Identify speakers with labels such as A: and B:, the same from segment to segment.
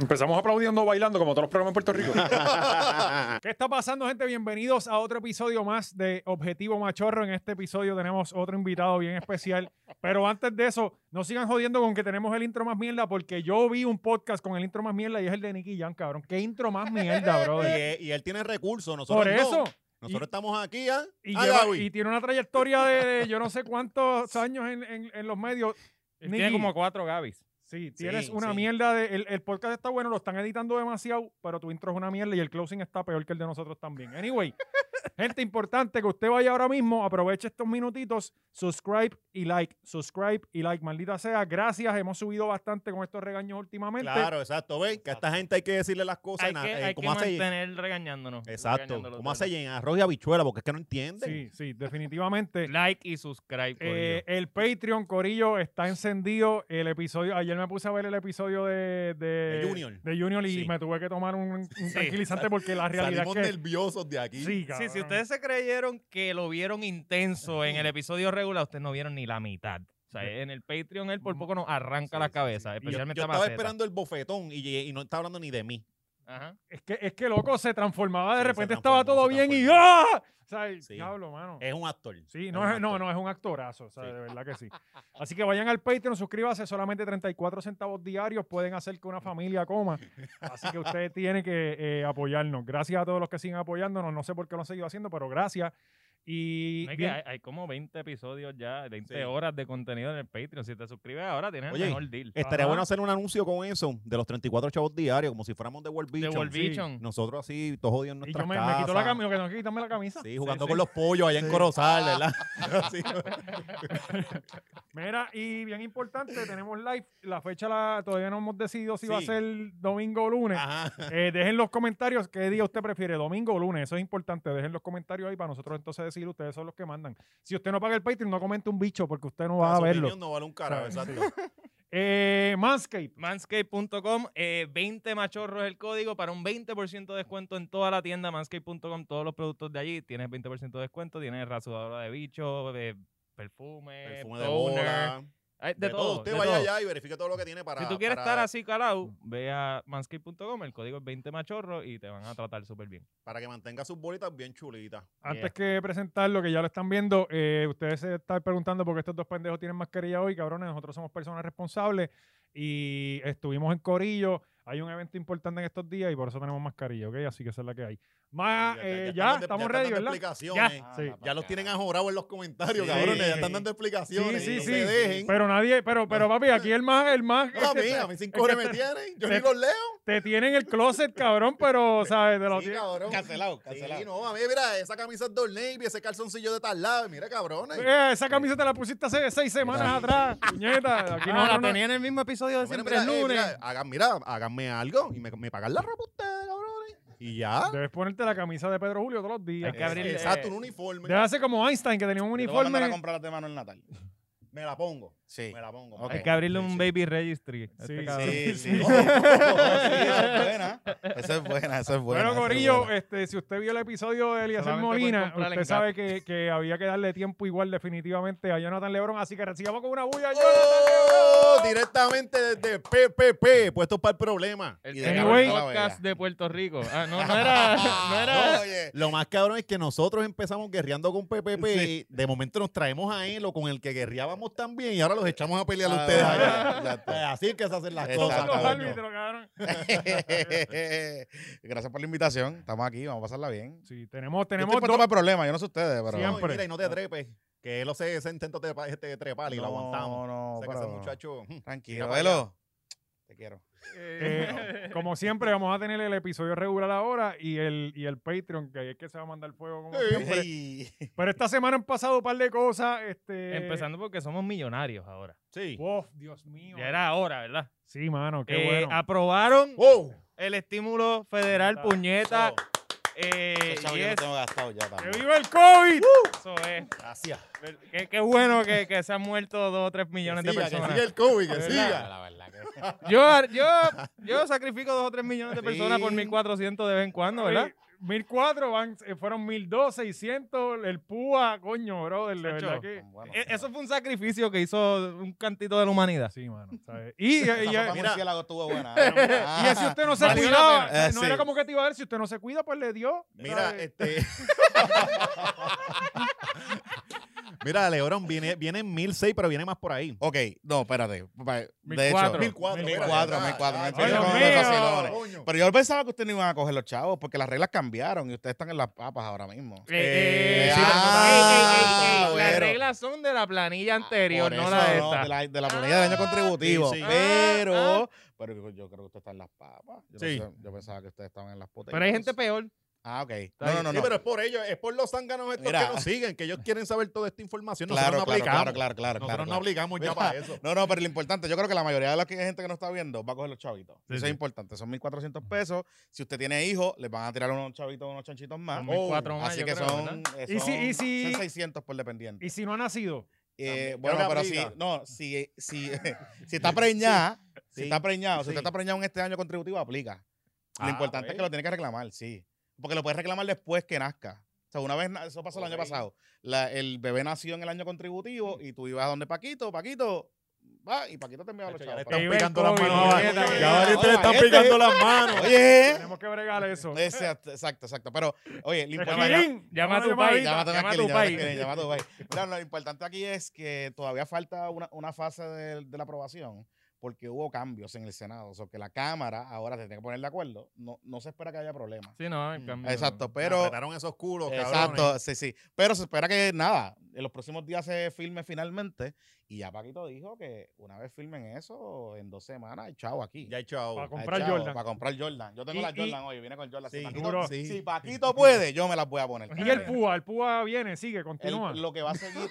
A: Empezamos aplaudiendo, bailando, como todos los programas en Puerto Rico.
B: ¿Qué está pasando, gente? Bienvenidos a otro episodio más de Objetivo Machorro. En este episodio tenemos otro invitado bien especial. Pero antes de eso, no sigan jodiendo con que tenemos el intro más mierda, porque yo vi un podcast con el intro más mierda y es el de Nicky Jam, cabrón. ¿Qué intro más mierda,
C: Y,
B: brother?
C: él- y él tiene recursos, nosotros
B: Eh, Por eso.
C: no. Nosotros
B: Y-
C: estamos aquí, ¿ah?
B: Y,
C: Ah,
B: lleva-
C: Gaby.
B: y tiene una trayectoria de, de yo no sé cuántos años en, en- en los medios.
D: Tiene
B: Nicky,
D: como cuatro Gavis.
B: Sí, tienes
C: Sí,
B: una
C: sí.
B: mierda de. El, el podcast está bueno, lo están editando demasiado, pero tu intro es una mierda y el closing está peor que el de nosotros también. Anyway, gente importante que usted vaya ahora mismo, aproveche estos minutitos, subscribe y like, subscribe y like, maldita sea. Gracias, hemos subido bastante con estos regaños últimamente.
C: Claro, exacto, ¿ves? Que a esta gente hay que decirle las cosas.
D: Hay
C: na-
D: que,
C: eh,
D: hay que
C: como hace
D: mantener regañándonos.
C: Exacto.
D: regañándolo
C: ¿Cómo
D: todo el
C: hace en arroz y habichuela? Porque es que no entienden.
B: Sí, sí, definitivamente.
D: tiempo. Like y subscribe.
B: Eh,
D: corillo.
B: el Patreon, Corillo, está encendido. El episodio, ayer me puse a ver el episodio de, de,
C: De Junior.
B: de Junior y
C: Sí.
B: me tuve que tomar un, un tranquilizante porque la realidad
C: Salimos
B: es que.
C: nerviosos de aquí.
B: Sí,
D: sí, si
B: cabrón.
D: ustedes se creyeron que lo vieron intenso en el episodio regular, ustedes no vieron ni la mitad. O sea, en el Patreon él por
C: Mm.
D: poco nos arranca la
C: Yo,
D: cabeza,
C: yo
D: especialmente
C: estaba
D: a Maceta.
C: esperando el bofetón y, llegué- y no estaba hablando ni de mí.
D: Ajá.
B: Es que, es que loco se transformaba de
C: Sí, se
B: repente, estaba
C: transformó,
B: todo
C: se
B: bien y
C: transformó.
B: ¡ah! O sea,
C: Sí.
B: diablo, mano.
C: Es un actor.
B: Sí,
C: Es
B: no
C: un
B: es, no,
C: actor.
B: no, es un actorazo, o sea,
C: Sí.
B: de verdad que sí. Así que vayan al Patreon, suscríbase, solamente 34 centavos diarios pueden hacer que una familia coma. Así que ustedes tienen que eh, apoyarnos. Gracias a todos los que siguen apoyándonos, no sé por qué lo han seguido haciendo, pero gracias. Y
D: No, es que
B: bien,
D: hay, hay como 20 episodios ya, 20
C: Sí.
D: horas de contenido en el Patreon. Si te suscribes ahora, tienes
C: Oye,
D: el mejor deal.
C: Estaría
B: Ajá.
C: bueno hacer un anuncio con eso de los 34 chavos diarios, como si fuéramos de World
D: De
C: Vision.
D: World
B: sí.
D: Vision.
C: Nosotros así, todos jodidos en
B: y
C: nuestras
B: yo me, me
C: casas.
B: quito la camisa, que tengo que quitarme la camisa.
C: Sí, Ah. jugando
B: sí.
C: con los pollos allá en
B: Sí.
C: Corozal, ¿verdad? Sí.
B: Mira, y bien importante, tenemos live. La fecha la, todavía no hemos decidido si va a
C: Sí.
B: ser domingo o lunes.
C: Ajá.
B: Eh, dejen los comentarios qué día usted prefiere, domingo o lunes. Eso es importante. Dejen los comentarios ahí para nosotros entonces decir ustedes son los que mandan. Si usted no paga el Patreon, no comente un bicho porque usted no va a
C: Su
B: verlo.
C: opinión No vale un carajo,
B: Sí.
C: exacto.
B: Eh, Manscape.
D: Manscape.com, eh, 20 machorros el código para un 20% de descuento en toda la tienda. Manscape.com, todos los productos de allí. Tienes 20% de descuento, tienes rasudadora de bicho, de perfume,
B: Eh,
C: Perfume de
D: toner,
C: bola.
D: ay,
C: De, todo. Usted
D: de
C: vaya
D: todo.
C: allá y verifique todo lo que tiene para.
D: si tú quieres
C: para- Mm.
D: estar así calado, ve a manscape.com, el código es 20 machorros y te van a tratar súper bien.
C: Para que mantenga sus bolitas bien chulitas.
B: Antes que presentarlo, que ya lo están viendo, eh, ustedes se están preguntando por qué estos dos pendejos tienen mascarilla hoy, cabrones. Nosotros somos personas responsables y estuvimos en Corillo. Hay un evento importante en estos días y por eso tenemos mascarilla, ¿ok? Así que esa es la que hay. Más,
C: Sí,
B: eh, ya,
C: están dando-
B: estamos
C: están
B: ready,
C: dando
B: ¿verdad?
C: explicaciones.
B: Sí.
D: Ah,
C: Ya los tienen ajorados en los comentarios,
B: Sí.
C: cabrones. Ya están dando explicaciones.
B: Sí, sí,
C: no
B: sí.
C: se dejen.
B: Pero nadie, pero, pero papi, aquí el más, el más. este
C: No, a mí,
B: es que
C: a mí sin cojones me
B: te-
C: tienen. Yo
B: te-
C: ni los leo.
B: Te tienen el closet, cabrón, pero, ¿sabes? Te lo
C: Sí,
B: tienen-
C: cabrón.
D: Cancelado,
C: Sí, no, a mí, mira, esa camisa es de Old Navy, ese calzoncillo de tal lado. Mira, cabrones.
B: Eh, esa camisa te la pusiste hace seis semanas
C: Mira.
B: atrás, puñeta. Aquí no, no, no.
D: Ah, en el mismo episodio
C: Mira, mira, eh, mira, hagan, mira, háganme algo y me, me pagan la ropa ustedes, cabrones. Y ya.
B: Debes ponerte la camisa de Pedro Julio todos los días.
D: Hay que abrirle-
C: Exacto, un uniforme.
B: Debe hacer como Einstein, que tenía un uniforme.
C: comprar de Manuel Natal. Me la pongo. Sí. Me la pongo.
D: Hay que abrirle un baby registry. a
B: Sí,
D: este cabrón.
B: sí.
E: buena. Esa es buena, esa es buena.
B: Bueno,
E: esa es
B: Corillo,
E: buena.
B: este, si usted vio el episodio de Eliezer
D: Solamente pueden
B: Molina,
D: comprar en
B: usted
D: Gap.
B: sabe que, que había que darle tiempo igual definitivamente a Jonathan Lebron, así que recibamos con una bulla a Jonathan
C: ¡Oh!
B: Lebron.
C: Directamente desde PPP, puesto para el problema.
D: El
E: Y de
D: mejor
B: Anyway.
D: podcast de Puerto Rico. Ah, no, no era. No era
E: No, oye,
C: Lo más cabrón es que nosotros empezamos guerreando con PPP y de momento nos traemos a Elo con el que guerreábamos también y ahora los echamos a pelear a
E: Ah,
C: ustedes allá.
E: exacto.
C: Eh, Así es que se hacen las
B: Todos
C: cosas.
B: son los
E: Exacto,
C: cabrón.
B: árbitros, cabrón.
E: Gracias por la invitación. Estamos aquí, vamos a pasarla bien.
B: Sí, tenemos,
E: Tenemos
B: tenemos
E: yo estoy
B: dos.
E: puesto para problemas, yo no sé ustedes, pero.
C: No, y
B: Siempre.
C: mira, y no te trepes, que Elo se, se intentó te, este, trepar y lo aguantamos.
E: No,
C: O
E: no,
C: sea que ese
E: pero-
C: muchacho... mm, Mira
E: Tranquilo,
C: para
E: velo. Te quiero.
B: Eh, como siempre, vamos a tener el episodio regular ahora y el, y el Patreon, que ahí es que se va a mandar fuego. Como siempre.
E: Ey.
B: Pero esta semana han pasado un par de cosas. Este,
D: Empezando porque somos millonarios ahora.
C: Sí.
B: Uf, Dios mío.
D: Ya era ahora, ¿verdad?
B: Sí, mano, qué
D: Eh,
B: bueno.
D: Aprobaron
C: ¡Wow!
D: el estímulo federal,
B: Puñeta.
D: puñeta. Eh,
E: Esos chavos
D: y
E: yo los
D: eso
E: tengo gastado ya
B: ¡Que
E: también.
B: viva el COVID!
D: es.
C: Gracias.
D: Qué, qué bueno que, que se han muerto dos o tres millones
C: Que
D: de
C: siga, que
D: personas.
C: siga el COVID, que
D: ¿Verdad?
C: siga.
E: La verdad que.
D: Yo, yo, yo sacrifico dos o tres millones de personas por mis 400 de vez en cuando, ¿verdad?
B: Sí, 1004 van, eh, fueron 1200, 600, el púa, coño, brother, de
D: Chacho.
B: verdad que...
E: Bueno,
D: E- Eso fue un sacrificio que hizo un cantito de la humanidad.
B: Sí, mano, ¿sabes? Y, y-
E: la
B: y-
E: sopa
B: y-
E: murciélago estuvo buena. ¿eh?
B: y si usted no se
C: Valió la
B: cuidaba,
C: pena.
B: eh, no
C: Eh,
B: era
C: sí.
B: como que te iba a dar, si usted no se cuida, pues le dio.
C: Mira,
B: ¿sabes?
C: este. Mira, Lebron viene, viene en 1006, pero viene más por ahí.
E: Ok, no, espérate. Pa- De
B: 1004.
E: hecho, 1004, 1004, 1004. me
C: Ay,
E: empiezo
B: Dios
E: con los
B: mío.
E: vacilones. Pero yo pensaba que ustedes no iban a coger los chavos porque las reglas cambiaron y ustedes están en las papas ahora mismo.
D: Eh,
E: eh,
D: sí, pero no-
E: ah,
D: ey, ey, ey, ey, Las
E: pero-
D: reglas son de la planilla anterior,
E: Por
D: no
E: eso,
D: la de esta.
E: de la, de la planilla del año contributivo.
C: sí, sí.
E: Pero,
D: Ah,
E: pero yo, yo creo que ustedes están en las papas. Yo,
C: Sí.
E: pensaba, yo pensaba que ustedes estaban en las potentes.
D: Pero hay gente peor.
E: Ah, ok. No, no, no.
C: Sí,
E: no.
C: pero es por ellos, es por los zánganos estos
E: Mira.
C: que nos siguen, que ellos quieren saber toda esta información. Nosotros
E: claro,
C: no
E: claro,
C: aplicamos.
E: claro, claro, claro,
C: Nosotros
E: claro,
C: no
E: claro.
C: aplicamos ya
E: Mira,
C: para eso.
E: No, no, pero lo importante, yo creo que la mayoría de la que- gente que nos está viendo va a coger los chavitos.
C: Sí,
E: eso
C: sí.
E: es importante, son 1.400 pesos. Si usted tiene hijos, les van a tirar unos chavitos, unos chanchitos más. Oh,
D: Son 1.400 más,
E: Así
D: yo
E: que
D: creo,
E: son, eh,
B: Y si- y
E: son-
B: si-
E: son 600 por dependiente.
B: Y si no ha nacido,
E: Eh,
C: También.
E: bueno,
C: Creo que
E: pero si,
C: aplica.
E: no, si, si, si está preñada,
C: Sí.
E: si está preñado,
C: Sí.
E: si usted está preñado en este año contributivo, aplica. Lo
C: Ah,
E: importante es que
C: ok.
E: lo tiene que reclamar, sí. Porque lo puedes reclamar después que nazca. O sea, una vez, na- eso pasó el año
C: Ok.
E: pasado. La- el bebé nació en el año contributivo y tú ibas a donde Paquito, Paquito, va y Paquito te enviaba los
C: Ya
E: chavos.
C: le
E: para
B: están
E: allá.
B: Vive el COVID,
C: a-
B: vive el
C: ahorita
E: COVID. Oye,
C: las manos.
E: Oye,
B: tenemos que bregar eso.
E: Eh, exacto, exacto, exacto. Pero, oye, lo importante.
B: Tranquilín,
D: Llama a
B: una
D: tu país,
B: llamadita.
D: llama
E: Llámate
D: a
E: tranquilo,
D: tu
E: llámate
D: país.
E: tranquilo, llama a tu país. Mira, lo importante aquí es que todavía falta una, una fase de, de la aprobación porque hubo cambios en el Senado. O sea, que la Cámara ahora se tiene que poner de acuerdo. No, no se espera que haya problemas.
D: Sí, no, en
C: Mm,
D: cambio.
E: Exacto,
C: Pero.
E: pero...
C: Apretaron esos culos, cabrones.
E: Exacto, sí, sí. Pero se espera que nada, en los próximos días se filme finalmente. Y ya Paquito dijo que una vez filmen eso, en dos semanas, chao aquí.
C: Ya chao.
B: Para
E: Ay,
B: comprar
E: chao,
B: Jordan.
E: Para comprar Jordan. Yo tengo
B: Y-
E: las
B: y-
E: Jordan hoy, viene con Jordan.
C: Sí,
E: si, Paquito,
B: duro.
C: Sí.
E: si Paquito puede, yo me las voy a poner.
B: Y el púa, el púa viene, sigue,
E: Él
B: continúa.
E: lo que va a seguir.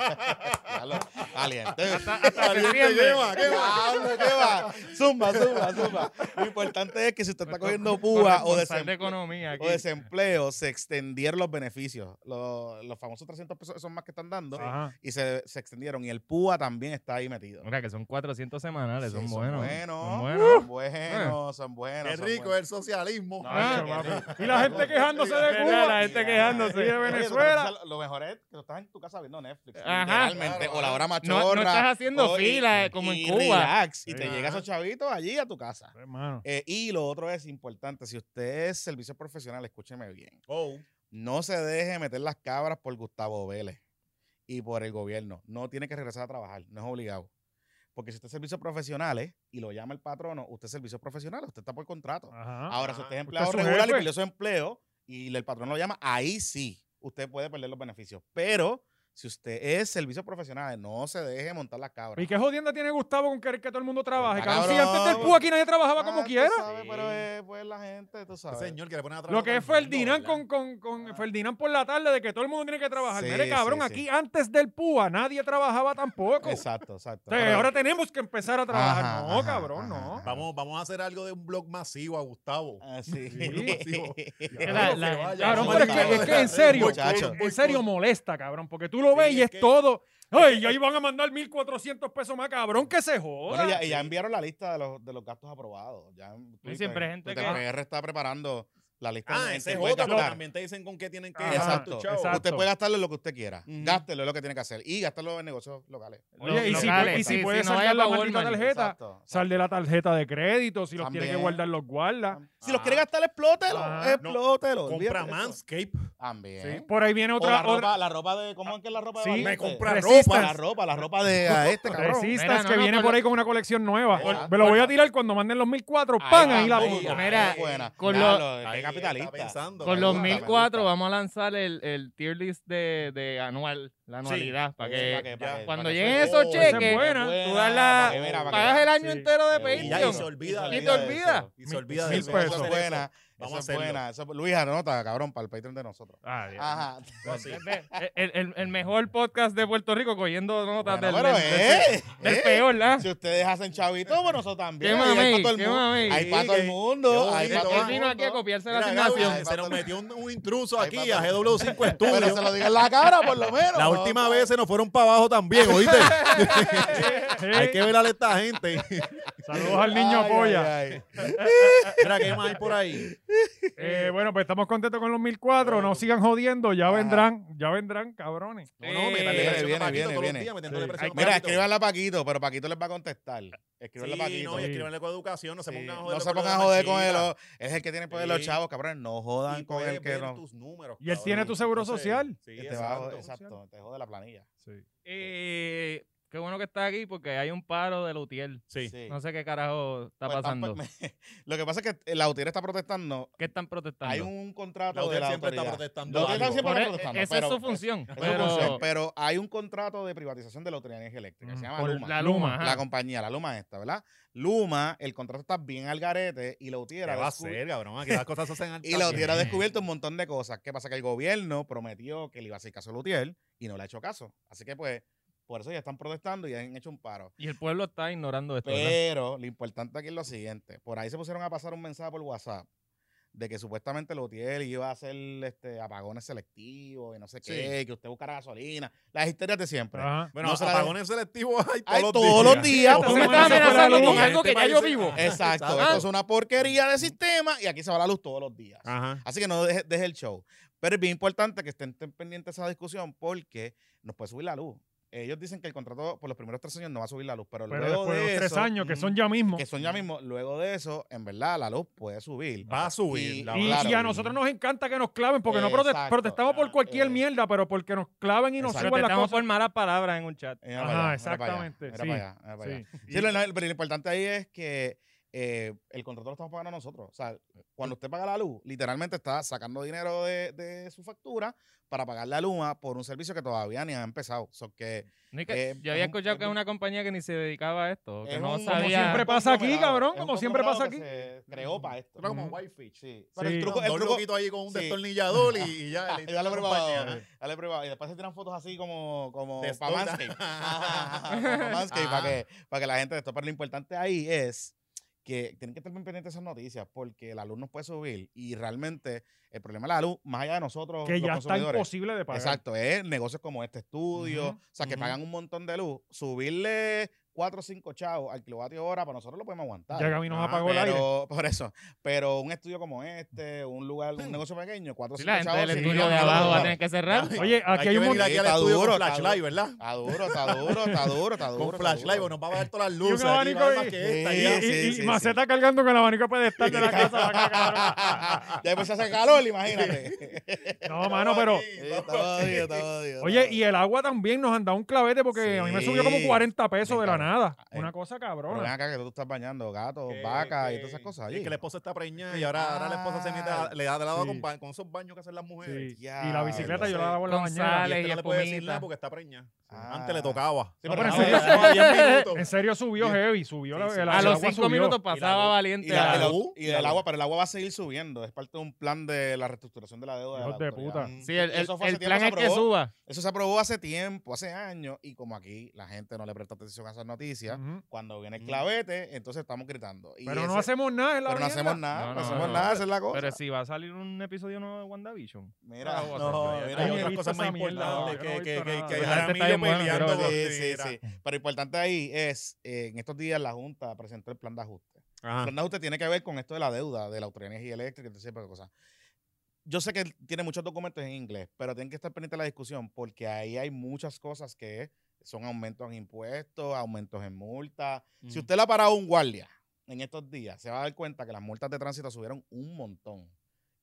E: Ya lo- Caliente.
C: Caliente, ¿qué va? ¿Qué va?
E: Diablo, ¿qué va? Zumba, zumba, zumba. Lo importante es que si usted está cogiendo púa o,
D: desarrollo de
E: desem-
D: economía aquí.
E: o desempleo, se extendieron los beneficios. Los, los famosos 300 pesos son más que están dando
B: Ajá.
E: y se, se extendieron. Y el púa también está ahí metido.
D: Mira, que son 400 semanales,
E: Sí,
D: son, buenos.
E: Son
D: son
E: buenos,
D: buenos.
E: son buenos. son buenos,
C: Qué
E: son
C: rico
E: buenos.
C: el socialismo.
E: No,
B: Ah,
E: qué rico.
B: papi. y la gente quejándose de
D: Verdad,
B: Cuba.
D: la gente
E: Mira,
D: quejándose.
E: oye,
B: Y de
E: pero
B: Venezuela.
E: entonces Lo mejor es que tú estás en tu casa viendo Netflix.
D: Ajá.
E: Literalmente. O la hora machorra.
D: No, no estás haciendo
E: o- Oh, y-
D: fila eh, como en
E: y
D: Cuba.
E: relax, y te
B: Ajá.
E: llega esos chavitos allí a tu casa.
B: Hermano.
E: Eh, y lo otro es importante, si usted es servicio profesional, escúcheme bien.
C: Oh.
E: No se deje meter las cabras por Gustavo Vélez y por el gobierno. No tiene que regresar a trabajar, no es obligado. Porque si usted es servicio profesionales y lo llama el patrono, usted es servicio profesional, usted está por contrato.
B: Ajá.
E: Ahora, si usted
B: Usted
E: es empleado
B: es su
E: regular y
B: jefe.
E: perdió su empleo y el patrón lo llama, ahí sí, usted puede perder los beneficios. Pero si usted es servicio profesional, no se deje montar las cabras.
B: ¿Y qué jodienda tiene Gustavo con querer que todo el mundo trabaje?
E: Está
B: cabrón? Si
E: cabrón.
B: antes del PUA aquí nadie trabajaba como
E: Ah, tú
B: quiera.
E: sabes, pero
D: Sí.
E: eh, pues la gente, tú
C: Ese
E: sabes.
C: señor que le pone atrás.
B: Lo que es Ferdinand con, con, con
E: Ah.
B: Ferdinand por la tarde de que todo el mundo tiene que trabajar.
E: Sí,
B: Mire, cabrón,
E: sí, sí.
B: aquí antes del PUA nadie trabajaba tampoco.
E: Exacto, exacto.
B: O sea,
E: Pero-
B: ahora tenemos que empezar a trabajar.
E: Ajá,
B: no,
E: ajá,
B: cabrón,
E: ajá,
B: no.
E: ajá.
C: Vamos, vamos a hacer algo de un blog masivo a Gustavo.
E: Ah, sí.
C: Sí.
D: Que la- la-
B: Cabrón,
E: no,
B: pero es
E: no,
B: que,
E: no,
B: es que en
E: no,
B: serio,
E: muchacho.
B: en- en serio molesta, cabrón, porque tú lo
C: Sí,
B: ves y
C: es
B: es
C: que-
B: todo. ¡Ay, ahí van a mandar 1.400 pesos más, cabrón, que se joda!
E: Bueno, ya, ya enviaron la lista de los, de los gastos aprobados. Ya mm, en Twitter-
D: siempre hay gente
E: Twitter
D: que-
E: PR está preparando la lista.
C: Ah,
E: en- en
C: ese
E: que
C: es
E: puede
C: otro, pero
E: gastar.
C: también te dicen con qué tienen que
B: Ajá,
C: gastar
D: exacto,
C: tus chavos.
B: exacto.
E: Usted puede gastarle lo que usted quiera.
C: Ujú.
E: Gástelo es lo que tiene que hacer. Y gastarlo en negocios locales.
B: Oye, y si,
D: Locales,
B: y si
D: sí,
B: puedes
D: sí, no
B: sacar
D: vaya
B: la
D: pa'
B: maldita
D: Walmart.
B: tarjeta,
E: Exacto,
B: sal de la tarjeta de crédito, si los tiene que
E: También.
B: guardar, los guarda.
E: Si los
C: Ah.
E: quiere gastar, explótelo.
B: Ah.
E: explótelo.
C: Compra
E: olvídate de eso.
C: Manscape.
E: También.
B: Sí, Por ahí viene
E: O la
B: otra.
E: ropa,
B: otra
E: la ropa de. ¿Cómo es que es la ropa
B: Sí.
E: de
C: Me
E: Valiente?
C: compra
B: Resistance.
C: ropa.
E: La ropa, la ropa de a este cabrón.
B: Resistance
D: Mira, no,
B: que
D: no,
B: viene
D: por
B: por
D: la-
B: ahí con una colección nueva.
E: Por-
B: Me lo voy a tirar cuando manden los 1004. ¡Pan! Ahí la
E: vamos,
B: pongo.
D: Mira,
E: qué buena.
D: con
E: Ya,
D: lo-
E: lo- qué
C: Ahí está
E: capitalista.
C: pensando,
D: Con
C: me
D: los
C: gusta, me
D: 1004
E: gusta.
D: vamos a lanzar el, el tier list de, de anual, la anualidad, para que,
E: para que- para que-
D: cuando
E: para que
D: lleguen
E: suene.
D: esos
E: Oh, esa es
D: cheques,
B: buena.
D: tú das la-
E: Para que mira, para que
D: pagas
E: vea.
D: el año
B: Sí.
D: entero de
E: Sí.
C: Y ya, y se
D: Patreon.
C: olvida.
D: Y
C: de
D: te
C: eso.
D: olvida.
C: Y se olvida
B: Mil
C: de eso. Vamos
B: pesos.
C: a
E: Eso
C: hacer
E: es
C: eso.
E: buena.
C: Vamos
E: Eso
C: a
E: es
C: hacerlo.
E: buena. Eso- Luis, anota, cabrón, para el Patreon de nosotros.
D: Ah, Dios.
E: Ajá.
B: Eh,
D: El, el- el mejor podcast de Puerto Rico cogiendo notas
E: Bueno,
D: del,
E: pero,
D: del- del-
E: eh,
D: del
E: eh,
D: peor,
B: ¿ah?
D: ¿la?
E: Si ustedes hacen chavito, pues nosotros también.
D: Qué
E: Ahí hay
D: mamey,
E: para todo el
D: qué
E: mundo.
D: mamey.
E: Hay para
C: Sí,
E: todo el
C: que-
E: mundo.
C: qué
E: hay para
C: bonito,
E: todo
D: Él
E: el
D: vino
E: mundo.
D: aquí a copiarse la
C: Mira,
D: asignación.
C: Gaby, se nos metió un, un intruso
E: Ay,
C: aquí
E: papá.
C: a GW5
E: Pero
C: Estudio.
E: se lo diga en la cara, por lo menos.
C: La
E: ¿no?
C: última vez se nos fueron para abajo también, ¿oíste? Hay que velar a esta gente.
B: Saludos al niño
E: Ay,
B: polla.
E: ay, ay.
C: Mira, ¿qué más hay por ahí?
B: Eh, bueno, pues estamos contentos con los 1004. No sigan jodiendo. Ya
E: Ajá.
B: vendrán. Ya vendrán, cabrones.
C: No, no, me
E: viene,
C: presión
E: viene,
C: a Paquito todos
E: viene.
C: los días, metiéndole
B: Eh, Sí.
C: presión a
E: Mira,
C: Paquito.
E: escríbanle a Paquito, pero Paquito les va a contestar. Escríbanle a
C: Sí,
E: Paquito.
C: no, y
B: Sí.
C: escríbanle con educación, no se
E: Sí,
C: pongan a joder.
E: no se
C: con
E: pongan a
C: las
E: joder con él.
C: machistas.
E: o- Es el que tiene poder los
C: Sí.
E: chavos, cabrón. No jodan
C: Y
E: con el
C: puedes
E: que
C: ver
E: no.
C: tus números,
B: Y él tiene tu seguro social.
C: Sí,
E: que te va a joder,
C: exacto.
E: exacto, te jode la planilla.
D: Eh, qué bueno que está aquí porque hay un paro de Lutiel.
E: Sí.
D: No sé qué carajo está
E: Pues, están-
D: pasando.
E: Lo que pasa es que la UTIER está protestando.
D: ¿Qué están protestando?
E: Hay un contrato
C: La UTIER
E: de la
C: siempre está
E: autoridad.
C: protestando
E: La UTIER
C: algo.
E: siempre
D: Por
E: está
D: e-
E: protestando.
D: esa
E: pero-
D: es su función.
E: es su
D: pero, Mm,
E: función, pero hay un contrato de privatización de la Autoridad de Energía Eléctrica.
C: Mm,
B: Ujú,
E: Se llama
D: por
E: Luma.
D: la Luma.
E: La
D: ajá.
E: compañía, la Luma esta, ¿verdad? Luma, el contrato está bien al garete y la
C: ¿Qué
E: UTIER ha
C: va a
E: descu-
C: hacer, cabrón? Aquí las cosas se hacen altas.
E: Y la UTIER ha
C: Bien.
E: descubierto un montón de cosas. ¿Qué pasa? Que el gobierno prometió que le iba a hacer caso a la UTIER y no le ha hecho caso. Así que, pues, por eso ya están protestando y han hecho un paro.
D: Y el pueblo está ignorando
E: Eh,
D: esto. ¿verdad?
E: Pero lo importante aquí es lo siguiente. Por ahí se pusieron a pasar un mensaje por WhatsApp de que supuestamente la UTIER iba a hacer este, apagones selectivos y no sé qué, que usted buscara gasolina. Las historias de siempre.
B: Ajá.
C: Ah, Bueno,
E: no se la
C: apagones selectivos hay todos
E: Hay
C: los
E: todos
C: días.
E: los días.
D: Esta
E: Tú me
D: semana
E: estás
D: se fue la
E: amenazando
D: luz.
E: con
D: Este
E: algo que ya
D: país-
E: yo vivo.
C: Ah,
E: Exacto.
C: exacto.
E: Esto es una porquería de sistema y aquí se va la luz todos los días.
C: Ajá.
E: Así que no deje, deje el show. Pero es bien importante que estén estén pendientes de esa discusión porque nos puede subir la luz. Ellos dicen que el contrato por los primeros tres años no va a subir la luz, pero,
B: Pero
E: luego
B: después de
E: de
B: los tres
E: eso,
B: años, que
E: mm,
B: son ya mismo.
E: que son ya mismo, luego de eso, en verdad, la luz puede subir.
C: Va a subir.
E: Y-
C: la
B: Y,
C: va
E: claro.
B: y a nosotros nos encanta que nos claven, porque no prote-
E: Exacto.
B: protestamos por cualquier
E: Eh,
B: mierda, pero porque nos claven y nos
E: exacto.
B: suben las
D: Protestamos
B: cosas.
D: por malas palabras en un chat.
E: Mira
B: Ajá,
E: para allá, mira para allá,
B: exactamente,
E: mira
B: sí.
E: para allá, mira para allá.
B: Sí.
E: Sí, lo, lo- pero lo importante ahí es que eh, el contrato lo estamos pagando nosotros. O sea, cuando usted paga la luz, literalmente está sacando dinero de, de su factura para pagar la luma por un servicio que todavía ni ha empezado. So que
D: No, y que
E: Eh,
D: yo había
E: es un-
D: escuchado que
E: es
D: es
E: un-
D: una compañía que ni se dedicaba a esto. Que
E: es
D: no
E: un-
D: sabía.
B: Como siempre pasa aquí,
E: conglomerado,
B: cabrón,
E: es un
B: como siempre pasa aquí.
E: conglomerado que se creó para esto.
C: Era como
B: Ujú.
C: Whitefish. Sí.
E: Pero el
B: Sí.
E: truco, el
C: Dos
E: truco,
C: loquitos ahí con un
E: sí.
C: destornillador y, y ya.
E: Ah, ya lo he
C: compañía.
E: probado. Dale prueba. Y después se tiran fotos así como, como
C: De Ah.
E: para
C: Stone.
E: Manscaped. para Manscaped,
C: Ajá.
E: para que, para que la gente de esto. Pero lo importante ahí es que tienen que estar bien pendientes de esas noticias porque la luz nos puede subir y realmente el problema de la luz, más allá de nosotros,
B: Que
E: los
B: ya está
E: consumidores.
B: imposible de pagar.
E: Exacto, es negocios como este estudio,
B: Ujú,
E: o sea, que
C: ujú.
E: pagan un montón de luz, subirle 4 o 5 chavos al kilovatio hora, para nosotros lo podemos aguantar.
B: Ya Gaby nos
C: Ah,
B: apagó el aire.
E: pero, por eso, pero un estudio como este, un lugar, un negocio pequeño, 4 o
D: Sí,
E: 5
D: la gente
E: chavos.
D: del
E: sí,
D: estudio
E: ya
D: de
E: no lo
D: abajo va a
E: aguantan.
D: tener que cerrar.
B: Oye, aquí hay,
C: que
B: un
C: venir
B: montón.
C: aquí al
E: Está
C: estudio
E: duro,
C: con
E: está
C: flashlight, ¿verdad?
E: Está duro, está duro, está duro, está duro.
C: Con flashlight, bueno, nos va a bajar todas las luces. aquí,
B: abanico
C: va
B: y-
C: más que esta,
E: Sí,
C: ya.
B: Y, y- y
E: sí,
B: Maceta cargando con el abanico puede estar de la casa para acá, cabrón.
C: ah.
E: Ya después se hace calor, imagínate.
B: No, mano, pero. Oye, y el agua también nos han dado un clavete porque a mí me subió como
E: Sí.
B: 40 pesos
E: Ven,
B: de la
E: cabrón.
B: nada.
E: Eh,
B: Una cosa
E: Pero ven
B: cabrona.
E: acá que tú estás bañando gatos,
C: Que-
E: vacas y
C: que-
E: todas esas cosas
C: sí,
E: allí.
C: que la esposa está preñada y ahora, ahora la esposa se mete,
E: Ah.
C: a- le da de lado
B: Sí.
C: con, ba- con esos baños que hacen las mujeres.
B: Sí. Y la bicicleta yo la
C: Entonces,
B: daba en la
D: Gonzalo,
B: mañana.
C: Y
D: Dale,
C: este
D: y
C: no le puede decir
D: espumita.
C: nada porque está preñada.
E: Ah.
C: Antes le tocaba.
E: Sí,
C: No,
E: pero
C: pero
E: en
C: le
E: serio-
C: dejaba 10 minutos.
B: En serio subió
C: Sí.
B: heavy, subió la,
C: Sí, sí.
B: el,
C: A
D: A
B: el
D: los
B: agua
D: cinco
B: subió.
D: minutos
C: Y la
D: pasaba
C: luz.
E: Y,
D: valiente.
E: la-
D: a-
E: el
C: luz.
E: au- y el agua, pero el agua va a seguir subiendo. Es parte de un plan de la reestructuración de la deuda.
B: Hijos
E: la
B: de
E: autoridad.
B: puta.
D: Sí, el, el-
E: Eso fue
D: el
E: hace tiempo,
D: plan
E: se
D: es que
E: aprobó.
D: suba.
E: Eso se aprobó hace tiempo, hace años, y como aquí la gente no le presta atención a esas noticias,
B: Ujú.
E: cuando viene el
C: Mm.
E: clavete, entonces estamos gritando. Y
B: Pero no
E: ese-
B: hacemos nada en la
E: pero no
B: mierda.
E: hacemos nada,
D: No,
E: no,
D: no,
E: hacemos
D: no,
E: nada, esa es la cosa.
D: Pero si va a salir un episodio nuevo de WandaVision.
E: Mira,
D: No, no,
E: no,
D: no,
E: mira,
C: Hay
B: Yo no he
C: otras
B: visto
C: cosas
B: esa
C: más
B: mierda,
C: importantes
B: yo no he
C: que, que,
B: visto
C: que,
B: nada.
C: que
D: Pero
C: Jaramillo
D: está bien bueno,
C: peleando
D: pero-
C: con
E: Sí, sí,
C: Tira.
E: sí. Pero importante ahí es, eh, en estos días la Junta presentó el plan de ajuste. El
C: Ajá.
E: plan de ajuste tiene que ver con esto de la deuda de la Autoridad de Energía Eléctrica, y ese tipo de cosas. Yo sé que tiene muchos documentos en inglés, pero tienen que estar pendientes de la discusión porque ahí hay muchas cosas que son aumentos en impuestos, aumentos en multas. Mm. Si
B: Mm.
E: usted le ha parado a un guardia en estos días, se va a dar cuenta que las multas de tránsito subieron un montón.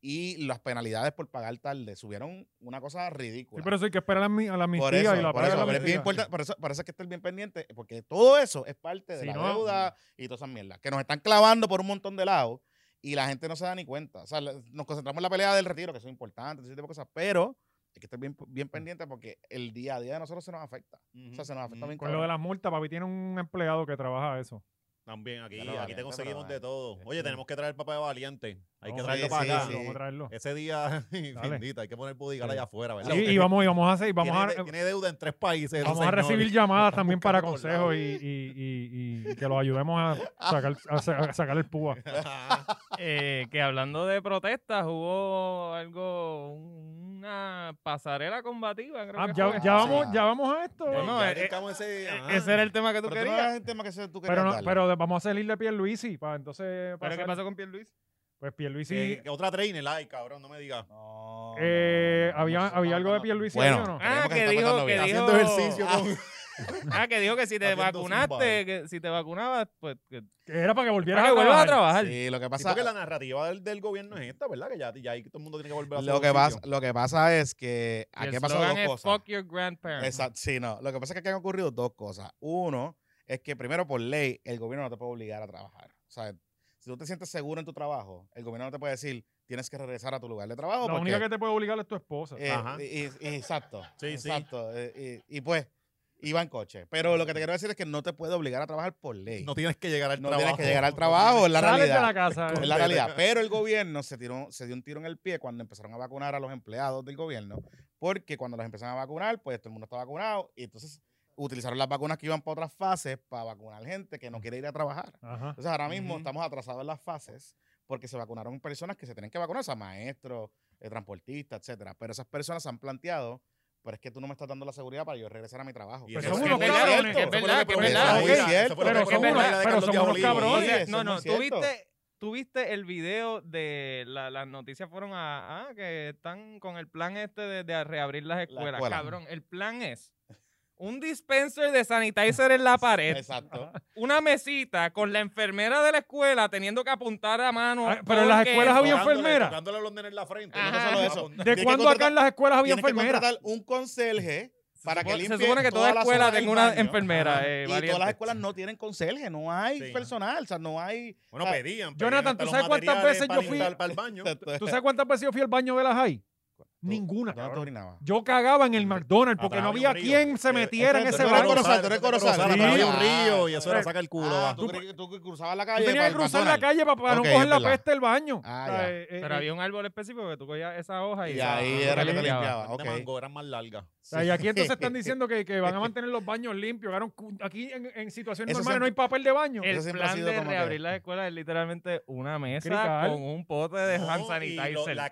E: Y las penalidades por pagar tarde subieron una cosa ridícula.
B: Sí, pero eso hay que esperar a, mi, a la
E: Por
B: amnistía
E: eso,
B: y la
E: por
B: paga
E: eso,
B: de la
E: pero es
B: amnistía.
E: bien importante, por eso, por eso es que estar bien pendiente, porque todo eso es parte de
B: Si
E: la
B: no-
E: deuda y todas esas mierdas, que nos están clavando por un montón de lados y la gente no se da ni cuenta. O sea, la- nos concentramos en la pelea del retiro, que eso es importante, ese tipo de cosas, pero hay que estar bien,
B: Mm.
E: bien pendiente porque el día a día de nosotros se nos afecta. O sea, se nos afecta
B: mm,
E: bien
B: Con lo de
E: cabrón.
B: las multas, papi tiene un empleado que trabaja eso.
C: También aquí,
E: Ya lo
C: aquí
E: valiente,
C: te conseguimos
E: pero
C: de todo.
E: valiente.
C: Oye, tenemos que traer papá de valiente. Hay
B: Vamos
C: que
B: a
C: traerlo
E: sí,
C: para acá.
E: sí,
B: traerlo, vamos a traerlo.
C: Ese día,
B: Dale.
C: bendita, hay que poner pudigal allá afuera, ¿verdad?
B: Sí, y vamos, y vamos a hacer, vamos
C: tiene,
B: a,
C: tiene deuda en tres países.
B: vamos a
C: ese señor.
B: recibir llamadas también para
C: buscando por lado.
B: consejos y, y- y- y que los ayudemos a sacar, a sa- a sacar el púa.
D: Eh, que hablando de protestas, hubo algo, un- una una pasarela combativa. creo
B: Ah,
D: que
B: ya,
D: fue.
B: ya vamos,
C: Sí.
B: ya vamos a esto.
D: Ya,
C: Bueno,
D: ya
C: eh, brincamos ese- ajá.
D: Ese era el tema que tú
E: Pero tú no
D: querías.
E: eras el tema que se- tú querías
B: pero, no-
E: darle.
B: pero vamos a salirle a Pierluisi para entonces
D: ¿Pero qué
B: pasar-
D: pasó con Pierluis?
B: Pues Pierluisi...
E: Eh,
C: Que- que otra trainer, ay, cabrón, no me digas.
E: No,
B: eh,
E: no, no, no,
B: había,
E: no, no,
B: había
E: no,
B: algo de
E: no.
B: Pierluisi
E: Bueno,
B: ahí, ¿o no?
E: Creemos
D: Ah,
E: que
D: que
E: está
D: dijo
E: pasando
D: que
E: bien.
D: dijo...
C: Haciendo ejercicio con-
D: Ah, que dijo que si te
C: Haciendo
D: vacunaste,
C: zumba.
D: que si te vacunabas, pues... Que,
B: Que era para que volviera
D: para que vuelvas a
B: trabajar.
D: trabajar.
E: Sí, lo que
C: Sí,
E: pasa
C: porque la narrativa del, del gobierno es esta, ¿verdad? Que ya, ya ahí todo el mundo tiene que volver a hacer
E: Lo que,
C: ejercicio.
E: pasa, lo que pasa es que
D: Y el
E: aquí han pasado
D: slogan es,
E: dos cosas.
D: Fuck your grandparents.
E: Exacto, sí, no. Lo que pasa es que aquí han ocurrido dos cosas. Uno es que primero por ley el gobierno no te puede obligar a trabajar. O sea, si tú te sientes seguro en tu trabajo, el gobierno no te puede decir tienes que regresar a tu lugar de trabajo.
B: La
E: porque,
B: única que te puede obligar es tu esposa.
E: eh,
C: Ajá.
E: y- y- exacto.
C: Sí, sí.
E: exacto. eh, Y, y pues iba en coche. Pero lo que te quiero decir es que no te puede obligar a trabajar por ley.
C: No tienes que llegar al
E: No
C: trabajo.
E: tienes que llegar al trabajo, es la
B: Sales
E: realidad.
B: de la casa.
E: Es
B: eh.
E: la realidad. Pero el gobierno se, tiró, se dio un tiro en el pie cuando empezaron a vacunar a los empleados del gobierno, porque cuando los empezaron a vacunar, pues todo el mundo está vacunado, y entonces utilizaron las vacunas que iban para otras fases para vacunar gente que no quiere ir a trabajar.
B: Ajá.
E: Entonces ahora mismo
D: Mm. Ujú.
E: estamos atrasados en las fases porque se vacunaron personas que se tienen que vacunar, o sea, maestros, eh, transportistas, etcétera. Pero esas personas se han planteado, pero es que tú no me estás dando la seguridad para yo regresar a mi trabajo.
C: Y
E: Eso
C: eso
B: son
E: es
B: unos
E: muy
B: cabrones,
E: cierto.
B: es
E: Eso fue lo
D: verdad,
E: que
D: que es
E: prometieron.
D: verdad.
E: Eso fue
C: Eso fue lo
B: Pero
C: que
B: son
C: prometió
D: unos-
C: la de
B: pero
C: Carlos
B: son
C: Díaz
B: unos
C: Olivia.
B: cabrones.
E: Oye, eso
D: no,
E: es
D: no,
E: muy
D: tú
E: cierto.
D: viste, tú viste el video de la- las noticias fueron a, ah, que están con el plan este de, de reabrir las escuelas.
E: escuela.
D: Cabrón, el plan es un dispenser de sanitizer en la pared,
E: Exacto.
D: una mesita con la enfermera de la escuela teniendo que apuntar a mano.
B: Ah, pero en las
D: porque-
B: escuelas había-
C: Tocándole-
B: enfermera.
C: Tocándole los nenes en la frente.
D: Ajá.
C: No solo eso.
E: Tienes
B: ¿De
E: que
B: cuándo acá
E: contratar-
B: en las escuelas había
E: Tienes que
B: enfermeras?
E: contratar un conserje para que
D: se
E: limpie
D: supone, se supone que toda
E: la
D: escuela
E: zona del
D: tenga una
E: baño.
D: enfermera.
E: Ajá.
D: eh,
E: y
D: valiente.
E: todas las escuelas no tienen conserje, no hay
C: Sí.
E: personal, o sea, no hay.
C: Bueno,
E: Ah,
C: pedían. pedían
B: Jonathan,
C: hasta
B: ¿tú
C: los
B: sabes cuántas
C: materiales
B: veces yo
C: para
B: fui-
C: limpiar- Para el baño.
B: ¿Tú sabes cuántas veces yo fui al baño de las hay? Ninguna.
E: ¿Dónde tú
B: cabrón.
E: orinabas?
B: Yo cagaba en el McDonald's porque
C: Atrás
B: no
C: había
B: había
C: un río.
B: quien se
C: Eh,
B: metiera en ese
E: este, tú eres
B: baño.
E: Corozal, tú eres Corozal.
C: Corozal, atrás
B: Sí.
C: había un río y eso era
B: Ah,
C: saca el culo.
E: Ah,
C: va.
E: tú, cre- tú cruzabas la
B: Yo
E: calle.
B: tenía
E: para
B: que
E: el
B: cruzar la
E: McDonald's.
B: calle para, no
E: Ok,
B: coger
E: es
B: la
E: verdad.
B: peste del baño.
E: Ah,
B: O sea,
E: ya.
B: eh, eh,
D: Pero había un árbol específico que tú cogías esa hoja y,
E: Y ahí
D: esa-
E: era que te
D: limpiaba.
E: limpiaba.
C: Las de
E: Ah, ok.
C: Este mango eran más largas.
B: o sea, y aquí entonces están diciendo que, que van a mantener los baños limpios. cabrón. Cu- Aquí en, en situaciones
E: Eso
B: normales
E: siempre-
B: no hay papel de baño.
E: Eso
D: El
E: siempre ha
D: plan
E: sido
D: de
E: como que-
D: reabrir las escuelas es literalmente una mesa
B: Crical.
D: con un pote de
C: No,
D: hand
C: y lo-
D: sanitizer y, la,
C: la
D: y, la,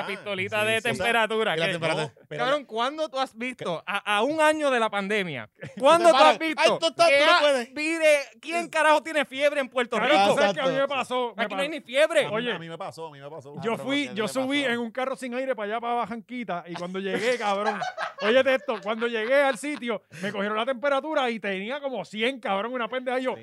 C: cantidad.
D: pistolita
E: Sí,
D: de
E: sí.
D: temperatura.
E: Y la
D: que-
E: temperatura.
D: No,
C: pero
D: cabrón, ¿cuándo tú has visto, a, a un año de la pandemia, cuándo tú has
E: paras.
D: visto
E: Ay, tú estás-
D: que
E: tú no
D: ha-
E: puedes.
D: mire, quién carajo tiene fiebre en Puerto
B: Cabrón,
D: Rico?
B: ¿tú sabes qué a mí me
E: Exacto. Ah,
B: pasó? Me
D: Aquí no hay
B: pasó-
D: ni fiebre.
B: Oye,
C: Oye. A mí me pasó, a mí me pasó. Ah,
B: Yo
C: Pero
B: fui,
C: ¿qué
B: yo
C: le
B: subí
C: pasó?
B: en un carro sin aire para allá, para Janquita, y cuando llegué, cabrón, oye esto, cuando llegué al sitio, me cogieron la temperatura y tenía como 100, cabrón, una pendeja. Y yo,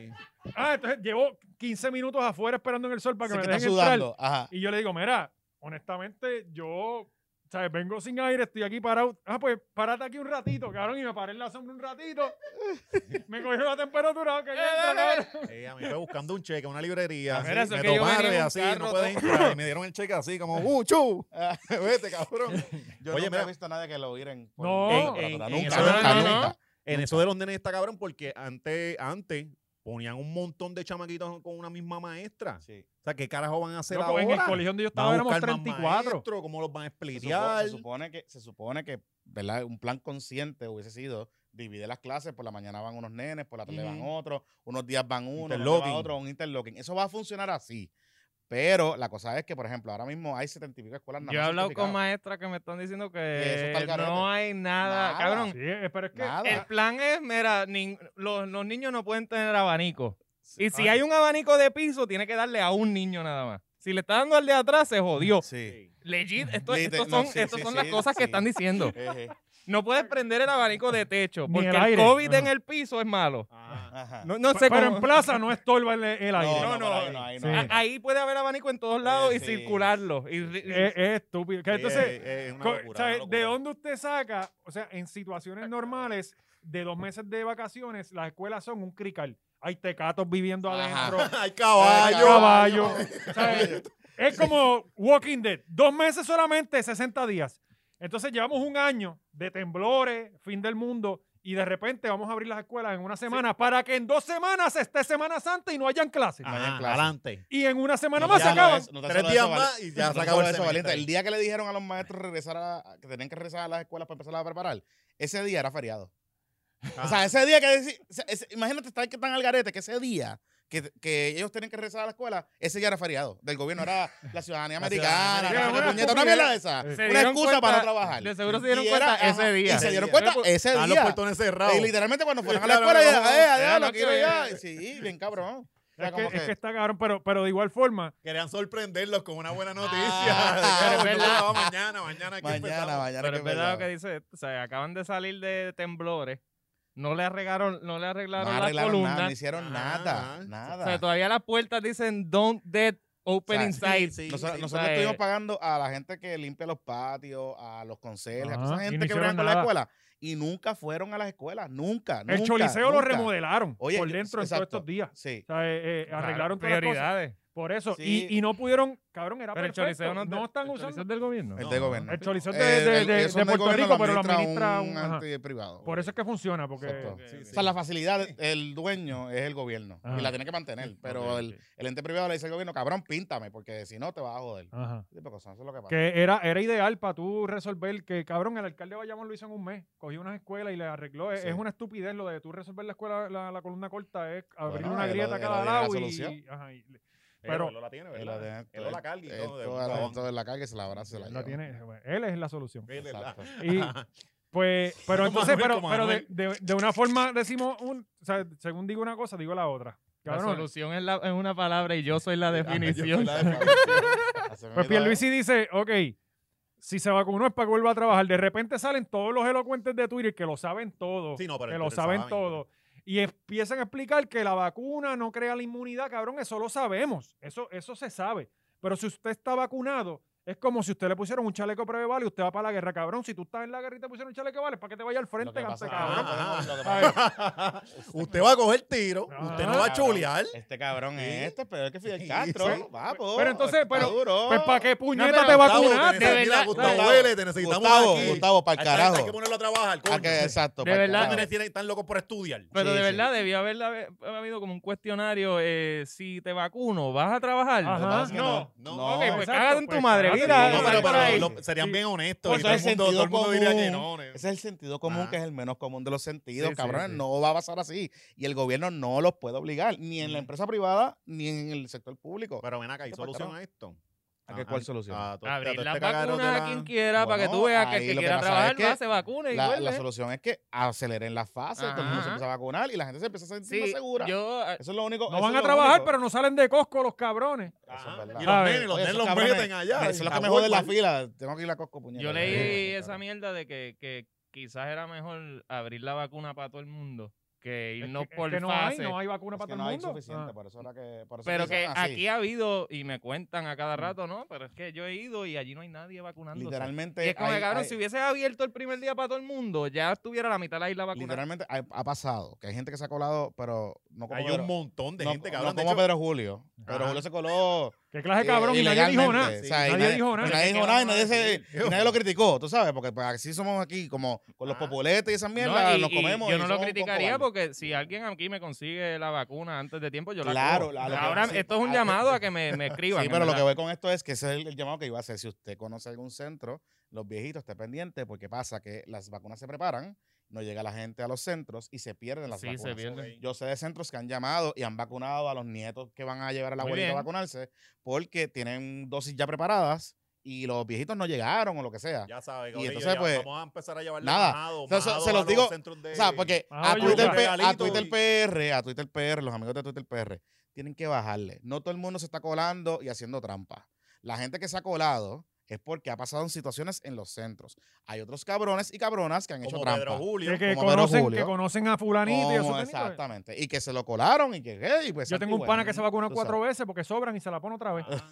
B: ah, entonces llevo 15 minutos afuera esperando en el sol para
E: Sí,
B: que
E: que
B: me
E: está
B: dejen entrar.
E: sudando. Ajá.
B: Y yo le digo, mira, honestamente, yo, ¿sabes? Vengo sin aire, estoy aquí parado. Ah, pues, párate aquí un ratito, cabrón, y me paré en la sombra un ratito. me cogieron la temperatura, ok, entra, cabrón.
C: Sí, a mí fue buscando un cheque, una librería.
D: Ah,
C: así,
D: mira, eso
C: me
D: es que yo venía
C: tomaron y
D: en un
C: así,
D: carro,
C: no puedes entrar. Y me dieron el cheque así, como, ¡uh, chu! Vete, cabrón.
E: Yo
C: Oye,
E: nunca
C: mira.
E: he visto a nadie que lo oiren. por
B: No.
E: la
B: En-
E: temperatura.
C: en- en
E: nunca,
C: eso no,
E: nunca,
D: no, no.
E: nunca.
C: En eso de los nenes está cabrón, porque antes, antes ponían un montón de chamaquitos con una misma maestra.
E: Sí.
C: O sea, ¿qué carajo van a hacer
B: Loco,
C: ahora?
B: en el colegio donde yo
C: Van a
B: estaba éramos
C: buscar más
B: 34.
C: maestros, ¿Cómo los van a
E: Se supo-
C: splitear?
E: se supone que se supone que ¿verdad? un plan consciente hubiese sido dividir las clases por la mañana van unos nenes por la tarde van
D: Ujú.
E: otros unos días van uno otros días
C: Interlocking.
E: van otro un interlocking eso va a funcionar así pero la cosa es que por ejemplo ahora mismo hay 70 y pico escuelas nada
D: Yo he
E: más
D: hablado con
E: certificadas.
D: maestras que me están diciendo
E: eso
D: que
E: está al garete.
D: no hay nada.
E: Nada.
D: Cabrón,
B: Sí, eh, pero es que...
E: Nada.
D: El plan es, mira, nin- los, los niños no pueden tener abanico. Y si
B: Ah.
D: hay un abanico de piso, tiene que darle a un niño nada más. Si le está dando al de atrás, se jodió.
E: sí
D: Legit, esto,
E: Lite-
D: estos
E: no,
D: son,
E: sí,
D: estos
E: sí,
D: son
E: sí,
D: las cosas que
E: sí.
D: están diciendo.
E: Eje,
D: No puedes prender el abanico de techo,
B: Ni
D: porque
B: el
D: el,
B: aire.
D: COVID en
B: Ajá.
D: el piso es malo.
C: Ah,
E: ajá.
D: No, no sé
B: pero
D: cómo-
B: en plaza no estorba el, el aire.
E: no,
D: no,
E: no, ahí
D: no,
E: no, ahí
B: sí.
E: no.
D: A- Ahí puede haber abanico en todos lados
E: Eh,
D: y
E: sí. Eh,
D: circularlo. Y, ri- y-
B: Es, es estúpido. Que
C: sí,
B: entonces,
C: es- eh, es una
B: co-
C: locura,
B: ¿sabe?
C: una
B: ¿de
C: locura.
B: dónde usted saca? O sea, en situaciones normales, de dos meses de vacaciones, las escuelas son un crical. Hay tecatos viviendo
E: Ajá.
B: adentro,
C: ¡Ay,
B: hay
C: caballo!
B: caballos. ¿sabe? Es como Walking Dead. Dos meses solamente, 60 días. Entonces llevamos un año de temblores, fin del mundo, y de repente vamos a abrir las escuelas en una semana para que en dos semanas esté Semana Santa y no hayan clases.
E: Ah.
C: Ajá,
E: en clase.
C: adelante.
B: Y en una semana
E: No,
B: más
E: ya
B: pues, se
E: no
B: acaban.
E: es- no tan
C: Tres
E: solo
C: días
E: eso,
C: más
E: Vali-
C: y
E: no
C: ya
E: tan
C: se acabó
E: solo
C: el
E: eso, Valiente.
C: semestre.
E: El día que le dijeron a los maestros regresar a, que tenían que regresar a las escuelas para empezar a preparar, ese día era feriado. O sea, ese día que deci- o sea, ese- imagínate estar que tan al garete que ese día que, que ellos tienen que regresar a la escuela, ese ya era feriado del gobierno, era la ciudadanía
D: La ciudadanía
E: americana,
D: americana.
E: una
D: Una
E: puñeta, una
D: estupidez.
E: mierda de esa.
B: Se
E: Una excusa para no trabajar.
D: De seguro se dieron
E: Y era,
D: cuenta
E: ajá,
D: ese día.
E: Y se dieron
D: Ese
E: cuenta
D: día.
E: ese
C: Estaban los
E: día.
C: portones cerrados.
E: Y literalmente cuando fueron a la
C: Claro,
E: escuela,
C: no, no,
E: ya, eh,
D: era
E: diablo,
D: lo que
E: quiero
D: era.
E: ya. Sí, bien cabrón. O sea,
B: Es que,
E: como
B: es que
E: que-
B: está cabrón, pero, pero de igual forma,
C: Querían sorprenderlos con una buena noticia.
E: Ah,
D: es verdad.
C: No, mañana, mañana. aquí
E: Mañana,
C: empezamos.
E: mañana.
D: Pero
E: que
D: es verdad lo
E: empezamos.
D: que dice, esto, o sea, acaban de salir de temblores, no le arreglaron, no le arreglaron
E: No
D: la
E: arreglaron
D: columna.
E: nada, no hicieron
C: Ajá,
E: nada,
C: ajá.
E: nada.
D: o sea, todavía las puertas dicen don't dead open
E: O sea,
D: inside.
C: sí,
E: Nosotros,
C: sí,
E: nosotros
D: sí.
E: estuvimos pagando a la gente que limpia los patios, a los conserjes, a toda esa
B: Ajá, Ah, y no
E: gente que
B: hicieron
E: venían con la
B: nada.
E: escuela. Y nunca fueron a las escuelas, nunca.
B: el
E: nunca,
B: choliseo lo
E: nunca.
B: remodelaron
E: Oye,
B: por
E: yo-
B: dentro en todos
E: exacto.
B: estos días.
E: Sí.
B: O sea, eh, eh, arreglaron todas las cosas.
D: prioridades.
B: Por eso.
E: Sí.
B: Y, y no pudieron, cabrón, era
D: Pero el
B: perfecto.
D: choliseo no,
B: no están
D: el choliseo
B: usando.
D: es del gobierno.
E: El
C: No,
E: de
C: no,
E: gobierno.
B: El choliseo de,
E: Eh,
B: de-
E: el-
B: de-
E: eso
B: de
E: del
B: Puerto
E: gobierno
B: Rico, pero lo administra
E: un
B: un... ajá.
E: ente privado.
B: Por eso es que funciona, porque...
E: Exacto.
B: eh,
C: Sí, sí.
E: O sea, la facilidad, el dueño es el gobierno
B: Ajá.
E: y la tiene que mantener. Pero
B: Ok,
E: el, el ente privado le dice al gobierno, cabrón, píntame, porque si no te vas a joder.
B: Ajá.
E: Sí, porque eso es lo que pasa.
B: Que era, era ideal para tú resolver que, cabrón, el alcalde de Bayamón lo hizo en un mes. Cogió unas escuelas y le arregló. Es,
E: Sí.
B: es una estupidez lo de tú resolver la escuela, la, la columna corta, es abrir
E: Bueno,
B: una
E: él-
B: grieta a
E: él
B: cada
E: había la
B: lado
E: solución.
B: y, ajá, y le- Pero-
C: Él la tiene,
E: Él
C: ¿verdad?
E: la tiene-
C: Él la carga y
E: Él
C: todo. de un
E: Eh, toda la-
C: cajón.
E: todo en la carga y se la abraza y se la,
B: la
E: lleva.
B: tiene, eh, él es la solución.
C: Él es la-
E: Exacto.
B: Y pues, pero
C: Como
B: entonces,
C: Anuel,
B: pero,
C: como
B: pero de,
C: Anuel.
B: de- de una forma decimos, un, o sea, según digo una cosa, digo la otra.
D: La
B: Cabrón,
D: solución es, la, es una palabra y yo soy la
C: Yo soy
D: definición.
C: la definición.
B: Pues Pierluisi dice, ok, si se vacunó es para que vuelva a trabajar. De repente salen todos los elocuentes de Twitter que lo saben todo,
C: Sí, no, pero
B: que
C: en
B: lo
C: Twitter
B: saben
C: saben,
B: todo. Y empiezan a explicar que la vacuna no crea la inmunidad, cabrón, eso lo sabemos, eso, eso se sabe. Pero si usted está vacunado, es como si usted le pusieron un chaleco prevale y usted va para la guerra, cabrón. Si tú estás en la guerra y te pusieron un chaleco vale, ¿para que te vaya al
E: Lo que
B: frente,
E: pasa ah,
B: cante,
E: es que
B: cabrón?
E: no
C: Ah,
E: podemos- lo que
B: Ay,
E: pasa-
C: Usted va a coger tiro,
B: Ah,
C: usted no va a
E: cabrón.
C: chulear.
E: Este cabrón
C: Sí.
E: es este, pero es que Fidel
C: Sí,
E: Castro.
C: sí.
E: Papo,
B: Pero entonces,
E: está
B: pero-
E: duro.
B: Pues para qué puñeta
D: pero
B: te
C: Gustavo, te
B: vacunaste,
C: necesitamos-
D: ¿verdad?
C: Gustavo
E: Gustavo,
C: Vélez, te necesitamos
E: Gustavo,
C: aquí.
E: Gustavo, para el
C: Hay- hay- Hay que
E: carajo.
C: ponerlo a trabajar, coño.
E: Ah, que- Exacto.
D: De
E: pa'l
D: verdad.
E: carajo.
C: Ustedes tienen- están locos por estudiar.
D: Pero
E: Sí,
D: de
E: sí.
D: verdad debió haberla- haber habido como un cuestionario. eh, si te vacuno, ¿vas a trabajar?
B: Ajá.
E: Lo que pasa es que
B: No,
C: no.
E: no.
D: Ok, pues
B: exacto,
D: cágate en
B: pues,
D: tu madre.
B: cágate.
D: Mira,
B: No,
C: No, pero,
D: por
C: pero
D: ahí.
C: lo- serían
B: Sí.
C: bien honestos.
E: Pues
C: y todo el
E: ese
C: mundo, todo el
E: sentido
C: mundo diría que no.
E: común.
C: ne-
E: Ese es el sentido común
C: Ajá.
E: que es el menos común de los sentidos,
D: Sí, sí,
E: cabrones.
D: sí.
E: No va a pasar así. Y el gobierno no los puede obligar, ni en la
C: Ujú.
E: empresa privada, ni en el sector público.
C: Pero ven acá, ¿hay
E: Sí, para
C: solución
E: atrás.
C: a esto?
E: ¿A qué
C: Ajá.
E: cuál solución?
C: A to- a
D: Abrir
C: to-
D: las
C: este cagadero de
D: vacunas a
C: la-
D: quien quiera para que
E: Bueno,
D: tú veas que el
E: ahí
D: que
E: lo que
D: quiera
E: pasa es
D: trabajar
E: que
D: va, se vacune y
E: La,
B: ¿eh?
E: la
D: vuelve.
E: solución es que aceleren las fases, todo el mundo se
D: Ajá.
E: empieza a vacunar y la gente se empieza a sentir
D: Sí,
E: más segura.
D: yo, ah,
E: eso es lo único.
B: No van a trabajar, pero no salen de Costco los cabrones.
C: Ajá.
E: Eso es verdad.
C: Ah, Y
B: A
C: los
B: ver,
C: nenes, los nenes
E: oye, Ah, pues esos
C: los
E: cabrones-
C: meten allá.
E: Eso
C: en
E: es lo
C: la
E: que me jode la
C: Walmart.
E: fila. Tengo que ir a Costco, puñeta.
D: yo leí
E: Sí,
D: esa
E: cabrón.
D: mierda de que, que quizás era mejor abrir la vacuna para todo el mundo
B: Es
D: que irnos
B: que- es
D: por
B: que no hay,
D: fase.
B: no hay vacuna
E: Es
B: para
E: que
B: todo
E: no
B: el
E: hay
B: mundo.
E: suficiente,
B: Ah.
E: por eso era que. por eso
D: Pero
E: dicen ah,
D: que
E: así. Mm.
D: aquí ha habido, y me cuentan a cada rato, ¿no? Pero es que yo he ido y allí no hay nadie vacunándose.
E: Literalmente.
D: Y es como que,
E: hay-
D: cabrón,
E: hay-
D: si hubiese abierto el primer día para todo el mundo, ya estuviera la mitad de la isla vacunada.
E: Literalmente ha, ha pasado que hay gente que se ha colado, pero no como,
C: Hay
E: Pedro,
C: un montón de
E: no-
C: gente que
E: no
C: habla de
E: como
C: hecho-
E: Pedro Julio. Pedro
C: Ajá.
E: Julio se coló.
B: Qué clase de
E: eh,
B: cabrón y nadie dijo nada.
E: ilegalmente. O sea, y
B: Nadie dijo nada.
E: y Nadie
D: Así que
E: dijo nada y
D: vamos
E: nadie,
D: a
E: se-
C: decir.
E: y nadie lo criticó, tú sabes, porque pues, así somos aquí, como con los
C: Ah.
E: populetes y esas
D: No,
E: mierdas,
D: y-
E: nos
D: y
E: comemos.
D: yo
E: y
D: no lo
E: somos un poco
D: criticaría
E: cobardes.
D: porque si alguien aquí me consigue la vacuna antes de tiempo, yo la
E: Claro,
D: cojo.
E: a lo que-
D: Ahora,
E: sí,
D: esto es un
E: a-
D: llamado a que me, me escriban.
E: Sí,
D: en
E: pero lo que
D: verdad.
E: voy con esto es que ese es el, el llamado que iba a hacer. Si usted conoce algún centro, los viejitos, esté pendiente, porque pasa que las vacunas se preparan, no llega la gente a los centros y se pierden las
D: Sí,
E: vacunas.
D: se pierde.
E: Yo sé de centros que han llamado y han vacunado a los nietos que van a llevar a la
D: Muy
E: abuelita a
D: bien.
E: vacunarse porque tienen dosis ya preparadas y los viejitos no llegaron o lo que sea.
C: Ya sabe,
E: Y
C: cabrón,
E: entonces,
C: ya
E: pues,
C: vamos a empezar a llevarle
E: nada.
C: majado,
E: O sea, se-
C: majado
E: se
C: a
E: los digo,
C: centros de-
E: O sea, porque
B: Ah,
E: a
B: yo-
E: Twitter,
B: un
E: P- a
C: regalito
E: Twitter
C: y-
E: PR, a Twitter PR, los amigos de Twitter PR, tienen que bajarle. No todo el mundo se está colando y haciendo trampa. La gente que se ha colado es porque ha pasado en situaciones en los centros. Hay otros cabrones y cabronas que han hecho
C: como
E: trampa.
C: Pedro Julio.
B: Que, que
E: como Pedro
B: conocen,
E: Julio.
B: que conocen a fulanito y a
E: Como-
B: sutanito.
E: exactamente. Y que se lo colaron y que, hey, pues.
B: Yo tengo un pana que se vacunó
E: Tú
B: cuatro veces porque sobran y se la pone otra vez.
C: Ajá.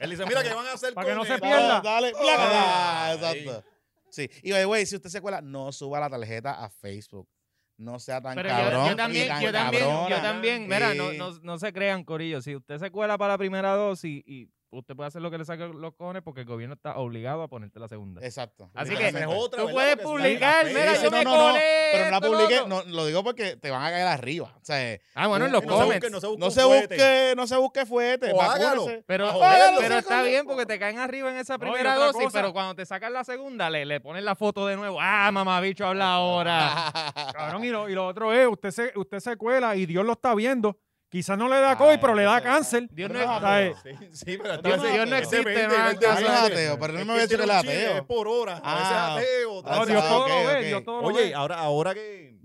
C: Él dice, mira, que van a hacer
B: Para que
C: con
B: no se
C: él?
B: pierda.
E: Dale, dale,
C: Ah,
E: placa.
C: ahí.
E: exacto. Sí. Y by the way, si usted se cuela, no suba la tarjeta a Facebook. No sea tan
D: Pero yo-
E: cabrón.
D: yo,
E: y
D: también,
E: tan
D: yo también, yo
E: cabrona.
D: también, mira, no,
E: Sí.
D: no, no se crean, Corillo, si usted se cuela para la primera dosis y usted puede hacer lo que le saque los cojones porque el gobierno está obligado a ponerte la segunda.
E: Exacto.
D: Así
E: Literalmente.
D: que
C: Es otra,
D: Tú
C: ¿verdad?
D: puedes
C: Porque si nadie la
D: publicar,
C: ve,
D: mira,
E: dice,
D: yo
E: no,
D: me
E: no, no,
D: colé
E: Pero no la
D: esto,
E: publique,
D: lo otro.
E: no, lo digo porque te van a caer arriba. O sea,
D: Ah, bueno, en
E: no
D: los
E: se
C: No se
D: comments.
C: busque, no se busque.
E: no
C: un
E: se
C: fuete.
E: busque, no se busque fuerte.
C: O hágalo.
E: vacúnese.
D: Pero,
C: Ah,
D: pero-
E: joder,
D: pero
E: sí,
D: está
E: coño.
D: bien porque te caen arriba en esa
B: No, y
D: primera
B: otra
D: dosis,
B: cosa.
D: pero cuando te sacan la segunda, le, le ponen la foto de nuevo. Ah, mamabicho, habla ahora.
B: Cabrón, y lo, y lo otro es, usted se, usted se cuela y Dios lo está viendo. Quizás no le da
E: Ah,
B: COVID, pero le da
E: eso-
B: cáncer.
D: Dios no
E: Pero
D: es-
E: es
B: eh,
E: ateo.
C: Sí, sí, pero está-
D: Dios no- Dios no
C: ese
D: existe,
C: vende,
D: no
C: él
D: hagas
C: te
E: Ah, no es
C: vende.
E: ateo, pero no me
C: Es
E: voy a decir
C: tiene
E: que él
C: un
E: es
C: chile, Es
E: ateo.
C: por hora.
E: Ah.
C: a veces ateo. otra
E: Ah,
B: No,
E: sí,
C: vez
B: Dios
E: ah,
B: todo
E: ok,
B: lo ve,
E: ok.
B: Dios todo lo
C: Oye,
B: ve.
C: ahora, ahora que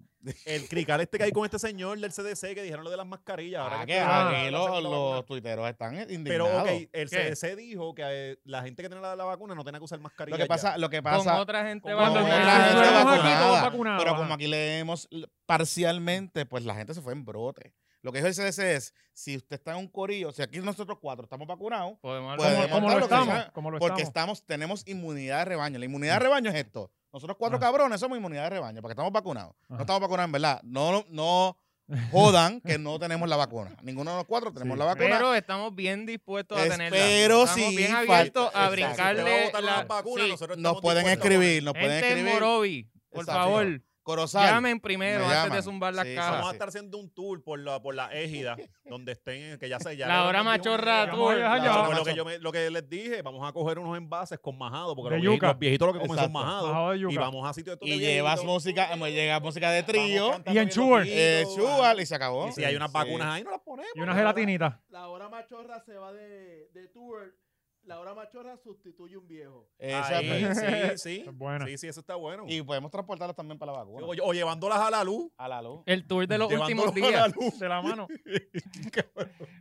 C: el crical este que hay con este señor del CDC que dijeron lo de las mascarillas. Ahora
E: Ah,
C: que
E: que
C: este-
B: ah,
E: aquí
C: la
E: los,
C: segunda
E: los
C: vacuna.
E: tuiteros están indignados.
C: Pero ok, el
D: ¿Qué?
C: CDC dijo que eh, la gente que tiene la, la vacuna no tenía que usar mascarilla.
E: lo que
C: ya.
E: pasa, lo que
D: Con
E: pasa,
D: otra gente
C: con
D: va
B: Cuando
E: no,
B: el
E: la
B: si
E: gente
B: estuviéramos aquí,
E: vacunada,
B: todos vacunados.
E: pero
B: ajá.
E: como aquí leemos l- parcialmente, pues la gente se fue en brote. Lo que dijo el CDC es, si usted está en un corillo, si aquí nosotros cuatro estamos vacunados,
D: Podemos
E: Pues,
B: como,
D: hablar de-
E: podemos
B: como lo
E: demostrarlo que
B: estamos,
E: sea,
B: como lo
E: porque
B: estamos.
E: estamos, tenemos inmunidad de rebaño. La inmunidad de rebaño es esto. Nosotros cuatro
B: Ajá.
E: cabrones somos inmunidad de rebaño, porque estamos vacunados. No
B: Ajá.
E: estamos vacunados, en verdad. No, no jodan que no tenemos la vacuna. Ninguno de los cuatro tenemos
B: Sí.
E: la vacuna.
D: Pero estamos bien dispuestos a tenerla.
E: Espero
D: estamos
E: sí
D: bien abiertos
E: falta-
D: a
E: exacto.
C: Te va a
D: brincarle
C: botar
D: la-
C: las vacunas,
D: sí.
C: nosotros
E: nos
C: estamos
E: pueden
C: dispuestos.
E: escribir, nos pueden
D: Gente en
E: escribir.
D: Morovi, por
E: Exacto.
D: favor,
E: Corozal.
D: llamen primero
E: me
D: antes
E: llaman.
D: de zumbar las
E: Sí,
D: cajas.
E: sí,
C: Vamos a
E: sí.
C: estar haciendo un tour por la, por la égida, donde estén, que ya se ya
D: La
C: lo
D: hora
C: que nos dijo
D: machorra
C: Miguel,
D: tour.
C: la-
B: Ya,
C: como
E: hora
C: lo, que
E: machorra.
C: yo me- lo que les dije, vamos a coger unos envases con majado, porque
B: De
C: los, vieji-
B: yuca.
C: los viejitos lo que comen son
E: Exacto.
C: majado.
B: Majado de
C: Y
B: yuca.
C: vamos a sitio de estos
E: Y
C: de
E: llevas
C: viejitos.
E: música, pues, llega música de
C: Vamos
E: trío.
C: cantando
B: en
C: bien
B: Sugar.
C: los
E: Eh,
C: viejitos,
E: Chugal
C: ajá.
E: y se acabó.
C: Y si hay unas
E: Sí.
C: vacunas ahí, no las ponemos.
B: Y una gelatinita.
F: La hora machorra se va de, de tour. La hora machorra sustituye un viejo.
E: Esa-
C: Ahí, sí, sí.
B: Es buena.
C: Sí, sí, eso está bueno.
E: Y podemos transportarlas también para la vacuna.
C: o, o llevándolas a la luz.
E: a la luz.
D: El tour de los
C: Llevándolas
D: últimos
C: a la
D: días.
C: luz.
B: De la mano.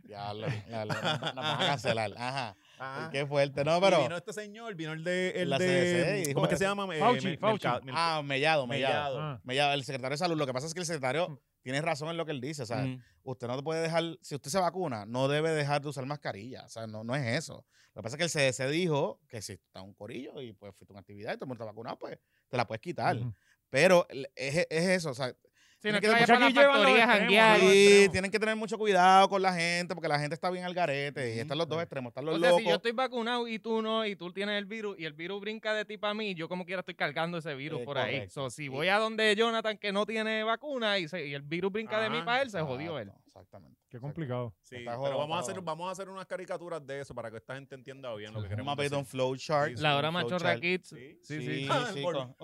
E: Diablo, diablo, nos nos vamos a cancelar. Ajá.
C: Ajá.
E: Qué fuerte, ¿no?
C: Y vino
E: Pero.
C: este señor, vino el de. El
E: La CDC y
C: de
E: dijo
C: ¿Cómo es que
E: eso.
C: se llama? Eh,
B: Fauci,
C: Mel-
B: Fauci.
C: Melca- Mel-
E: Ah, mellado, mellado.
C: Mellado.
B: Ah. Mm.
E: Mellado, el secretario de salud. Lo que pasa es que el secretario tiene razón en lo que él dice. O sea,
D: Mm.
E: usted no puede dejar. Si usted se vacuna, no debe dejar de usar mascarilla. O sea, no, no es eso. Lo que pasa es que el CDC dijo que si está un corillo y pues fuiste a una actividad y todo el mundo está vacunado, pues te la puedes quitar.
B: Ujú.
E: Pero el- es, es eso. O sea,
D: Si no
E: Tiene
D: te
E: que
D: vayas
B: escuchar
D: para
B: aquí
D: la
B: llevan los
D: factoría a
B: extremos,
D: janguear.
B: los
E: Sí,
B: extremos.
E: tienen que tener mucho cuidado con la gente, porque la gente está bien al garete y están los dos extremos, están los
D: O sea,
E: locos.
D: si yo estoy vacunado y tú no, y tú tienes el virus, y el virus brinca de ti para mí, yo como quiera estoy cargando ese virus
E: Eh,
D: por ahí.
E: correcto.
D: So, si
E: Y-
D: voy a donde Jonathan que no tiene vacuna y, se- y el virus brinca de mí
C: Ajá,
D: para él, se
E: Ah, Exacto,
D: jodió él.
E: Exactamente.
B: Qué complicado.
C: Sí,
E: Está
C: pero
E: jodido,
C: vamos, a
E: está
C: hacer,
E: jodido.
C: vamos a hacer unas caricaturas de eso para que esta gente entienda bien lo que
E: Un
C: queremos
E: mapito, un
C: decir.
E: flow chart.
C: Sí,
D: La hora
E: un flow
D: machorra
E: chart.
D: kids.
C: Sí.
D: Sí, sí.
E: Sí,
C: Ah,
E: sí,
C: por-
E: con-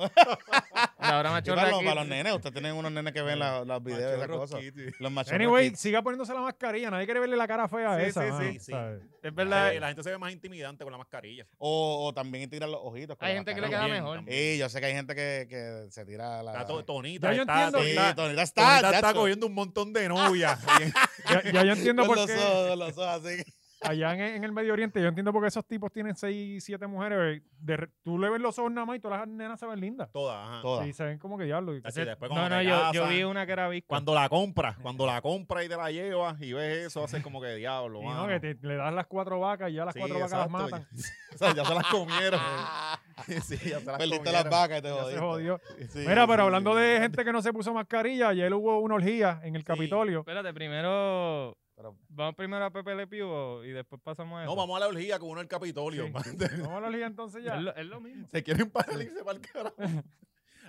D: La hora
E: Y para,
D: machorra
E: los, para los
D: kids.
E: nenes, ustedes tienen unos nenes que ven la- los videos y esas
C: Machorros
E: cosas.
C: Kitty.
E: Los machorros
B: Anyway,
E: kids.
B: siga poniéndose la mascarilla. Nadie quiere verle la cara fea a
C: Sí,
B: esa.
C: sí,
B: mano,
C: sí, sí.
B: ¿sabes?
D: Es
C: La,
D: verdad.
C: eh, la gente se ve más intimidante con la mascarilla.
E: O, o también tiran los ojitos. con
D: Hay
E: la
D: gente que le
E: mascarilla.
D: queda
C: También,
D: mejor.
C: también.
E: Y yo sé que hay gente que, que se tira la.
C: La to-
B: Ya
C: Tonita
B: yo
C: está,
B: entiendo.
E: Sí,
C: Tonita-
E: Tonita está.
C: Tonita está
E: chacho.
C: cogiendo un montón de novias. Bien.
B: Ya, ya yo entiendo
E: Con
B: por
E: los
B: qué.
E: ojos, los ojos así.
B: Allá en, en el Medio Oriente, yo entiendo por qué esos tipos tienen 6, 7 mujeres. eh, de re- tú le ves los ojos nada más y todas las nenas se ven lindas.
C: Todas, ajá.
E: Todas.
B: Y se ven como que diablo. y-
C: Así, después
D: No,
C: cuando
D: no,
C: te
D: yo, yo
C: casan,
D: vi una que era visca.
C: Cuando la compras, cuando la compras y te la llevas y ves eso, haces como que diablo,
B: Y
C: mano.
B: no, que te- le das las cuatro vacas y ya las
C: Sí,
B: cuatro vacas las
C: exacto,
B: matan.
C: Ya, o sea, ya se las comieron. sí, ya se las
E: Perdiste
C: comieron.
E: las vacas y te
B: Ya se
E: jodiste.
B: jodió.
E: Sí,
B: Mira,
E: sí,
B: pero hablando
E: sí.
B: de gente que no se puso mascarilla, ayer hubo una orgía en el Capitolio.
D: Espérate, primero.
E: Pero-
D: Vamos primero a Pepe Le Pew y después pasamos a eso.
C: No, vamos a la orgía con uno del Capitolio.
B: Sí.
C: man.
B: Vamos a la orgía entonces ya.
D: Es lo, es lo mismo.
C: Se quieren parar y se va el carajo.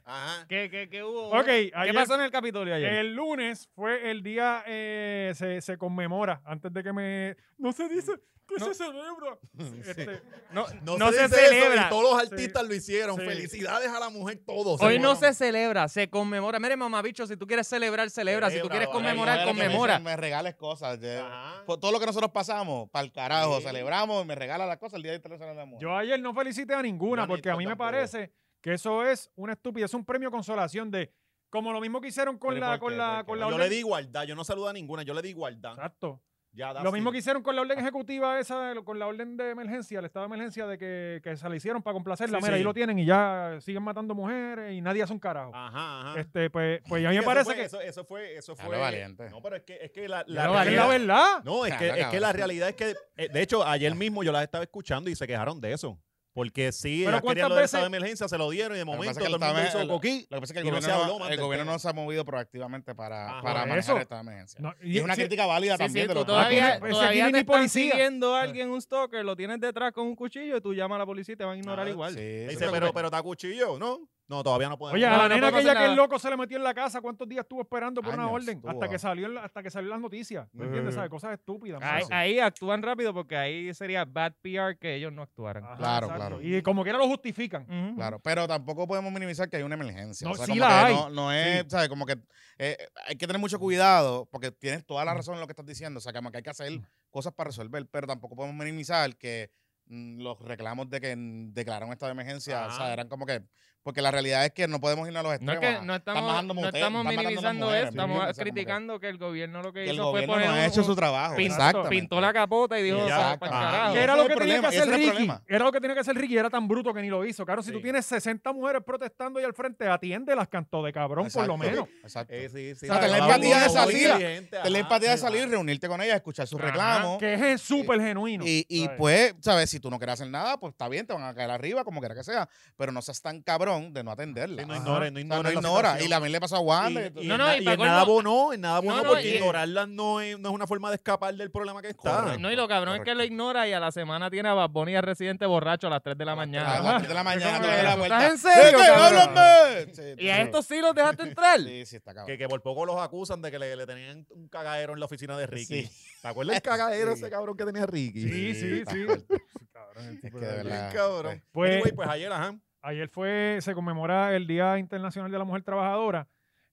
C: Ajá.
D: ¿Qué, qué, qué hubo?
B: Ok,
D: ¿Qué
B: ayer-
D: pasó en el Capitolio ayer?
B: El lunes fue el día, eh, se, se conmemora, antes de que me... No se dice que
D: No.
B: se celebra. Este,
D: no
C: No,
D: no
C: se,
D: se,
C: dice eso, y
D: celebra.
C: todos los artistas lo hicieron.
B: Sí.
C: Felicidades a la mujer, todos.
D: Hoy no
C: Seguro.
D: se celebra, se conmemora. Mire, mamabicho, si tú quieres celebrar, celebra. Si tú
C: Celebra,
D: quieres
C: vale.
D: conmemorar,
E: Ay, mujer, que me
D: conmemora.
E: dicen, Me regales cosas. yo-
C: Ajá.
E: por todo lo que nosotros pasamos, para el carajo,
C: Sí.
E: celebramos, me regala las cosas el Día Internacional de la Mujer.
B: yo ayer no felicité a ninguna
C: Yo ni
B: porque a mí
C: tú
B: me
C: tampoco.
B: parece que eso es una estupidez, un premio consolación de... Como lo mismo que hicieron con
E: Pero ¿y
B: la...
E: por
B: Con
E: qué?
B: la,
E: ¿Por qué?
B: con la
C: Yo
B: orden-
C: le di igualdad. Yo no saludo a ninguna. Yo le di igualdad.
B: Exacto.
C: Ya,
B: Lo mismo que hicieron con la
C: Ah.
B: orden ejecutiva esa, de lo- con la orden de emergencia, el estado de emergencia de que, que se la hicieron para complacerla.
C: Sí,
B: Mira, ahí
C: sí.
B: lo tienen y ya siguen matando mujeres y nadie hace un carajo.
C: Ajá, ajá.
B: Este, pues, pues a mí me
C: Eso
B: parece
C: fue-
B: que...
C: Eso, eso fue. Eso
E: Habla
C: fue
E: valiente.
C: No, pero es que, es que la,
B: Ya
C: la
B: lo
C: realidad-
B: valía, verdad.
C: No, es
E: Ya,
C: que,
E: la
C: es que la
E: cabrón.
C: realidad es que, eh, de hecho, ayer mismo yo las estaba escuchando y se quejaron de eso. Porque sí,
B: Pero
C: ellas querían
B: ¿cuántas
C: lo del estado de
B: veces-
C: emergencia, se lo dieron y de
E: Lo que pasa
C: momento
E: es que
C: todo el
E: el
C: mundo
E: estado
C: hizo
E: de-
C: coquí.
E: Lo que pasa es que
C: Y
E: el
C: no se
E: gobierno,
C: habló
E: no,
C: más
E: el
C: del
E: gobierno
C: tema.
E: no se ha movido proactivamente para,
C: Ah,
E: para
B: por
E: manejar
B: eso.
E: esta emergencia.
B: No,
E: Y es una
B: sí,
E: crítica válida
D: Sí, sí,
E: también. de
D: tú
E: los
D: todavía,
E: blancos.
B: Pues si
D: todavía
B: aquí
D: te
B: ni
D: están
B: policía.
D: siguiendo a alguien, un stalker, lo tienes detrás con un cuchillo y tú llamas a la policía y te van a ignorar
C: Ajá,
D: igual.
E: Sí,
C: Dice, pues,
E: sí,
C: pero, pero está cuchillo, ¿no? No, todavía no podemos.
B: Oye,
C: No,
B: a
C: no
B: la nena
C: podemos
B: aquella
C: hacer
B: que el
C: nada.
B: loco se le metió en la casa, ¿cuántos días estuvo esperando por una
E: Años
B: orden?
E: estuvo.
B: Hasta que salió en la- hasta que salió en las noticias. ¿Me entiendes?
C: Ujú.
B: ¿Sabes? Cosas estúpidas.
D: Ahí,
B: mano.
D: ahí actúan rápido porque ahí sería bad PR que ellos no actuaran.
B: Ajá,
E: Claro,
B: exacto.
E: claro.
B: Y como quiera lo justifican.
D: Ujú.
E: Claro, pero tampoco podemos minimizar que hay una emergencia.
B: No,
E: o sea,
B: sí
E: como
B: la
E: que
B: hay.
E: No, no es, ¿sabes? Como que eh, hay que tener mucho cuidado porque tienes toda la razón en lo que estás diciendo. O sea, como que hay que hacer cosas para resolver, pero tampoco podemos minimizar que mm, los reclamos de que mm, declararon estado de emergencia, o sea, eran como que... Porque la realidad es que no podemos ir a los
D: No es
E: extremos.
D: que no estamos,
E: matando
D: no
E: mujeres,
D: estamos
E: están matando
D: minimizando
E: mujeres,
D: eso, estamos
E: ¿entiendes? O sea, como que-
D: criticando que el gobierno lo que,
E: que el
D: hizo fue
E: gobierno
D: poner
E: no
D: un-
E: ha hecho
D: un-
E: su trabajo. Ah,
D: pin-
E: Exactamente.
D: pintó la capota y dijo, para
E: Exactamente.
D: carajo.
B: Que
E: Ese
B: era
E: es
B: lo
E: el
B: que tenía que
E: problema, ese
B: hacer
E: es el
B: Ricky.
E: problema.
B: Era lo que tenía que hacer Ricky. y Era tan bruto que ni lo hizo. Claro, si tú
A: Sí.
B: tienes 60 mujeres protestando ahí al frente, atiende las canto de cabrón, por lo
E: Exacto,
B: menos.
E: Exacto.
C: Eh, sí, sí,
E: O sea,
C: no,
E: tener
C: no,
E: empatía
C: no,
E: de
C: no,
E: salir,
C: inteligente,
E: Tener la
C: ajá,
E: empatía de
C: sí,
E: salir,
C: ajá.
E: reunirte con ella, escuchar sus
D: Ajá,
E: reclamos.
B: Que es súper genuino.
E: Y, y
B: ¿sabes?
E: pues, ¿sabes? Si tú no quieres hacer nada, pues está bien, te van a caer arriba, como quiera que sea. Pero no seas tan cabrón de no atenderla.
C: Sí, no
E: Ajá.
C: ignores, no
E: O sea,
C: ignores la
E: ignora.
C: situación.
E: Y la mil le pasó a Wanda.
C: Y, y
D: No,
C: en
D: no,
C: na-
D: y
C: y
D: para
C: en
D: colmo-
C: nada bono, en nada
D: No,
C: bono,
D: no,
C: porque
D: y-
C: ignorarlas no es, no es una forma de escapar del problema que está.
E: Correcto.
D: No, y lo cabrón es que lo
E: correcto.
D: ignora y a la semana tiene a Bad Bunny y al residente borracho a las 3 de la
E: A
D: mañana.
E: las tres de la mañana,
D: ¿Cómo
E: tú le
D: es
E: das la
D: eso?
E: vuelta.
D: ¿Estás en serio,
E: ¡Sí, que
D: cabrón?
E: háblame! Sí,
D: Y a
E: sí.
D: estos sí los dejaste entrar.
E: Sí, sí, está
C: Que,
E: cabrón.
C: que por poco los acusan de que le, le tenían un cagadero en la oficina de Ricky.
E: Sí.
C: ¿Te acuerdas el cagadero
E: Sí.
C: ese cabrón que tenía Ricky?
B: Sí, sí,
E: está
B: sí.
E: fuerte.
B: Cabrón, el
E: Es
B: tipo
E: que de
B: de-
E: verdad.
C: Bien cabrón.
B: Pues-
C: Anyway, pues ayer, ajá.
B: Ayer fue, se conmemora el Día Internacional de la Mujer Trabajadora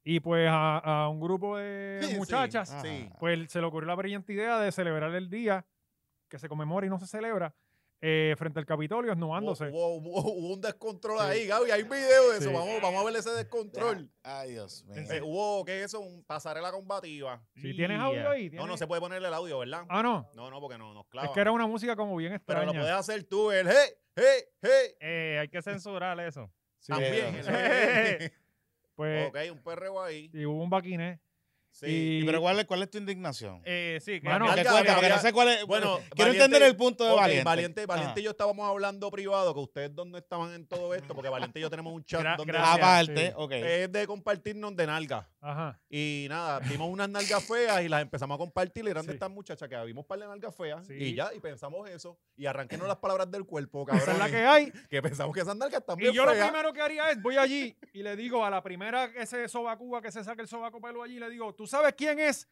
B: y pues a, a un grupo de
C: Sí, sí.
B: muchachas,
E: Ajá.
C: Sí.
B: pues se le ocurrió la brillante idea de celebrar el día que se conmemora y no se celebra eh, frente al Capitolio, esnuándose.
C: Hubo, hubo- hubo un descontrol
B: Sí.
C: ahí, Gaby. Hay video de eso.
B: Sí.
C: Vamos, vamos a ver ese descontrol.
E: Ay, Dios mío.
C: Eh, hubo, ¿qué es eso? Un pasarela combativa.
B: Si tienes audio ahí,
C: No,
B: tienes-
C: no se puede ponerle el audio, ¿verdad?
B: Ah, no.
C: No, no, porque no, nos
B: Es
C: clavan.
B: que era una música como bien
C: Pero
B: extraña.
C: lo puedes hacer tú, el hey, hey, hey.
D: Eh, hay que censurar eso.
B: Sí,
C: También.
B: eh,
C: el hey, hey.
B: Pues,
C: ok, un perreo ahí.
B: y hubo un baquiné.
C: Sí.
E: Y
B: Y-
E: pero ¿cuál es, cuál es tu indignación?
D: Eh, sí, que
B: Mano,
E: Porque
C: Valga,
E: cuenta,
C: había-
E: porque no sé cuál es.
C: Bueno,
E: quiero
C: Valiente-
E: entender el punto de
C: ok,
E: Valiente. Ah.
C: Valiente,
E: Ajá.
C: Valiente y yo estábamos hablando privado, que ustedes dónde estaban en todo esto, porque Valiente y yo Eh. tenemos un chat
D: Gra-
C: donde
D: gracias.
E: Ah, Aparte,
B: Sí.
E: ok.
C: es de compartirnos de nalgas.
B: Ajá.
C: Y nada, vimos unas nalgas feas y las empezamos a compartir. Y eran de
B: Sí.
C: estas muchachas que vimos par de nalgas feas.
B: Sí.
C: Y ya, y pensamos eso. Y arranquenos las palabras del cuerpo,
B: Esa
C: cabrón.
B: es la que hay.
C: que pensamos que esas nalgas están
B: Y
C: bien
B: yo lo
C: feas.
B: primero que haría es, voy allí y le digo a la primera que se sobacúa, que se saque el sobaco pelo allí, le digo, ¿tú sabes quién es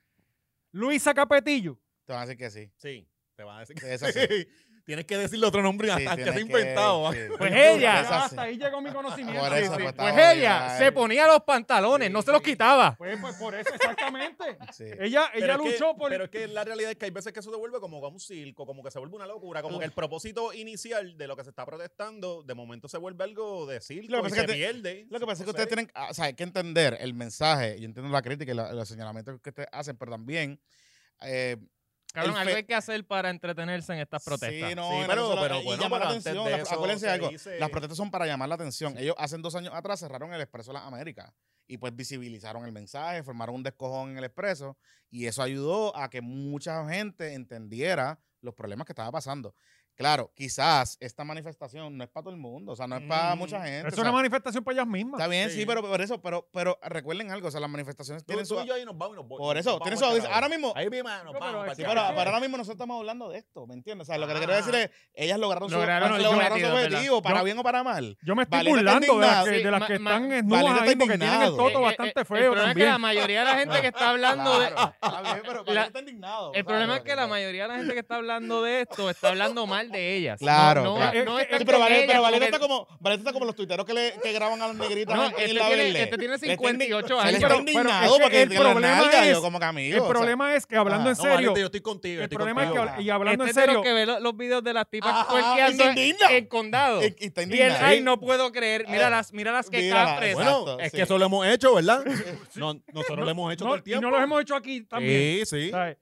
B: Luisa Capetillo?
E: Te van a decir que sí.
C: Sí, te van a decir
E: Es
C: que
E: así.
C: sí. Tienes que decirle otro nombre
E: Sí,
C: hasta que
E: tienes
C: te inventado. ah.
E: sí.
D: Pues ella.
E: Es
B: Ya,
E: así.
B: hasta ahí llegó mi conocimiento.
E: Por eso,
B: Sí,
E: pues,
B: sí.
E: está
D: Pues
E: jodido,
D: ella
E: ay.
D: se ponía los pantalones, no se los quitaba.
B: Pues, pues por eso, exactamente.
E: Sí.
B: Ella,
C: Pero
B: ella
C: es que-
B: luchó por...
C: Pero es que la realidad es que hay veces que eso se vuelve como un circo, como que se vuelve una locura, como que el propósito inicial de lo que se está protestando, de momento se vuelve algo de circo
E: Lo que
C: y
E: pasa
C: se
E: es que te-
C: pierde.
E: Lo que pasa es que
C: No sé.
E: ustedes tienen, ah, o sea, hay que entender el mensaje. Yo entiendo la crítica y la- los señalamientos que ustedes hacen, pero también. eh,
D: Cabrón,
E: El
D: algo
E: fe-
D: hay que hacer para entretenerse en estas protestas.
E: Sí, no,
C: Sí,
E: en
C: pero-
E: Venezuela,
C: pero
E: y
C: bueno,
E: llamar la
C: pero antes
E: atención.
C: de
E: la-
C: eso
E: acuérdense de
C: se
E: algo.
C: dice-
E: Las protestas son para llamar la atención. Ellos hace dos años atrás cerraron el Expreso de las Américas y pues visibilizaron el mensaje, formaron un descojón en el Expreso y eso ayudó a que mucha gente entendiera los problemas que estaba pasando. Claro, quizás esta manifestación no es para todo el mundo, o sea, no es para
D: Mm,
E: mucha gente.
B: es
E: o
B: una
E: sea,
B: manifestación para ellas mismas.
E: Está bien, sí,
C: Sí.
E: pero por eso, pero, pero recuerden algo, o sea, las manifestaciones
C: Tú,
E: tienen
C: tú
E: su.
C: y yo ahí nos vamos y nos voy-
E: Por
C: nos
E: eso,
C: vamos
E: tienen
C: al
E: su audiencia.
C: carajo.
E: Ahora mismo,
C: Ahí mismo nos
B: No, pero
C: vamos.
B: es
E: sí,
B: que-
E: pero
B: ¿qué?
E: para ahora mismo nosotros estamos hablando de esto, ¿me entiendes? O sea, lo que te quiero
D: Ah.
E: decir es, ellas lograron su,
D: Lograron
E: lograron
D: los
E: su
D: objetivos, ¿verdad?
E: objetivo, para
B: Yo-
E: bien o para mal.
B: Yo me estoy
E: Valeria está
B: burlando de las que,
D: indignada.
B: de las
D: Sí,
B: que
D: ma-
B: están
D: ma-
B: desnudas
E: Valeria
B: ahí
E: está
B: porque tienen el
E: indignado.
B: toto
D: Eh, eh,
B: bastante
D: eh,
B: feo
D: El problema es que la
B: también.
D: mayoría de la gente que está hablando de,
E: Claro, está bien, pero para
D: La-
E: mí está indignado.
D: El
E: ¿sabes?
D: problema es que la mayoría de la gente que está hablando de esto está hablando mal de ellas.
E: Claro,
D: No, no,
E: claro.
D: no
B: Sí,
D: están
E: Sí, pero
D: con
E: Valeria,
D: ellas,
E: pero Valeria
D: porque-
E: está como, Valeria está como los tuiteros que, le, que graban a las negritas
D: No,
E: en, en
D: este
E: la
D: tiene,
E: Berlé.
D: este tiene
E: Le está indi-
D: 58
E: se le
D: años.
E: está
B: pero- pero es
E: indignado
B: que
E: porque
B: el
E: tiene las
B: problema
E: nalgas,
B: es-
E: yo como que amigo.
B: El
E: o sea,
B: problema es que
D: ah,
B: hablando en serio,
C: yo estoy contigo. yo
B: el
C: estoy
B: problema es que
C: contigo.
B: habla- y hablando
D: este
B: en
D: es de
B: serio,
D: los que ve lo- los, videos de las tipas
E: Ajá,
D: twerkeando
E: y se
D: en-
E: indigna.
D: en condado.
E: y- y está
D: Y el,
E: indignado.
D: ay, no puedo creer. Mira
E: Ah.
D: las, mira las que
E: Mírala,
D: cafres.
E: bueno,
C: Exacto,
E: es
C: sí.
E: que eso
C: lo hemos hecho, ¿verdad? nosotros lo hemos hecho
B: no, y no los hemos hecho aquí también.
C: Sí, sí.
B: ¿Sabes?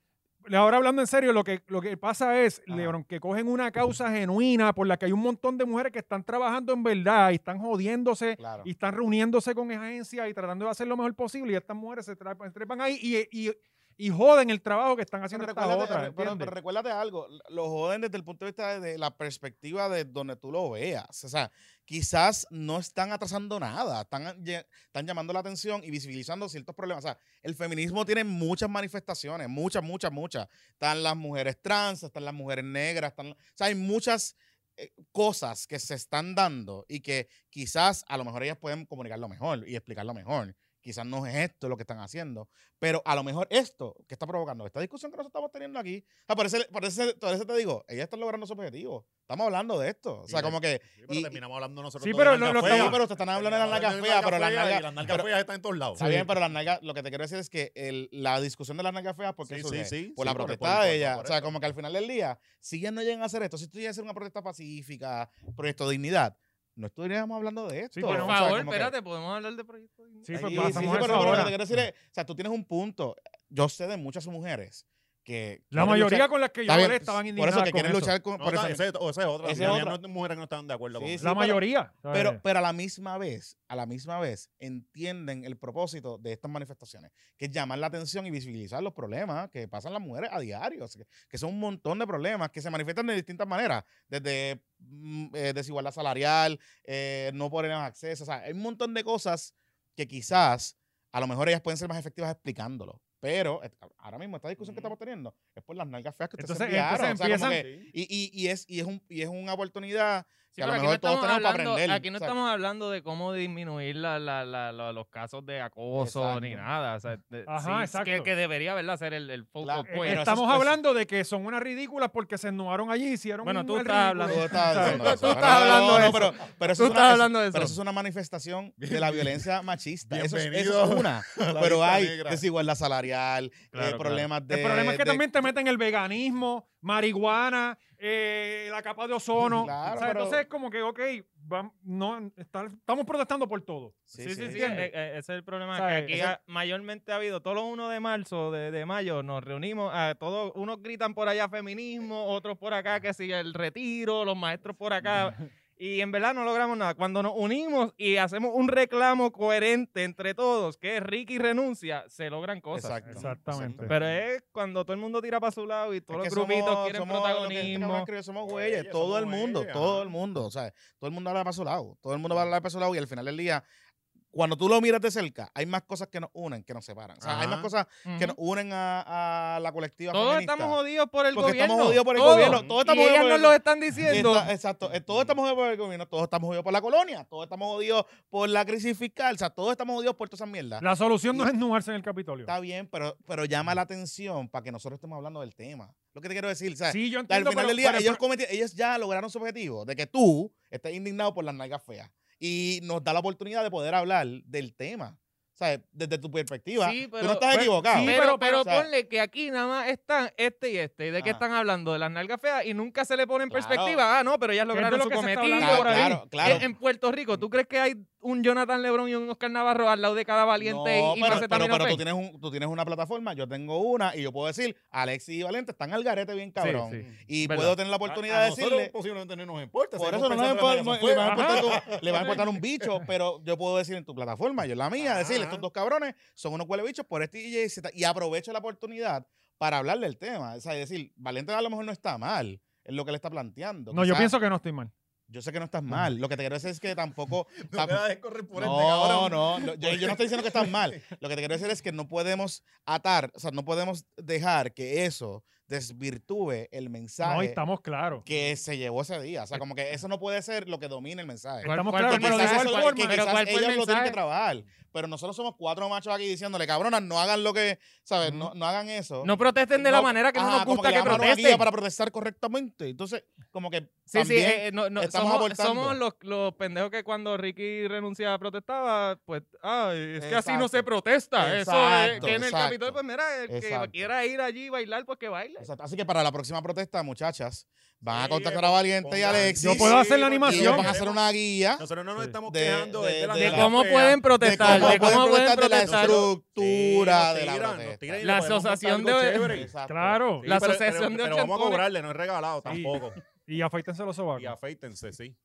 B: Ahora hablando en serio, lo que, lo que pasa es,
E: Ajá.
B: Lebron, que cogen una causa genuina por la que hay un montón de mujeres que están trabajando en verdad y están jodiéndose
E: Claro.
B: y están reuniéndose con agencias y tratando de hacer lo mejor posible y estas mujeres se tra- trepan ahí y, y- y joden el trabajo que están haciendo
E: Pero
B: estas
E: recuérdate,
B: otras.
E: re- pero-
B: ¿entiendes?
E: pero recuérdate algo, lo joden desde el punto de vista de, de la perspectiva de donde tú lo veas. O sea, quizás no están atrasando nada, están, lle- están llamando la atención y visibilizando ciertos problemas. O sea, el feminismo tiene muchas manifestaciones, muchas, muchas, muchas. Están las mujeres trans, están las mujeres negras, están, o sea, hay muchas eh, cosas que se están dando y que quizás a lo mejor ellas pueden comunicarlo mejor y explicarlo mejor. Quizás no es esto lo que están haciendo, pero a lo mejor esto que está provocando, esta discusión que nosotros estamos teniendo aquí, o sea, por eso, por eso- por eso te digo, ellas están logrando su objetivo. Estamos hablando de esto. O sea,
C: Sí,
E: como que.
C: Sí, pero
E: y-
C: terminamos hablando nosotros.
B: Sí,
C: de
B: pero
C: nalga
B: lo- lo
C: fea.
E: Sí, pero te están hablando de las nalgas
C: Terminamos
E: feas, pero las
C: hablando de nalga fea
E: nalgas.
C: y las nalgas
E: pero-
C: feas están en todos lados.
E: Está bien, pero las nalgas, lo que te quiero decir es que el- la discusión de las nalgas feas, porque
C: Sí,
E: eso
C: sí, sí, sí,
E: por la
C: por-
E: protesta
C: por-
E: de
C: por-
E: ella.
C: por
E: o sea,
C: esto.
E: como que al final del día, si ellas no llegan a hacer esto, si tú llegas a hacer una protesta pacífica, proyecto de dignidad, no estuviéramos hablando de esto.
B: Sí,
E: O
D: Por
E: sea,
D: favor,
E: como que-
D: espérate, podemos hablar de proyectos. de-
B: Sí,
E: Sí,
B: pues
E: sí, sí,
B: pasamos
E: pero,
B: eso
E: pero lo que
B: ahora.
E: te quiero decir es, o sea, tú tienes un punto. Yo sé de muchas mujeres que.
B: La
E: quieren
B: mayoría
E: luchar-
B: con las que yo
E: Está bien,
B: hablé estaban
E: Por
B: indignadas
E: eso que
B: con
E: quieren luchar con.
C: No,
E: por eso
C: está- ese, o esa es otra.
E: esa es
C: Esa
E: otra.
C: mujeres que no están de acuerdo
E: Sí,
C: con eso.
E: sí,
B: La
E: pero-
B: mayoría. ¿sabes?
E: Pero, pero a la misma vez, a la misma vez, entienden el propósito de estas manifestaciones, que es llamar la atención y visibilizar los problemas que pasan las mujeres a diario, o sea, que, que son un montón de problemas que se manifiestan de distintas maneras, desde mm, eh, desigualdad salarial, eh, no poner acceso, o sea, hay un montón de cosas que quizás a lo mejor ellas pueden ser más efectivas explicándolo. Pero eh, ahora mismo esta discusión que estamos teniendo es por las nalgas feas que ustedes
B: Entonces- entonces
E: enviaron, o sea, como
B: empiezan-
E: que- y, y- y es, y, es un, y es una oportunidad
D: Sí,
E: que a
D: pero
E: lo
D: aquí
E: mejor
D: no
E: todos
D: estamos
E: tenemos para
D: hablando-
E: aprender.
D: Aquí no
E: o sea,
D: estamos hablando de cómo disminuir la- la- la- la- los casos de acoso
E: Exacto.
D: ni nada. o sea, de-
B: Ajá,
D: sí, es que-
B: exacto.
D: Que, debería, ¿verdad? Ser el, el foco. pues.
E: Claro.
B: Eh,
E: bueno, eso es-
B: estamos
E: eso-
B: hablando de que son unas ridículas porque se ennudaron allí y hicieron
D: Bueno,
B: un-
D: tú
B: el
D: estás
B: ridículo.
D: hablando-
E: Tú estás
B: ¿Sabes?
E: hablando de eso.
D: tú estás
E: No, no,
D: hablando
E: no,
D: de
E: no,
D: eso.
E: Pero, pero eso
D: Tú
E: es una-
D: estás
E: eso-
D: hablando de
E: Pero
D: eso.
E: eso es una manifestación de la violencia machista. Eso es, eso es
C: Bienvenido
E: una.
C: La
E: Pero
C: lista
E: hay
C: negra.
E: desigualdad salarial, eh,
D: Claro,
E: problemas de.
B: El problema es que
E: de-
B: también te meten el veganismo, marihuana, eh, la capa de ozono.
E: Claro,
B: o sea,
E: pero-
B: Entonces es como que, ok, vam- no, está- estamos protestando por todo.
E: Sí, sí, sí.
B: ¿Entiendes?
D: eh, eh, ese es el problema.
B: ¿Sabes?
D: Que aquí
B: Ese-
D: ha- mayormente ha habido todos los 1 de marzo, de, de mayo, nos reunimos, a todos, unos gritan por allá feminismo, otros por acá que si el retiro, los maestros por acá. Y en verdad no logramos nada. Cuando nos unimos y hacemos un reclamo coherente entre todos, que es Ricky renuncia, se logran cosas.
E: Exacto.
B: Exactamente.
D: Pero es cuando todo el mundo tira para su lado y
E: Es
D: todos
E: que
D: los grupitos
E: somos-
D: quieren
E: somos lo que este cabrón
D: protagonismo.
E: escribe, somos güeyes,
C: Güeyes,
E: todo el
C: somos
E: mundo,
C: güeyes,
E: todo
C: ajá.
E: el mundo, o sea, todo el mundo habla para su lado, todo el mundo va a hablar para su lado y al final del día, cuando tú lo miras de cerca, hay más cosas que nos unen que nos separan, o sea, hay más
C: Ajá.
E: cosas que
D: Ujú.
E: nos unen a, a la colectiva
D: Mm. Todos
E: feminista.
D: estamos jodidos por el
E: Porque
D: gobierno.
E: estamos jodidos por el
D: todos.
E: gobierno, todos estamos
D: y
E: jodidos
D: ellas
E: por
D: nos
E: el
D: lo
E: gobierno.
D: están diciendo.
E: Está- exacto. eh, Todos estamos jodidos por el gobierno, todos estamos jodidos por la colonia, todos estamos jodidos por la crisis fiscal, o sea, todos estamos jodidos por todas esas mierdas.
B: La solución no es ennudarse en el Capitolio.
E: Está bien, pero, pero llama la atención para que nosotros estemos hablando del tema. Lo que te quiero decir, ¿sabes?
B: Sí, yo
E: al
B: entiendo,
E: final
B: pero-
E: del día,
B: pero-
E: ellos, cometi- ellos ya lograron su objetivo de que tú estés indignado por las nalgas feas. Y nos da la oportunidad de poder hablar del tema. ¿Sabes? Desde tu perspectiva.
D: Sí,
E: tú
D: pero-
E: no estás
D: pero-
E: equivocado.
B: sí,
D: pero,
B: pero-
D: pero
E: o sea,
D: ponle que aquí nada más están este y este. ¿Y de qué
E: Ajá.
D: están hablando? De las nalgas feas y nunca se le pone en
E: Claro.
D: perspectiva. Ah, no, pero ellas
B: de
D: lograron
B: lo
D: su
B: que se está
D: cometido.
B: hablando
D: por ahí.
E: claro, claro.
D: En, en Puerto Rico, ¿tú crees que hay un Jonathan Lebron y un Oscar Navarro al lado de cada valiente
E: No,
D: y, y
E: pero,
D: no se
E: pero,
D: termina
E: pero tú,
D: fe?
E: tienes un- tú tienes una plataforma, yo tengo una, y yo puedo decir, Alexis y Valente están al garete bien cabrón.
D: sí.
E: Y
D: Verdad.
E: puedo tener la
C: A-
E: oportunidad
C: a
E: de
C: nosotros
E: decirle...
C: posiblemente no nos importa.
E: Por
C: seguimos
E: eso no nos
C: pensando en
E: empo-
C: las
E: le, van a
C: nalgas feas.
E: importar tu- le van a importar un bicho, pero yo puedo decir en tu plataforma, yo en la mía,
C: Ajá.
E: decirle, estos dos cabrones son unos cuales bichos por este DJ Z, y aprovecho la oportunidad para hablar del tema. O sea, es decir, Valente a lo mejor no está mal en lo que le está planteando.
B: No, yo
E: Quizá-
B: pienso que no estoy mal.
E: Yo sé que no estás mal. Lo que te quiero decir es que tampoco...
C: No me la dejes correr por el
E: No,
C: cabrón.
E: no, no, yo, yo no estoy diciendo que estás mal. Lo que te quiero decir es que no podemos atar, o sea, no podemos dejar que eso desvirtúe el mensaje
B: No, y estamos claros.
E: que se llevó ese día. O sea, como que eso no puede ser lo que domine el mensaje.
D: ¿Cuál-
B: Estamos
D: cuál
B: claros,
E: Que
D: fue
B: pero
D: el
B: de
E: quizás
B: igual
D: mensaje?
B: forma.
E: eso- que
D: pero
E: quizás
D: ¿cuál fue el
E: ellos lo tienen que
D: mensaje?
E: trabajar. Pero nosotros somos cuatro machos aquí diciéndole, cabronas, no hagan lo que, ¿sabes? No, no hagan eso.
D: No protesten de la manera que no
E: Ajá,
D: nos
E: ah, como
D: gusta que
E: llamaron aquí
D: protesten.
E: para protestar correctamente. Entonces, como que
D: Sí, sí,
E: también
D: eh, eh, no, no,
E: estamos
D: somos,
E: aportando.
D: somos los, los pendejos que cuando Ricky renunciaba protestaba, pues, ah, es que así no se
E: Exacto.
D: protesta. Eso es,
E: Exacto,
D: que en el
E: exacto.
D: Capitol, pues mira, el que
E: Exacto.
D: quiera ir allí y bailar, pues que baile.
E: Exacto. Así que para la próxima protesta, muchachas, van a
C: Sí, eh,
E: contactar a Valiente y
C: pongan-
E: Alexis.
B: Yo puedo hacer la
E: y
B: animación.
E: ellos van a hacer una guía
C: Nosotros no nos
B: Sí.
C: estamos
E: De-
C: quejando
E: de-
C: de,
E: de
D: De
E: la
D: cómo pueden
E: de
D: protestar,
E: cómo
D: de cómo pueden
E: de la
D: protestar.
E: estructura de la protesta.
D: La asociación de-
E: Exacto.
B: Claro.
D: La asociación de
C: de Pero vamos a
D: ochentones.
C: cobrarle, no es regalado
B: Sí.
C: tampoco.
B: Y afeítense los
C: Y
B: sobacos.
C: afeítense, sí.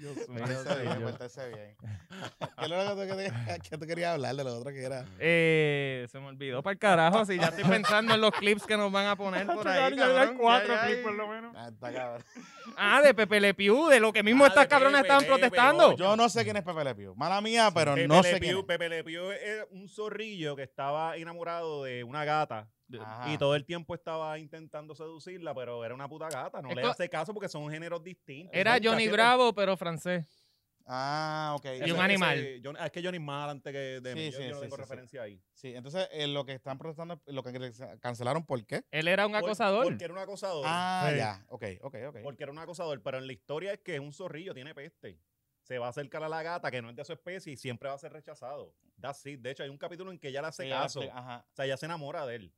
E: Pórtense bien, pues. pórtense bien. ¿Qué es lo que tú querías- que tú querías hablar de lo otro que era?
D: Eh, se me olvidó para el carajo, si ya estoy pensando en los clips que nos van a poner por ahí.
B: Ya
D: cabrón,
B: hay
D: ya,
B: cuatro
D: ya hay-
B: clips por lo menos.
E: Ah, está cabrón.
D: Ah, de Pepe Le Pew, de lo que mismo
C: Ah,
D: estas
C: de
D: cabronas
C: Pepe
D: estaban
C: Le Pew,
D: protestando.
E: Yo no sé quién es Pepe Le Pew. Mala mía, pero
C: Pepe
E: no
C: Le eh,
E: sé quién
C: Pew,
E: es.
C: Pepe Le Pew era un zorrillo que estaba enamorado de una gata de-
E: Ajá.
C: Y todo el tiempo estaba intentando seducirla, pero era una puta gata. No
D: Es
C: le
D: co-
C: hace caso porque son géneros distintos.
D: Era
C: Son
D: Johnny
C: casi-
D: Bravo, pero francés.
E: Ah, ok.
D: Y
C: Ese-
E: Eso-
D: un animal.
C: ese- John- ah, es que Johnny es más adelante que de mí.
E: Sí,
C: yo,
E: sí,
C: yo no
E: sí,
C: tengo
E: sí, sí.
C: referencia ahí.
E: Sí, entonces eh, lo que están protestando, lo que cance- cancelaron, ¿por qué?
D: Él era un
C: Por-
D: acosador.
C: Porque era un acosador.
E: Ah,
B: Sí.
E: ya. Ok, ok, ok.
C: Porque era un acosador, pero en la historia es que es un zorrillo, tiene peste. Se va a acercar a la gata que no es de su especie y siempre va a ser rechazado. That's it. De hecho, hay un capítulo en que ella le hace
E: Sí, Eh, ya
C: caso.
E: explica- Ajá.
C: O sea, ella se enamora de él.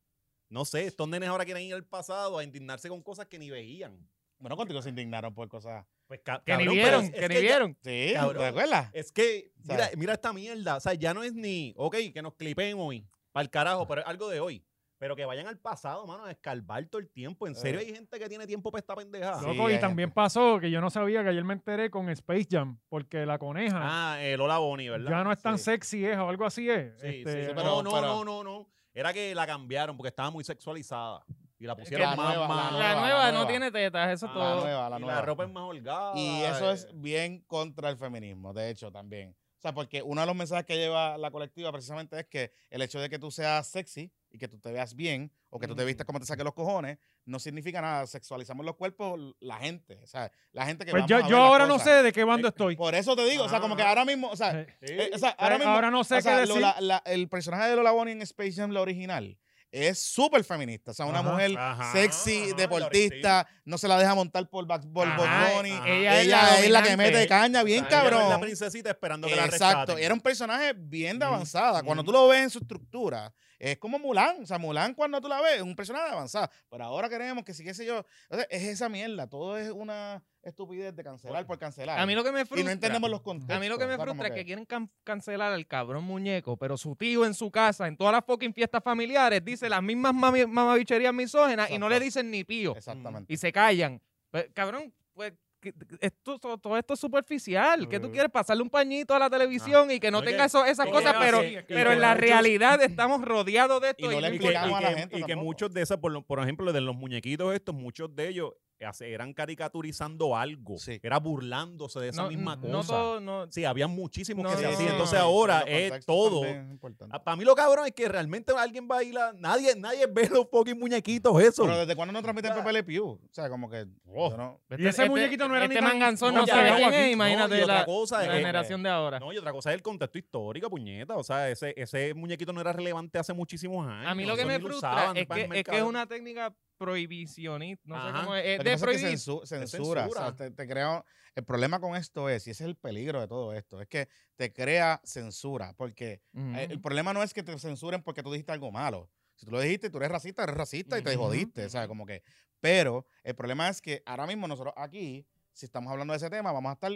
C: No sé, estos nenes ahora quieren ir al pasado a indignarse con cosas que ni veían.
E: Bueno, contigo se indignaron por cosas.
C: Pues, ca-
D: que ni
C: cabrón, pero
D: vieron,
C: es-
D: que,
C: es
D: ni
C: ya-
D: vieron.
E: Sí,
C: Cabrón.
E: ¿te acuerdas?
C: Es que, mira,
E: ¿Sabes?
C: mira esta mierda. O sea, ya no es ni, ok, que nos clipen hoy, para el carajo, pero es algo de hoy. Pero que vayan al pasado, mano, a escarbar todo el tiempo. ¿En serio
E: Eh.
C: hay gente que tiene tiempo para esta pendejada?
E: Sí,
B: Loco, y
E: hay
B: también
E: gente.
B: pasó que yo no sabía que ayer me enteré con Space Jam, porque la coneja
C: Ah, eh, Lola Bonnie, ¿verdad?
B: ya no es tan
C: Sí.
B: sexy, es o algo así es.
C: Sí,
B: Este,
C: sí, sí,
E: pero-
C: no, no,
E: pero-
C: no, no, no. Era que la cambiaron porque estaba muy sexualizada. Y la pusieron
E: la
C: más,
E: nueva, la
C: más-
E: nueva,
D: la, nueva no
E: nueva.
D: tiene tetas, eso
C: Ah,
E: La
D: todo.
E: nueva, la
C: y
E: nueva.
C: la ropa es más holgada.
E: Y eso es
C: eh,
E: bien contra el feminismo, de hecho, también. O sea, porque uno de los mensajes que lleva la colectiva precisamente es que el hecho de que tú seas sexy y que tú te veas bien o que tú te vistas como te saques los cojones no significa nada. Sexualizamos los cuerpos, la gente. O sea, la Eh, gente que.
B: pues
E: vamos
B: yo,
E: a ver
B: yo
E: las
B: ahora no
E: cosas.
B: sé de qué bando estoy.
E: Por eso te digo, o sea, como que ahora mismo. O sea,
B: Eh,
E: eh, o sea, ahora
B: eh,
E: mismo.
B: no sé
E: o sea,
B: qué decir.
E: Lola- la- el personaje de Lola Bonnie en Space Jam, la original, es súper feminista. O sea, una
B: Ajá.
E: mujer
C: Ajá,
E: sexy,
C: ajá,
E: deportista, no se la deja montar por, Bad- por Bad
D: Ajá,
E: Bunny.
C: ajá.
E: Ella,
D: Ella,
E: es la que mete
D: caña.
E: caña, bien
C: o sea, ella no es La
E: cabrón.
C: princesita esperando que la
E: Exacto,
C: rescaten.
E: era un personaje bien de
C: Mm,
E: avanzada. Cuando
C: mm.
E: tú lo ves en su estructura, es como Mulan. O sea, Mulan cuando tú la ves es un personaje de avanzada. Pero ahora queremos que sí, qué sé yo. O sea, es esa mierda. Todo es una estupidez de cancelar por cancelar.
D: A mí lo que me frustra.
E: y no entendemos los contextos.
D: A mí lo que me
E: o sea, como
D: frustra es que quieren can- cancelar al cabrón muñeco, pero su tío en su casa, en todas las fucking fiestas familiares, dice las mismas mami- mamabicherías misógenas y no le
E: Exacto.
D: dicen ni pío.
E: Exactamente.
D: Y se callan. Pues, cabrón, pues que- esto, to- todo esto es superficial. ¿Qué tú quieres? Pasarle un pañito a la televisión
E: Ah.
D: y que no
C: Oye,
D: tenga eso- esas
C: oye,
D: cosas,
C: sí,
D: pero,
C: sí, es que
D: pero en
C: con
D: la
C: muchos-
D: realidad estamos rodeados de
E: Y
D: esto.
E: no le
C: Y que-
E: explicamos
C: y
E: a la
C: que-
E: gente
C: y que
E: tampoco.
C: muchos de esos, por, lo- por ejemplo, de los muñequitos estos, muchos de ellos hace- eran caricaturizando algo.
E: Sí.
C: Era burlándose de esa
D: no,
C: misma
D: no
C: cosa.
D: todo- no-
C: Sí, había muchísimos
D: No,
C: que se
D: no,
C: hacían.
D: no,
C: Entonces
D: no,
C: ahora
E: Los
C: es
E: contextos
C: todo. Ah,
E: también es importante.
C: Para mí lo cabrón es que realmente alguien baila, nadie, nadie ve los fucking muñequitos Oh. eso.
E: Pero ¿desde cuándo no transmiten Pepe Le Pew? O sea, como que... yo no-
B: Y ese muñequito no era
D: este
B: ni tan-
D: manganzón,
B: no,
D: no,
B: ya
D: sabe
B: veo
D: quién
B: aquí.
D: es,
B: No,
D: imagínate
C: y otra
D: la,
C: cosa
D: la
C: es-
D: generación de ahora.
C: No, y otra cosa es el contexto histórico, puñeta. O sea, ese, ese muñequito no era relevante hace muchísimos años.
D: A mí lo que
C: Eso
D: me
C: ni
D: frustra
C: usaban
D: es,
C: para el
D: que, es que es
C: mercado.
D: una técnica prohibicionista. No sé
C: Ajá.
D: cómo es. es
E: Lo que
D: de
E: pasa es que
D: prohibir.
E: censu- censura.
C: censura.
E: o sea, te, te crea, el problema con esto es, y ese es el peligro de todo esto, es que te crea censura, porque
D: Ujú.
E: eh, el problema no es que te censuren porque tú dijiste algo malo. Si tú lo dijiste, tú eres racista, eres racista y te
D: Ujú,
E: jodiste, ¿sabes? Como que... Pero el problema es que ahora mismo nosotros aquí, si estamos hablando de ese tema, vamos a estar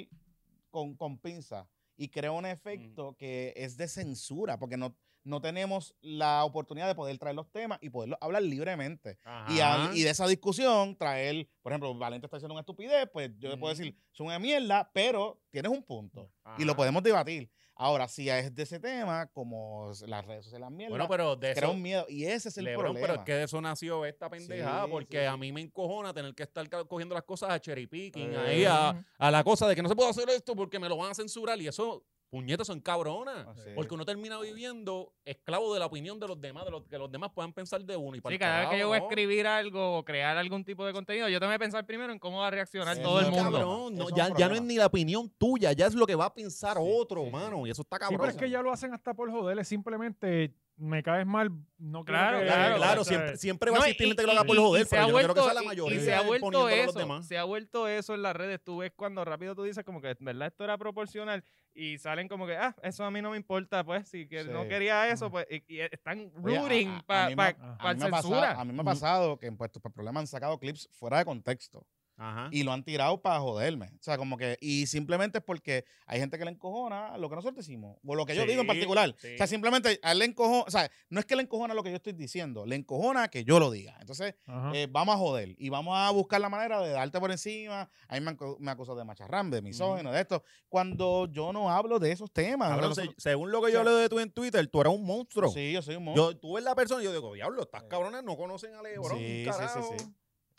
E: con, con pinza y crea un efecto que es de censura, porque no, no tenemos la oportunidad de poder traer los temas y poderlos hablar libremente y, a-
D: Ah.
C: Ajá.
E: y de esa discusión traer, por ejemplo, Valente está haciendo una estupidez, pues yo le puedo
D: Ujú.
E: decir, es una mierda, pero tienes un punto y lo
C: Ajá.
E: podemos debatir. Ahora, si es de ese tema, como s- las redes sociales, las mierdas,
C: Bueno, pero de
E: crea
C: eso,
E: un miedo y ese es el
C: Lebrón,
E: problema.
C: pero es que de eso nació esta pendejada,
E: Sí,
C: porque
E: sí,
C: a
E: sí.
C: mí me encojona tener que estar ca- cogiendo las cosas a cherry picking,
E: Eh.
C: ahí a, a la cosa de que no se puede hacer esto porque me lo van a censurar y eso, puñetas, son cabronas.
E: Así es.
C: Porque uno termina viviendo esclavo de la opinión de los demás, de lo que los demás puedan pensar de uno. Y pa'l
D: Sí, cada vez que yo voy a
C: carajo, ¿no?
D: escribir algo o crear algún tipo de contenido, yo tengo que pensar primero en cómo va a reaccionar
E: Sí,
D: todo
E: es
D: el
E: un
D: mundo.
E: cabrón.
C: Cabrón, no,
E: Eso es
C: ya,
E: un
C: ya no es
E: problema.
C: ni la opinión tuya, ya es lo que va a pensar
E: Sí,
C: otro,
E: sí, sí.
C: mano. Y eso está
B: Sí,
C: cabrón.
B: pero es que ya lo hacen hasta por joder, es simplemente me caes mal, no quiero
D: Claro,
B: que-
C: Claro,
D: claro,
C: claro,
B: o sea,
C: siempre, siempre va
D: No,
C: a existir
D: y-
C: gente que lo
D: y-
C: haga por
D: y- y
C: joder,
D: se
C: pero
D: ha
C: yo no creo que sea
D: vuelto-
C: la
D: y-
C: mayoría.
D: Y se ha vuelto
C: poniéndolo a los
D: eso,
C: demás.
D: se ha vuelto eso en las redes. Tú ves cuando rápido tú dices como que, en ¿verdad? Esto era proporcional. Y salen como que, ah, eso a mí no me importa, pues, si que no
E: Sí.
D: quería eso,
B: Ujú.
D: pues, y, y están
E: Oye, a-
D: rooting
E: a- a
D: para
E: mí me-
D: pa,
B: a
E: a mí, me ha pasado,
D: censura.
E: a mí me ha pasado que en Puerto por Problema han sacado clips fuera de contexto
C: Ajá.
E: y lo han tirado para joderme. O sea, como que, y simplemente es porque hay gente que le encojona lo que nosotros decimos, o lo que yo digo en
C: Sí,
E: particular.
C: sí.
E: O sea, simplemente a él le encojona, o sea, no es que le encojona lo que yo estoy diciendo, le encojona que yo lo diga. Entonces,
B: ajá.
E: eh, vamos a joder y vamos a buscar la manera de darte por encima. Ahí me, acu- me acusan de macharrán, de misógino, de esto. Cuando yo no hablo de esos temas.
C: Cabrón,
E: nosotros-
C: se- según lo que yo
E: Ah, o sea,
C: leo de tú en Twitter, tú eras un monstruo.
E: sí, yo soy un monstruo.
C: Yo, tú ves la persona y yo digo, diablo, estas cabronas no conocen a Lebron. un
E: Sí, sí, sí,
C: carajo".
E: sí.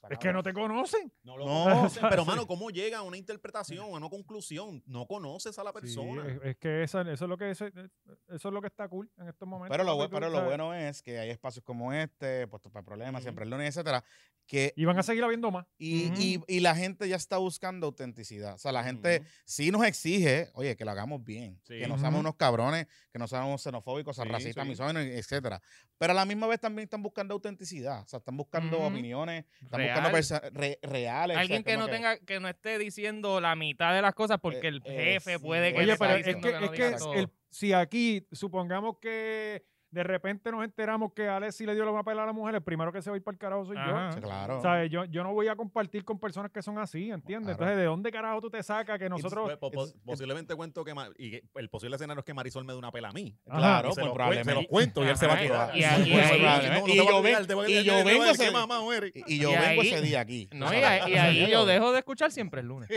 B: Es que no te conocen.
C: No lo
E: No,
C: conocen, Eh.
B: o sea,
C: pero
B: sí.
C: mano, ¿cómo llega a una interpretación, a una conclusión? No conoces a la persona.
B: Sí, es, es que esa- eso, es lo que, eso, eso es lo que está cool en estos momentos.
E: Pero lo,
B: papi,
E: bu-
B: tú
E: pero lo
B: sabes.
E: bueno es que hay espacios como este, puestos para problemas,
C: Ujú.
E: siempre el lunes, etcétera, que
B: Y van a seguir habiendo más.
E: y, y- y la gente ya está buscando autenticidad. O sea, la gente sí nos exige, oye, que lo hagamos bien, que
C: Sí.
E: no seamos
B: Ujú.
E: unos cabrones, que no seamos xenofóbicos, o sea,
C: Sí,
E: racistas,
C: sí.
E: misóginos, etcétera. Pero a la misma vez también están buscando autenticidad, o sea, están buscando
D: Ujú.
E: opiniones, están
D: Real.
E: buscando perso- re- reales. o sea,
D: Alguien que
E: como
D: no tenga, que no esté diciendo la mitad de las cosas porque
E: Eh,
D: el
E: eh,
D: jefe
E: sí.
D: puede que
E: Oye,
B: Oye,
D: le esté
B: pero es
D: diciendo
B: que,
D: no
B: es que
D: diga
E: es
D: todo.
B: el- si aquí supongamos que de repente nos enteramos que Alexi le dio la mapa a la mujer, el primero que se va a ir para el carajo soy
D: Ajá.
E: Sí, claro.
B: yo. ¿Sabes? Yo, yo no voy a compartir con personas que son así, ¿entiendes?
E: Claro.
B: Entonces, ¿de dónde carajo tú te sacas que nosotros...
C: Pues, po- po-
E: it's- it's-
C: posiblemente cuento que Ma- y que el posible escenario es que Marisol me dé una pela a mí.
B: Ajá.
E: Claro,
C: Y
E: pues
C: se, lo, cuen-
E: probablemente.
C: se lo cuento y él se va a
D: Ajá.
C: quedar.
D: Y- y-
C: Muy
D: y-
C: probablemente.
E: y-
C: No, no te
E: y
C: voy
E: yo
C: a
E: ven-
C: olvidar, te voy a
E: y
C: olvidar,
E: yo
C: te voy a
E: vengo a
C: olvidar,
E: ser-
C: qué mamá tú eres.
E: Y, y yo
D: Y
E: vengo
D: ahí-
E: ese día aquí.
D: No, y, ahí- y ahí yo dejo de escuchar siempre el lunes.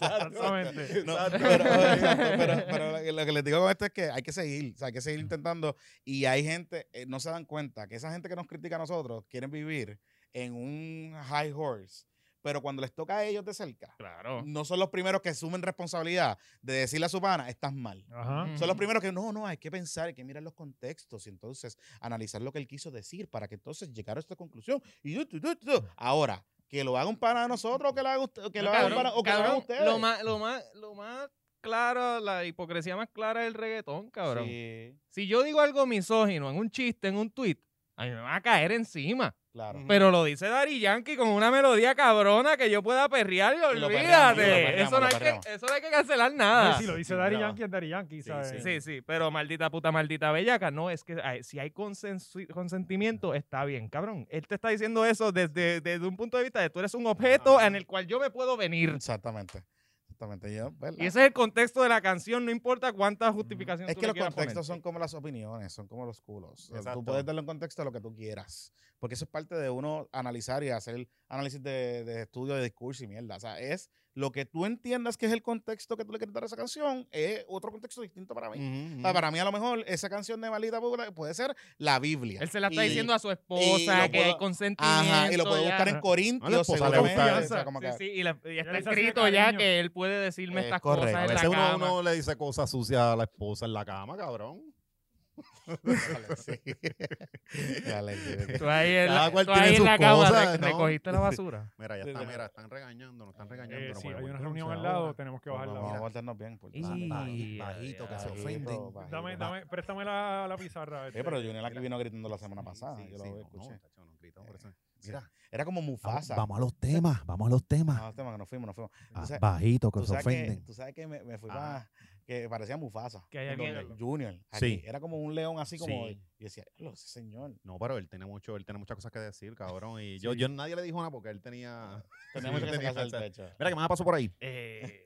B: Exactamente.
E: No, pero, exacto, pero- pero lo que les digo con esto es que hay que seguir, o sea, hay que seguir intentando. Y hay gente, eh, no se dan cuenta, que esa gente que nos critica a nosotros quieren vivir en un high horse, pero cuando les toca a ellos de cerca,
D: Claro.
E: no son los primeros que asumen responsabilidad de decirle a su pana, estás mal.
B: Ajá.
E: Son los
D: Ujú.
E: primeros que, no, no, hay que pensar, hay que mirar los contextos y entonces analizar lo que él quiso decir para que entonces llegara a esta conclusión. Y du- du- du- du- Ahora, que lo haga un pana de nosotros o que lo haga usted, o que
D: Mm. No,
E: lo haga un
D: cabrón,
E: pana, o que lo haga
D: cabrón,
E: ustedes.
D: Lo más, lo más, lo más claro, la hipocresía más clara del reggaetón, cabrón.
E: Sí,
D: Si yo digo algo misógino en un chiste, en un tweet, a mí me van a caer encima.
E: claro.
C: Ujú.
D: Pero lo dice Dari Yankee con una melodía cabrona que yo pueda perrear y
E: lo perreamos, y lo
D: olvídate.
E: perreamos,
D: Eso no
E: lo
D: hay
E: perreamos.
D: que- eso no hay que cancelar
B: No, y
D: nada.
B: si lo dice
C: sí,
B: Daddy
C: brava.
B: Yankee, es Daddy Yankee,
C: Sí,
B: ¿sabes?
D: Sí, sí, pero maldita puta, maldita bellaca. No, es que ay, si hay consensu- consentimiento, está bien, cabrón. Él te está diciendo eso desde, desde un punto de vista de tú eres un objeto en el cual yo me puedo venir.
E: Exactamente. Exactamente. Yo, pues, ¿verdad?
D: Y ese es el contexto de la canción, no importa cuánta justificación
E: es
D: tú
E: que
D: le
E: los
D: quieras
E: contextos
D: poner.
E: son como las opiniones, son como los culos. O sea,
C: Exacto.
E: Tú puedes darle un contexto a lo que tú quieras. Porque eso es parte de uno analizar y hacer análisis de, de estudio, de discurso y mierda. O sea, es lo que tú entiendas que es el contexto que tú le quieres dar a esa canción, es otro contexto distinto para mí. O
C: Ah,
E: sea, para mí, a lo mejor, esa canción de Malita Popular puede ser la Biblia.
D: Él se la está
E: Y-
D: diciendo a su
E: y
D: esposa
E: lo
D: que hay
E: puedo-
D: consentimiento.
E: Ajá, y lo puedo
D: ya.
E: buscar en
C: A la
E: Corintios,
C: esposa le
E: seguramente.
C: gusta
E: o sea,
B: eso.
E: como
D: Sí,
E: que-
D: sí, y, la- y está
B: les hace
D: escrito ya
B: cariño.
D: que él puede decirme
E: Es
D: estas
E: correcto.
D: cosas en
E: A
C: A
D: la
C: veces uno,
D: cama.
C: uno le dice cosas sucias a la esposa en la cama, cabrón.
E: Dale, sí. Dale, sí.
D: Tú ahí en
C: Cada
D: la,
C: cual
D: tú
C: tiene
D: ahí en
C: sus
D: la cama
C: cosas,
D: re-
C: ¿no?
D: recogiste la basura.
C: Mira, ya
E: Sí,
C: está,
E: sí.
C: mira, están regañando, nos están regañando.
B: Eh, sí,
C: no podemos
B: hay una
C: entonces
B: reunión al
C: ahora.
B: lado, tenemos que bajar la
E: Vamos a
B: hora.
E: portarnos bien, por
D: Y-
E: favor.
D: Ay,
C: Bajito, que se
D: ay,
C: ofenden.
E: Bajito, bajito.
B: Dame, dame, préstame la, la pizarra.
E: Oye,
B: este.
E: pero Junior aquí vino gritando la semana
C: Sí,
E: pasada.
C: sí,
E: yo lo
C: sí, no,
E: escuché.
C: no, chacho, nos gritamos por eso.
E: Sí.
C: Mira,
E: Era como Mufasa.
G: Vamos a los temas, vamos a los temas.
E: No, este man, nos fuimos, nos fuimos.
G: Ah,
E: Tú sabes-
G: bajito, que
E: tú
G: se
E: sabes
G: ofenden.
E: tú sabes que me, me fui
C: Ajá.
E: para. Que parecía Mufasa.
D: Que hay
E: ¿Dónde?
D: alguien-
E: Junior.
C: Sí.
E: aquí. Era como un león así como.
C: Sí.
E: Y decía, "Diablo, ese señor.
C: No, pero él tiene mucho, él tiene muchas cosas que decir, cabrón. Y yo, yo nadie le dijo nada porque él tenía.
E: Tenemos que
C: tenía
E: sacarse del
C: esa-
E: techo.
C: Mira, que más pasó por ahí.
D: Eh, ay, Dios mío,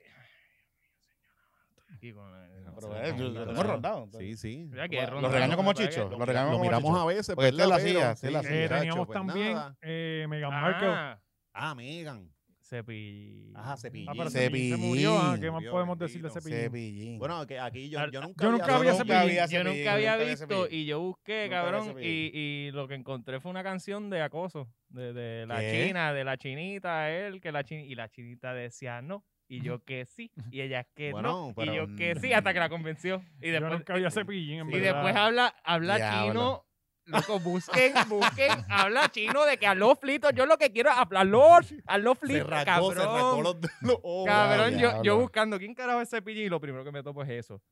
D: señora, estoy aquí con-
E: Pero
D: no
E: eh,
D: sé,
E: yo-
D: no,
E: yo
D: no,
E: tengo
D: no.
E: rondado. entonces.
C: Sí, sí.
D: Mira que
E: Lo
D: rondado,
E: regaño como
D: ¿sabes?
E: chicho,
D: Lo-
E: lo regañamos
C: Lo
E: como
C: miramos
E: chicho.
C: a veces.
E: Porque
C: ¿verdad?
E: este la
C: Pero,
E: hacía, este la
C: sí,
E: hacía.
B: Eh,
C: chacho,
B: teníamos
C: pues
B: también
C: nada.
B: eh, Meghan Markle.
D: Ah,
C: Ah, Megan.
D: Cepillín.
C: Ajá,
B: Ah, pero
C: Cepillín.
B: Cepillín se
E: Cepillín.
B: murió. ah, ¿Qué más
C: Murió,
B: podemos decir
C: bendito.
B: de Cepillín?
E: Cepillín.
C: Bueno, que aquí yo,
D: Al-
C: yo nunca
B: yo nunca había
C: yo
B: Cepillín.
D: Yo nunca había visto
E: Cepillín.
D: y yo busqué,
E: Nunca había
D: cabrón, y,
E: Cepillín.
D: y lo que encontré fue una canción de acoso de, de la
E: ¿Qué?
D: china, de la chinita, él, que la chin- y la chinita decía no, y yo que sí, y ella que
C: Bueno,
D: no,
C: pero-
D: y yo que sí, hasta que la convenció. Y
B: Yo
D: después,
B: nunca había Cepillín, en
D: y
B: verdad.
D: después habla, habla
E: Diablo.
D: chino. Loco, busquen, busquen, habla chino de que a los flitos, yo lo que quiero es hablar, Lord, a los
C: Se
D: flitos,
C: rasgó,
D: cabrón.
C: se rasgó los, los ojos.
D: Cabrón, yo, yo
E: diablo.
D: buscando quién carajo es Cepillín y lo primero que me topo es eso.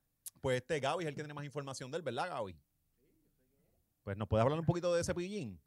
C: Pues este Gaby es el que tiene más información del, ¿verdad, Gaby? Pues nos puedes hablar un poquito de Cepillín.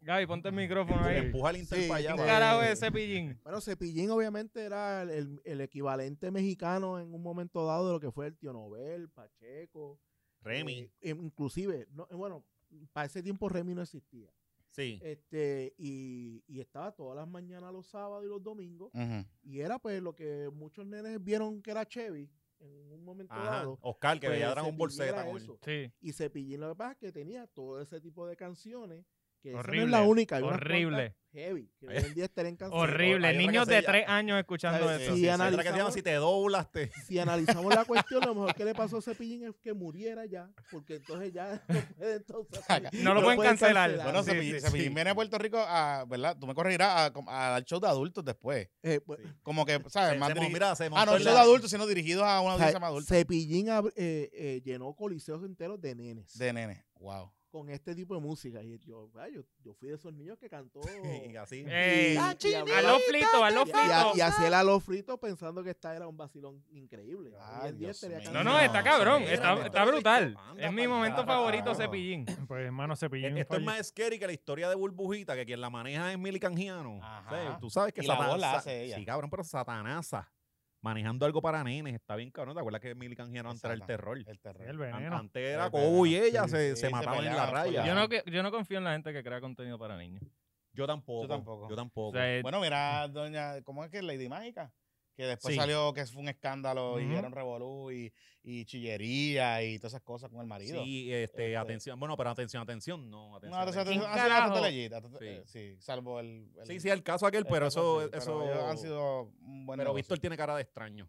D: Gaby, ponte el micrófono
C: Empuja-
D: ahí.
C: Empuja el Inter
F: Sí,
C: para allá.
D: ¿Quién
F: Eh,
C: para-
D: carajo es Cepillín?
F: Bueno, Cepillín obviamente era el, el- el equivalente mexicano en un momento dado de lo que fue el tío Nobel, Pacheco.
C: Remy.
F: eh, em- inclusive, no, eh, bueno, para ese tiempo Remy no existía.
C: Sí.
F: Este, y, y estaba todas las mañanas, los sábados y los domingos.
E: Ujú.
F: Y era pues lo que muchos nenes vieron que era Chevy en un momento
C: Ajá.
F: dado.
C: Oscar, que
F: pues,
C: veía Dragon Ball
F: Cepillín
C: Z
F: era
C: con él.
F: eso.
D: Sí.
F: Y Cepillín lo que pasa es que tenía todo ese tipo de canciones Que esa
D: Horrible,
F: no es la única. hay unas
D: horrible.
F: cuantas Heavy. Que hoy en día estarían cansadas.
D: Horrible.
C: hay una
D: Niños
C: que se
D: de
C: llama-
D: tres años escuchando
F: ¿Sabes?
D: eso.
F: Sí,
C: Sí, esa
F: analizamos-
C: otra que se llama si te doblas, te-
F: Si analizamos la cuestión, lo mejor que le pasó a Cepillín es que muriera ya. Porque entonces ya no puede entonces.
D: No lo pueden cancelar.
E: Bueno,
D: Sí,
E: Cepillín,
D: sí,
E: Cepillín
D: sí.
E: viene a Puerto Rico a, ¿verdad? Tú me corregirás a, a dar shows de adultos después.
F: Eh, pues,
E: Como que,
C: se-
E: ¿sabes?
C: se
E: Más
C: mo-
E: diri-
C: mira, se
E: Ah,
C: montó
E: no
C: en
E: shows de
C: la-
E: adultos, sino dirigidos a una
F: o sea,
E: audiencia más adulta.
F: Cepillín ab- eh, eh, llenó coliseos enteros de nenes
E: De nene. Wow.
F: con este tipo de música. Y yo, ay, yo, yo fui de esos niños que cantó.
C: Y así.
D: Ey,
F: y-
D: a
F: y hablaba-
D: los fritos, a los
F: Y, y- y
D: fritos.
F: hacía el halo frito pensando que esta era un vacilón increíble.
E: Ay,
F: Hoy en día
E: Dios
F: estaría
E: mío.
D: No,
F: cantando-
D: Ah, no, está cabrón.
C: Sí,
D: Está,
C: mira,
D: está brutal.
C: anda
D: Es mi
C: pa'l
D: momento
C: carajo.
D: favorito, Cepillín.
B: Pues, hermano, Cepillín.
C: Esto es
B: falle-
C: más scary que la historia de Burbujita, que quien la maneja es Milly Canjiano.
E: Ajá.
C: O sea, tú sabes que
E: Y la
C: Satanás-
E: voz la hace ella.
C: Sí, cabrón, pero Satanasa. Manejando algo para nenes, está bien cabrón. ¿Te acuerdas que Milly Canjiano antes era el
E: Exacto.
C: terror?
E: El
B: El
E: terror.
C: An-
B: veneno.
C: Antes era
E: El
C: Cobo y
E: veneno.
C: ella
E: Sí,
C: se,
E: sí,
C: se
E: se
C: mataban en la
E: peleaban por
C: raya.
E: ella.
D: Yo no, que- yo no confío en la gente que crea contenido para niños.
C: Yo tampoco.
E: Yo tampoco.
C: Yo
D: O
C: tampoco.
D: sea, eh,
E: Bueno, mira, doña, ¿cómo es que es Lady Mágica? Que después
C: mm. Sí.
E: salió que fue un escándalo y
B: Ujú.
E: era un revolú y, y chillería y todas esas cosas con el marido.
C: sí, este,
E: Este-
C: atención. Bueno, pero atención, atención. No, atención. Ah,
E: No, atención,
D: ¿Quién
E: atención, han sido bastante
D: carajo?
E: legit, hasta- eh, sí, salvo el, el-
C: Sí, sí, el caso aquel,
E: el
C: pero
E: caso,
C: eso.
E: sí, pero
C: eso
E: ellos han sido un buen
C: pero
E: negocio.
C: Víctor tiene cara de extraño.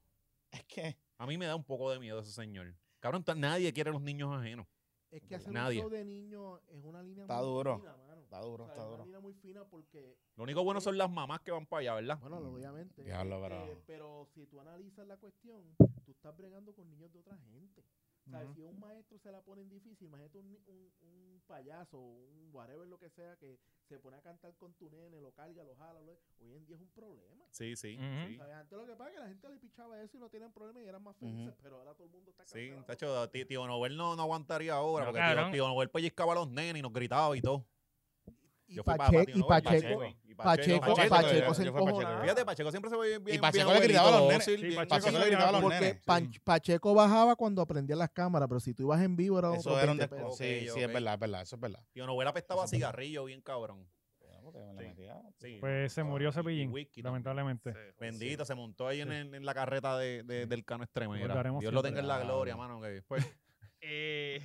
E: Es que
C: A mí me da un poco de miedo ese señor. Cabrón, ta- nadie quiere a los niños ajenos.
F: Es que hacer
C: Nadie.
F: un show de niños es una línea
E: Está
F: muy
E: duro.
F: fina, mano.
E: está duro,
F: O sea,
E: está
F: es una
E: duro.
F: línea muy fina porque
C: Lo único bueno son las mamás que van para allá, ¿verdad?
F: Bueno, lo- obviamente.
E: diablo,
F: este,
E: pero-
F: pero si tú analizas la cuestión, tú estás bregando con niños de otra gente. O sea,
B: Ujú.
F: si a un maestro se la ponen difícil, imagínate un, ni- un, un payaso, un whatever, lo que sea, que se pone a cantar con tu nene, lo carga, lo jala, lo- hoy en día es un problema.
C: Sí, sí.
D: Ujú.
C: sí.
F: ¿Sabes? Antes lo que pasa es que la gente le pichaba eso y no tenían problema y eran más
E: Ujú.
F: felices, pero ahora todo el mundo está
C: Sí,
F: cancelando
C: tacho,
F: todo.
C: ti- tío Nobel no, no aguantaría ahora,
D: No,
C: porque tío- tío,
D: cabrón.
C: Nobel pellizcaba a los nenes y nos gritaba y todo.
F: Y
C: Yo fui pa-
F: Pache-
C: pa tío
F: y
C: Nobel,
F: Pacheco,
C: y
F: Pacheco,
E: Pacheco,
F: Pacheco,
E: yo-
F: se
E: yo fui a Pacheco.
F: encojonaba.
C: Fíjate, Pacheco siempre se ve bien.
E: Y Pacheco
C: bien
E: le gritaba a los
C: abuelito,
E: nenes.
C: dócil, bien-
B: Pacheco
E: Pacheco le gritaba a los
F: Porque
E: nenes.
F: Pan- Pacheco bajaba cuando aprendía las cámaras, pero si tú ibas en vivo era
E: Eso
F: otro
E: era un
F: 20 pesos.
E: desco- Sí,
C: Ok,
E: sí, es
C: ok.
E: verdad, es verdad, eso es verdad.
C: Tío Nobel apestaba a
E: Eso es verdad.
C: cigarrillo bien cabrón.
E: Bueno, porque me la
C: Sí.
E: metía,
C: Sí.
B: Pues se
C: Ah,
B: murió
C: y- y
B: Cepillín,
C: whisky también.
B: lamentablemente.
C: Bendito, se montó ahí en, el- en la carreta de, de- del cano extremera.
B: Recordaremos
C: Dios lo tenga
B: siempre.
C: en la
E: Ah,
C: gloria,
E: bueno.
C: mano. Que, pues,
D: eh,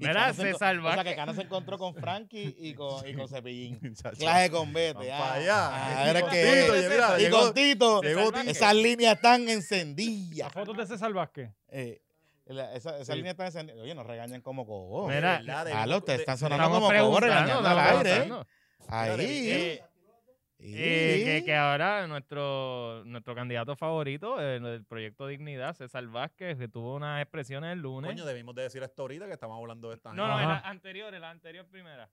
E: Y
D: Mira,
E: Cano
D: se
E: enco-
D: salva.
E: O sea, que Cano se encontró con Frankie y con, y con Cepillín.
C: chacho,
E: Clase con Vete.
C: Van pa'
E: ah,
C: allá.
E: ah, eres
C: Con
E: que-
C: Tito, oye, mira,
E: Y
C: llegó-
E: con Tito.
C: llegó
E: esas-
C: Tito.
E: Esas líneas están
B: Las
E: encendidas.
B: fotos de César Vázquez.
E: Eh, la- esa, esa línea está encendida. Oye, nos regañan como cobo.
D: Mira,
C: de verdad, de-
E: Aló, te
C: de-
E: están sonando
D: Estamos
E: como cobo regañando
D: preguntando.
E: al
D: estamos
E: aire. ¿eh?
D: preguntando.
E: Ahí.
D: Eh,
E: Sí.
D: Eh, que, que ahora nuestro, nuestro candidato favorito, el, el proyecto Dignidad, César Vázquez, que tuvo unas expresiones el lunes.
C: Coño, debimos de decir esto ahorita que estamos hablando de esta
D: no, no,
B: Ajá.
D: la anterior, la anterior primera.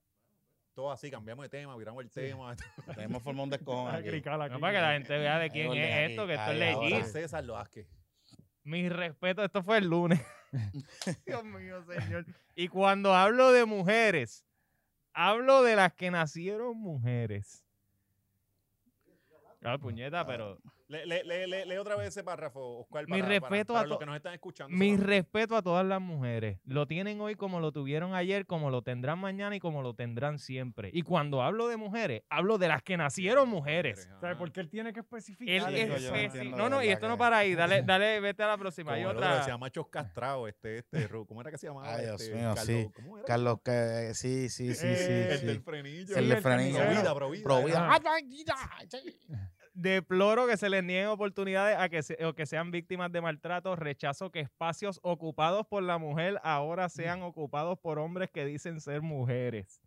C: Todo así, cambiamos de tema, viramos el tema.
E: Tenemos formado un descojón
B: Para
E: aquí.
B: clicar
D: No,
B: aquí.
D: para que la gente vea de
E: Hay
D: quién
E: orden
D: es
E: aquí,
D: esto, que esto es
E: hay orden.
D: legit.
E: Ahora.
C: César lo asque.
D: Mi respeto, esto fue el lunes. Dios mío, señor. Y cuando hablo de mujeres, hablo de las que nacieron mujeres. Ah, puñeta, pero
C: Le, le, le, le- lee otra vez ese párrafo, Oscar,
D: Mi
C: para, para-
D: respeto
C: para
D: a
C: los
D: to-
C: que nos están escuchando.
D: Mi
C: solamente.
D: respeto a todas las mujeres. Lo tienen hoy como lo tuvieron ayer, como lo tendrán mañana y como lo tendrán siempre. Y cuando hablo de mujeres, hablo de las que nacieron mujeres.
C: Ajá.
E: ah,
B: ¿Sabes por qué él tiene que especificar?
D: Él
E: Dale,
D: es
E: no, yo no
D: especi-
E: entiendo de
D: no, no, y
E: verdad
D: esto no
E: que-
D: para ahí. Dale, dale, vete a la próxima.
C: Como
D: Hay
C: el otro que se
D: otra.
C: llama Chos Castrao, este, este, Ru- ¿cómo era que se llamaba?
E: Ay, Dios
C: este,
E: mío, sí.
C: ¿cómo era?
E: Carlos, que sí, sí, sí,
B: Eh,
E: sí.
C: El
E: sí.
C: del frenillo.
E: El
B: Sí,
E: de
B: el
E: Franillo.
B: tercero.
C: Provida, provida.
E: Provida.
B: Ajá.
E: Ah, tranquila, sí.
D: Deploro que se les nieguen oportunidades a que, se- o que sean víctimas de maltrato. Rechazo que espacios ocupados por la mujer ahora sean ocupados por hombres que dicen ser mujeres.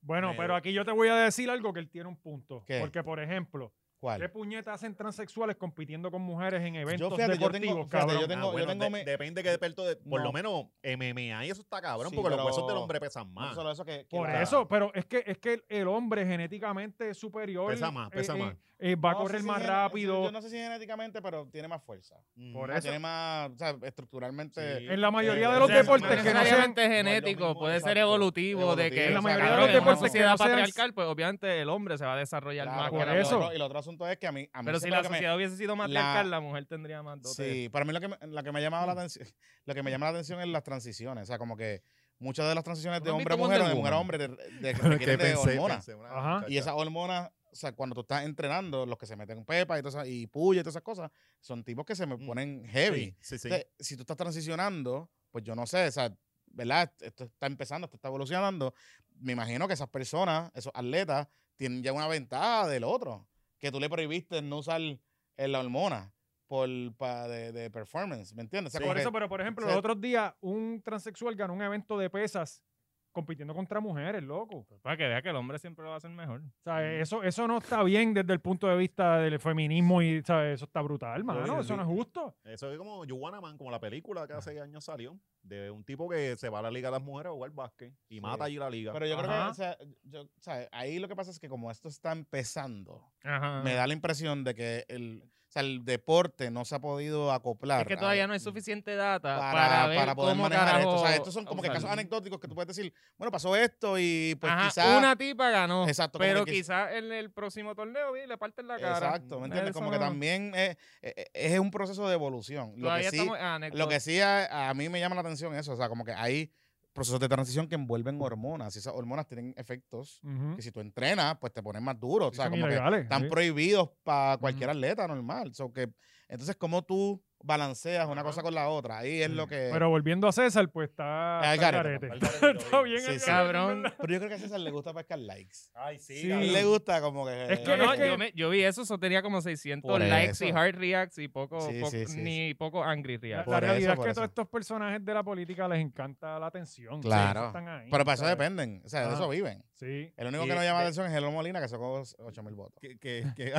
B: Bueno,
C: Me-
B: pero aquí yo te voy a decir algo que él tiene un punto.
E: ¿Qué?
B: Porque, por ejemplo, ¿qué
E: ¿Cuál?
B: puñetas hacen transexuales compitiendo con mujeres en eventos
E: fíjate, yo tengo-
B: deportivos,
E: fíjate,
B: cabrón?
E: yo tengo-
C: Ah, bueno,
E: tengo
C: de-
E: mi-
C: Depende que depende de, por
E: No.
C: lo menos MMA y eso está cabrón,
E: Sí,
C: porque los
E: pero-
C: huesos del hombre pesan
E: No
C: más.
E: solo eso que. que
B: Por
E: la-
B: eso, pero es que, es que el, el hombre genéticamente es superior.
C: Pesa más,
B: eh,
C: pesa
B: eh,
C: más.
B: eh, va a
E: No sé
B: correr
E: si
B: más
E: gene-
B: rápido.
E: Yo no sé si genéticamente, pero tiene más fuerza.
C: Mm.
B: por
E: Ah,
B: eso.
E: Tiene más, o sea, estructuralmente.
C: Sí.
B: En la mayoría de
E: Eh,
B: los
E: o sea,
B: deportes que no sean...
D: necesariamente
E: no es lo
D: genético,
E: mismo,
D: puede ser
E: exacto,
D: evolutivo, de que
E: evolutivo,
B: En la
E: o sea,
B: mayoría de
D: cabrón,
B: los
D: en una
B: deportes que
D: sociedad
B: no sean-
D: patriarcal, pues obviamente el hombre se va a desarrollar
E: claro,
D: más. que
E: por
D: la
B: eso.
E: eso.
D: mujer.
E: y el otro asunto es que a mí. A mí
D: Pero
E: eso
D: si
E: fue
D: la
E: lo que me-
D: sociedad hubiese sido matriarcal,
E: la-
D: la, mujer tendría más dotes.
E: Sí, para mí lo que, me- lo que me
C: mm.
E: ha llamado la atención, lo que me llama la atención es las transiciones. O sea, como que muchas de las transiciones
D: ¿Tú
E: de
D: no has
E: hombre a
D: visto
E: mujer o de
D: Wonder
E: mujer a
D: Woman?
E: hombre de, de,
C: Pero es
E: requieren de
C: pensé-
E: hormonas.
C: pensé una
B: Ajá.
E: Y
C: muchacha.
E: esas hormonas, o sea, cuando tú estás entrenando, los que se meten pepa y todas esas- y puya y todas esas cosas, son tipos que se me
C: Mm.
E: ponen heavy.
C: Sí, sí, sí.
E: Entonces, si tú estás transicionando, pues yo no sé, o sea, ¿verdad? Esto está empezando, esto está evolucionando. Me imagino que esas personas, esos atletas, tienen ya una ventaja del otro. Que tú le prohibiste no usar eh, la hormona por, pa- de, de performance, ¿me entiendes? O sea,
C: Sí.
E: como
B: Por
E: que-
B: eso, pero por ejemplo,
E: o sea-
B: los otros días un transexual ganó un evento de pesas compitiendo contra mujeres, loco.
D: Pues, Para que vea que el hombre siempre lo va a hacer mejor.
B: O sea, eso, eso no está bien desde el punto de vista del feminismo y ¿sabes? eso está brutal, mano.
C: sí,
B: Eso
C: sí.
B: no es justo.
C: Eso es como Juana Man, como la película que hace años salió, de un tipo que se va a la Liga de las Mujeres a jugar básquet y mata allí la liga.
E: Pero yo creo
B: Ajá.
E: que, o sea, yo- o sea, ahí lo que pasa es que como esto está empezando,
D: Ajá.
E: me da la impresión de que el, o sea, el deporte no se ha podido acoplar.
D: Es que todavía
E: a-
D: no hay suficiente data
E: para,
D: para, ver
E: para poder
D: cómo
E: manejar
D: carajo
E: esto. O sea, estos son como que casos
D: usarlo.
E: anecdóticos que tú puedes decir, bueno, pasó esto y pues
D: Ajá,
E: quizás.
D: una tipa ganó.
E: Exacto, como
D: pero
E: que quiz-
D: quizás en el próximo torneo viene y le parten la cara.
E: Exacto, ¿me entiendes? Como que
D: Eso-
E: también es, es- es un proceso de evolución. Lo que
D: Todavía
E: sí,
D: estamos ah, en
E: lo
D: anécdota.
E: que sí a, a mí me llama la atención eso, o sea, como que hay procesos de transición que envuelven hormonas y esas hormonas tienen efectos
B: Ujú.
E: que si tú entrenas, pues te pones más duro, o sea,
B: Son
E: como que
B: ilegales,
E: están
B: sí.
E: prohibidos para cualquier atleta normal. So que, entonces, ¿cómo tú balanceas una cosa con la otra? Ahí es lo que...
B: Pero volviendo a César, pues está.
E: Ah,
B: está
E: garete,
B: garete.
C: está garete,
B: Está bien,
E: Sí,
B: el
E: sí.
B: garete, en
D: Cabrón.
B: verdad.
E: Pero yo creo que a César le gusta pescar likes.
C: Ay, sí,
B: Sí.
E: A él
C: cabrón.
E: le gusta como que...
B: Es
D: No,
B: que-
D: no, yo, me- yo vi eso, eso tenía como 600
E: Por
D: likes y
E: eso.
D: hard reacts y poco,
E: Sí,
D: poco-
E: sí, sí,
D: ni poco angry
B: La,
D: reacts.
E: Por eso,
B: realidad es
E: por
B: que
E: eso.
B: todos estos personajes de la política les encanta la atención.
E: Claro.
B: Sí, están ahí,
E: Pero para eso
B: ¿sabes?
E: dependen, o sea, de
B: Ajá.
E: eso viven.
B: Sí.
E: El único
C: Y
E: que no llama la
C: de-
E: atención es Hello Molina, que sacó 8 mil votos.
C: Que, que, que-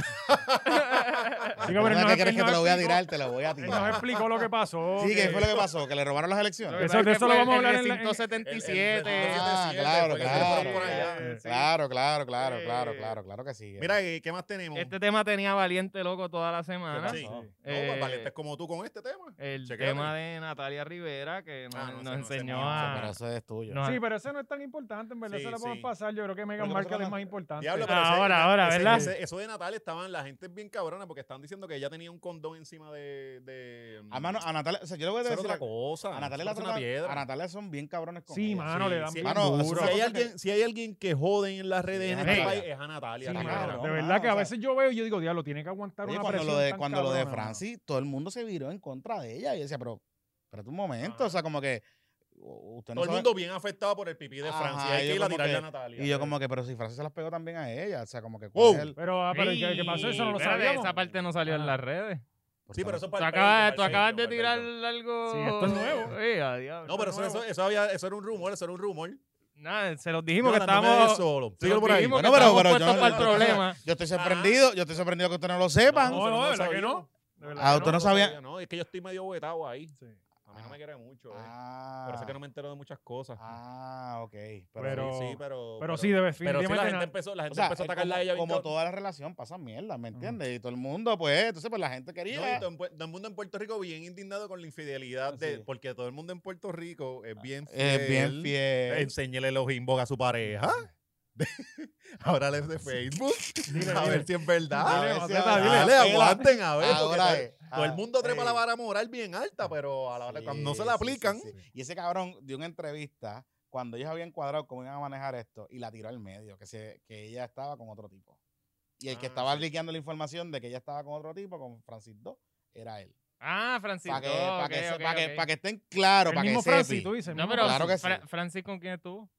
B: Digo, pero él
E: Perdona, ¿Qué
B: nos-
E: crees
B: él
E: que te
B: nos
E: lo voy a
B: explicó-
E: tirar? Te lo voy a
B: Él nos
E: tirar.
B: explicó lo que pasó.
E: Sí,
B: que-
E: ¿qué fue lo que pasó? Que le robaron las elecciones.
B: Eso- de eso lo vamos a hablar en la- en-
D: 177.
E: Ah,
C: 77,
E: claro,
C: porque se
E: claro.
C: fueron por allá.
B: Sí.
E: Claro, claro, claro, claro,
D: Sí.
E: claro, claro que sí.
C: Mira, ¿y ¿qué más tenemos?
D: Este tema tenía valiente loco toda la semana.
C: Sí. No,
D: Eh,
C: pues, valiente es como tú con este tema.
D: El
C: Chequéate.
D: tema de Natalia Rivera que nos,
C: Ah, no, ese
D: nos
C: no, ese no,
D: enseñó
C: ese
D: a.
C: no,
E: pero eso es tuyo.
D: nos-
B: Sí, pero eso no es tan importante, en verdad
C: Sí,
B: se lo podemos
C: sí.
B: pasar. Yo creo que Megan
E: qué
B: Markle
E: pasa?
B: es más importante.
C: Diablo,
B: Ah,
C: pero ese-
D: Ahora,
C: ese-
D: ahora,
C: ese-
D: ¿verdad?
C: ese- eso de Natal estaban, la gente es bien cabrona porque están diciendo que ella tenía un condón encima de. de
E: A, mano, a Natalia, o sea, yo le voy a
C: Eso era
E: decir
C: otra
E: algo.
C: cosa.
E: A Natalia,
C: eso
E: la
C: es una
E: tratan-
C: piedra.
E: a Natalia son bien cabrones con
B: Sí,
E: ella.
B: mano,
C: Sí,
B: le dan
C: sí,
B: bien
E: mano,
B: duro.
E: eso es
C: Si hay,
E: cosa
C: alguien, si hay alguien que jode en las redes en
E: Sí,
C: este
E: Natalia.
C: país, es a Natalia.
B: Sí,
C: la cabrona.
E: mano,
B: de
E: cabrón,
B: verdad
E: mano,
B: que a
E: Ah, o sea-
B: veces yo veo y yo digo, diablo, tiene que aguantar
E: Oye,
B: una
E: cuando
B: presión
E: lo de,
B: tan
E: cuando lo de
B: cabrona, mano".
E: Francis, todo el mundo se viró en contra de ella. Y yo decía, pero espérate un momento, o sea, como que u- usted no
C: Todo el
E: sabe-
C: mundo bien afectado por el pipí de
E: Ajá,
C: Francia. Hay
E: yo
C: que ir a
E: como
C: tirarle
E: que-
C: a Natalia.
E: Y yo como que, pero si Francis se las pegó también a ella, o sea, como que...
C: Wow.
E: ¿cuál es el-
B: Pero, ah, pero ¿qué,
D: Ey,
B: qué pasó? Eso no lo
D: espérate,
B: sabíamos.
D: Esa parte no salió
B: Ah.
D: en las redes.
C: Sí, pero eso es
D: Tú
C: para el
D: acabas,
C: peito,
D: tú
C: para el
D: acabas de
C: peito, para
D: tirar
C: el peito.
D: algo.
B: Sí, esto es nuevo.
D: Sí, a diablo,
C: No, pero
D: esto
C: eso,
D: es
C: eso,
D: nuevo.
C: eso, había, eso era un rumor, eso era un rumor.
D: Nada, se los dijimos que
C: Jonathan, no me
D: estábamos.
C: dejes solo.
D: se
C: Síguelo
D: los
C: por ahí.
D: dijimos que
E: Bueno, pero-
D: estábamos
E: pero yo
D: puestos
E: no-
D: para el
E: yo no-
D: problema.
E: Yo estoy
C: Ajá.
E: sorprendido, yo estoy sorprendido que ustedes no lo sepan.
B: No, no,
C: eso Ah. no
B: de
C: lo
B: verdad que
C: sabía.
B: no. De verdad
E: Ah,
B: que
E: usted no
C: lo
E: sabía.
C: No, es que yo estoy medio vetado ahí.
B: Sí.
C: A mí no
E: Ah.
C: me quiere mucho. eh.
E: Ah,
C: Por eso es que no me entero de muchas cosas.
E: ah, ok. Pero,
B: Pero-
C: sí, sí, pero.
B: Pero sí, debe-
C: Pero sí, la
B: definitivamente.
C: gente
B: na-
C: empezó, la gente
E: o sea,
C: empezó a
E: es
C: atacarla a
E: como,
C: ella. bien
E: como
C: cabrón.
E: toda la relación pasa mierda, ¿me entiendes? Y todo el mundo, pues, entonces pues la gente
C: No,
E: quería...
C: y todo en Pue- todo el mundo en Puerto Rico bien indignado con la infidelidad, de,
E: Ah, Sí. Ah, eh,
C: porque todo el mundo en Puerto Rico es bien fiel. Ah,
E: es bien fiel.
C: Enséñele los inbox a su pareja. Ahora les de Facebook. a ver si es verdad.
E: A
B: Dile,
E: ver si
B: Maceta,
E: ahora-
B: dile,
C: Dale,
E: Ah,
C: aguanten, a ver. porque
E: Ahora
C: todo-
E: es.
C: todo el
E: Ah,
C: mundo trepa la
E: ey.
C: vara moral bien alta, pero a la hora, cuando no se la
E: Sí, sí,
C: aplican.
E: sí, sí. Y ese cabrón dio una entrevista cuando ellos habían cuadrado cómo iban a manejar esto y la tiró al medio, que, se, que ella estaba con otro tipo. Y el que
C: Ah,
E: estaba
C: sí.
E: liqueando la información de que ella estaba con otro tipo, con Francis 2, era él.
D: Ah, Francisco.
E: Para que, pa'
D: ok,
E: que, se-
D: ok,
E: pa' que-
D: ok.
E: pa' que estén claros,
B: El
E: para que
B: mismo
E: sepan.
B: Francis, tú dices. el
D: No,
B: mismo
D: pero
E: Claro que
D: Fra-
E: sí.
D: Francis, ¿con quién estuvo?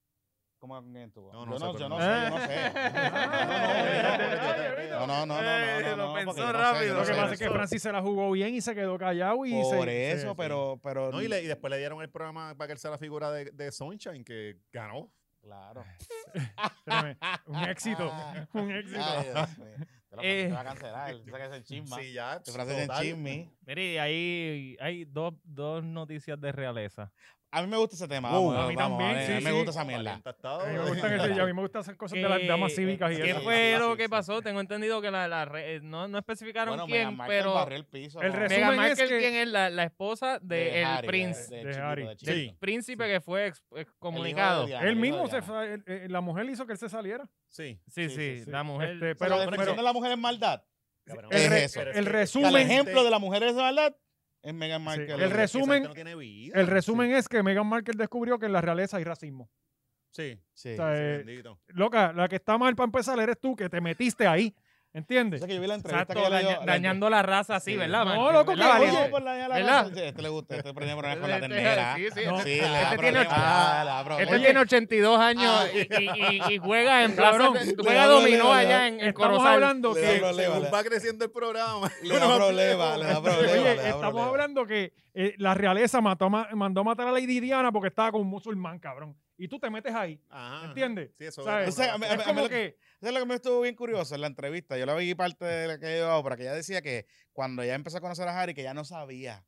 E: ¿Cómo con quién estuvo?
C: No, no
E: yo,
C: sé,
E: no,
C: pero
E: yo
C: no
E: no
C: sé.
E: sé, yo no sé.
B: Ah.
E: No, no, no, no, no,
D: Eh,
E: no, no,
D: lo
E: no, porque
D: pensó
E: yo no sé,
D: rápido.
E: yo no
B: Lo
E: sé,
B: que
E: yo
B: pasa
E: no
B: es que
E: sé.
B: Francis se la jugó bien y se quedó callado y
E: Por
B: se...
E: eso,
B: sí.
E: pero... pero
C: No, y, le- y después le dieron el programa para que él sea la figura de, de Sunshine, que ganó.
E: Claro.
B: Espérame, Un éxito, un éxito.
E: Ay, Dios mío. Te lo
D: Eh.
E: te va a cancelar. Tú sabes que es el chisma.
C: Sí, ya.
E: Tu frase es el
C: total.
E: chisme.
D: Mire, ahí hay dos, dos noticias de realeza.
E: A mí me gusta ese tema.
B: Wow.
E: vamos,
B: A mí
E: vamos,
B: también,
E: a mí-
B: sí,
E: a mí me
B: sí.
E: gusta esa mierda.
C: Valiente ha
B: A
C: estado.
B: mí me gustan esas- a mí me gustan esas cosas de las
D: Eh,
B: damas cívicas y
D: ¿Qué
B: eso.
D: fue
C: Sí,
D: lo
C: sí,
D: que
C: sí.
D: pasó? Tengo entendido que la, la re- eh, no, no especificaron
E: Bueno,
D: quién,
E: Meghan Markle
D: pero
E: barrió el piso.
B: el
E: ¿no?
B: resumen
D: Meghan Markle,
B: es que-
D: ¿quién es la, la esposa del
E: De Harry,
D: prince?
E: del
B: De
E: chiquito,
B: Harry.
E: del
C: Sí.
E: chiquito.
D: príncipe
E: Sí.
D: que fue ex-
E: El hijo de
D: excomunicado.
E: Diana, el
B: Él
E: hijo
B: mismo,
E: de
B: se,
E: Diana.
B: fue- él- él- la mujer hizo que él se saliera.
C: Sí.
D: Sí, sí,
E: Sí, sí, sí.
D: la mujer.
B: Este,
E: Pero,
B: Pero-
E: la definición
B: pero-
E: de la mujer es maldad.
C: Cabrón,
E: Es
B: El, re-
E: eso.
C: pero
B: el
C: que-
E: O sea, El
B: resumen,
E: ejemplo de la mujer es maldad es Meghan Markle.
B: el
E: Lo que-
B: resumen-
C: Esa gente no tiene vida.
B: el resumen es que Meghan Markle descubrió que en la realeza hay racismo.
C: Sí.
E: Sí.
B: o sea,
C: sí,
B: eh,
C: bendito.
B: Loca, la que está mal para empezar eres tú que te metiste ahí. ¿Entiendes?
E: Sé que yo vi la entrevista
D: Exacto,
E: que le
D: daña-
E: dio- la-
D: dañando la raza así,
E: Sí.
D: ¿verdad?
B: No,
D: Martín?
B: loco,
D: ¿Verdad,
B: que
D: Martín?
B: oye,
E: por la- la-
D: ¿Verdad?
E: Sí, Este le gusta, este prende problemas con la
D: Este-
E: ternera.
D: sí, sí.
E: Sí, le da
D: Este tiene
E: problemas.
D: ocho-
E: Ah, le da
D: Este
E: problemas.
D: tiene 82 años y, y- y- y juega en plaza,
B: Cabrón,
D: Ah, de-
E: le
D: juega
E: hablo, le
D: dominó
E: hablo.
D: allá en, en
B: Estamos
D: Corozal.
B: hablando
E: Le
B: que
E: da problema,
C: Según
E: le-
C: va creciendo el programa.
E: Le da problemas, le da problemas.
B: Oye,
E: le da
B: estamos
E: problemas.
B: hablando que eh, la realeza mató a ma- mandó a matar a Lady Diana porque estaba con un musulmán, cabrón. Y tú te metes ahí,
C: Ajá.
B: ¿entiendes?
C: Sí, eso
B: ¿Sabes?
E: O sea, a mí- a mí-
B: Es
E: a mí
B: como
E: lo-
B: que,
E: ¿Sabes lo que me estuvo bien curioso en la entrevista? Yo la vi parte de la que llevaba, pero que ella decía que cuando ella empezó a conocer a Harry, que ella no sabía.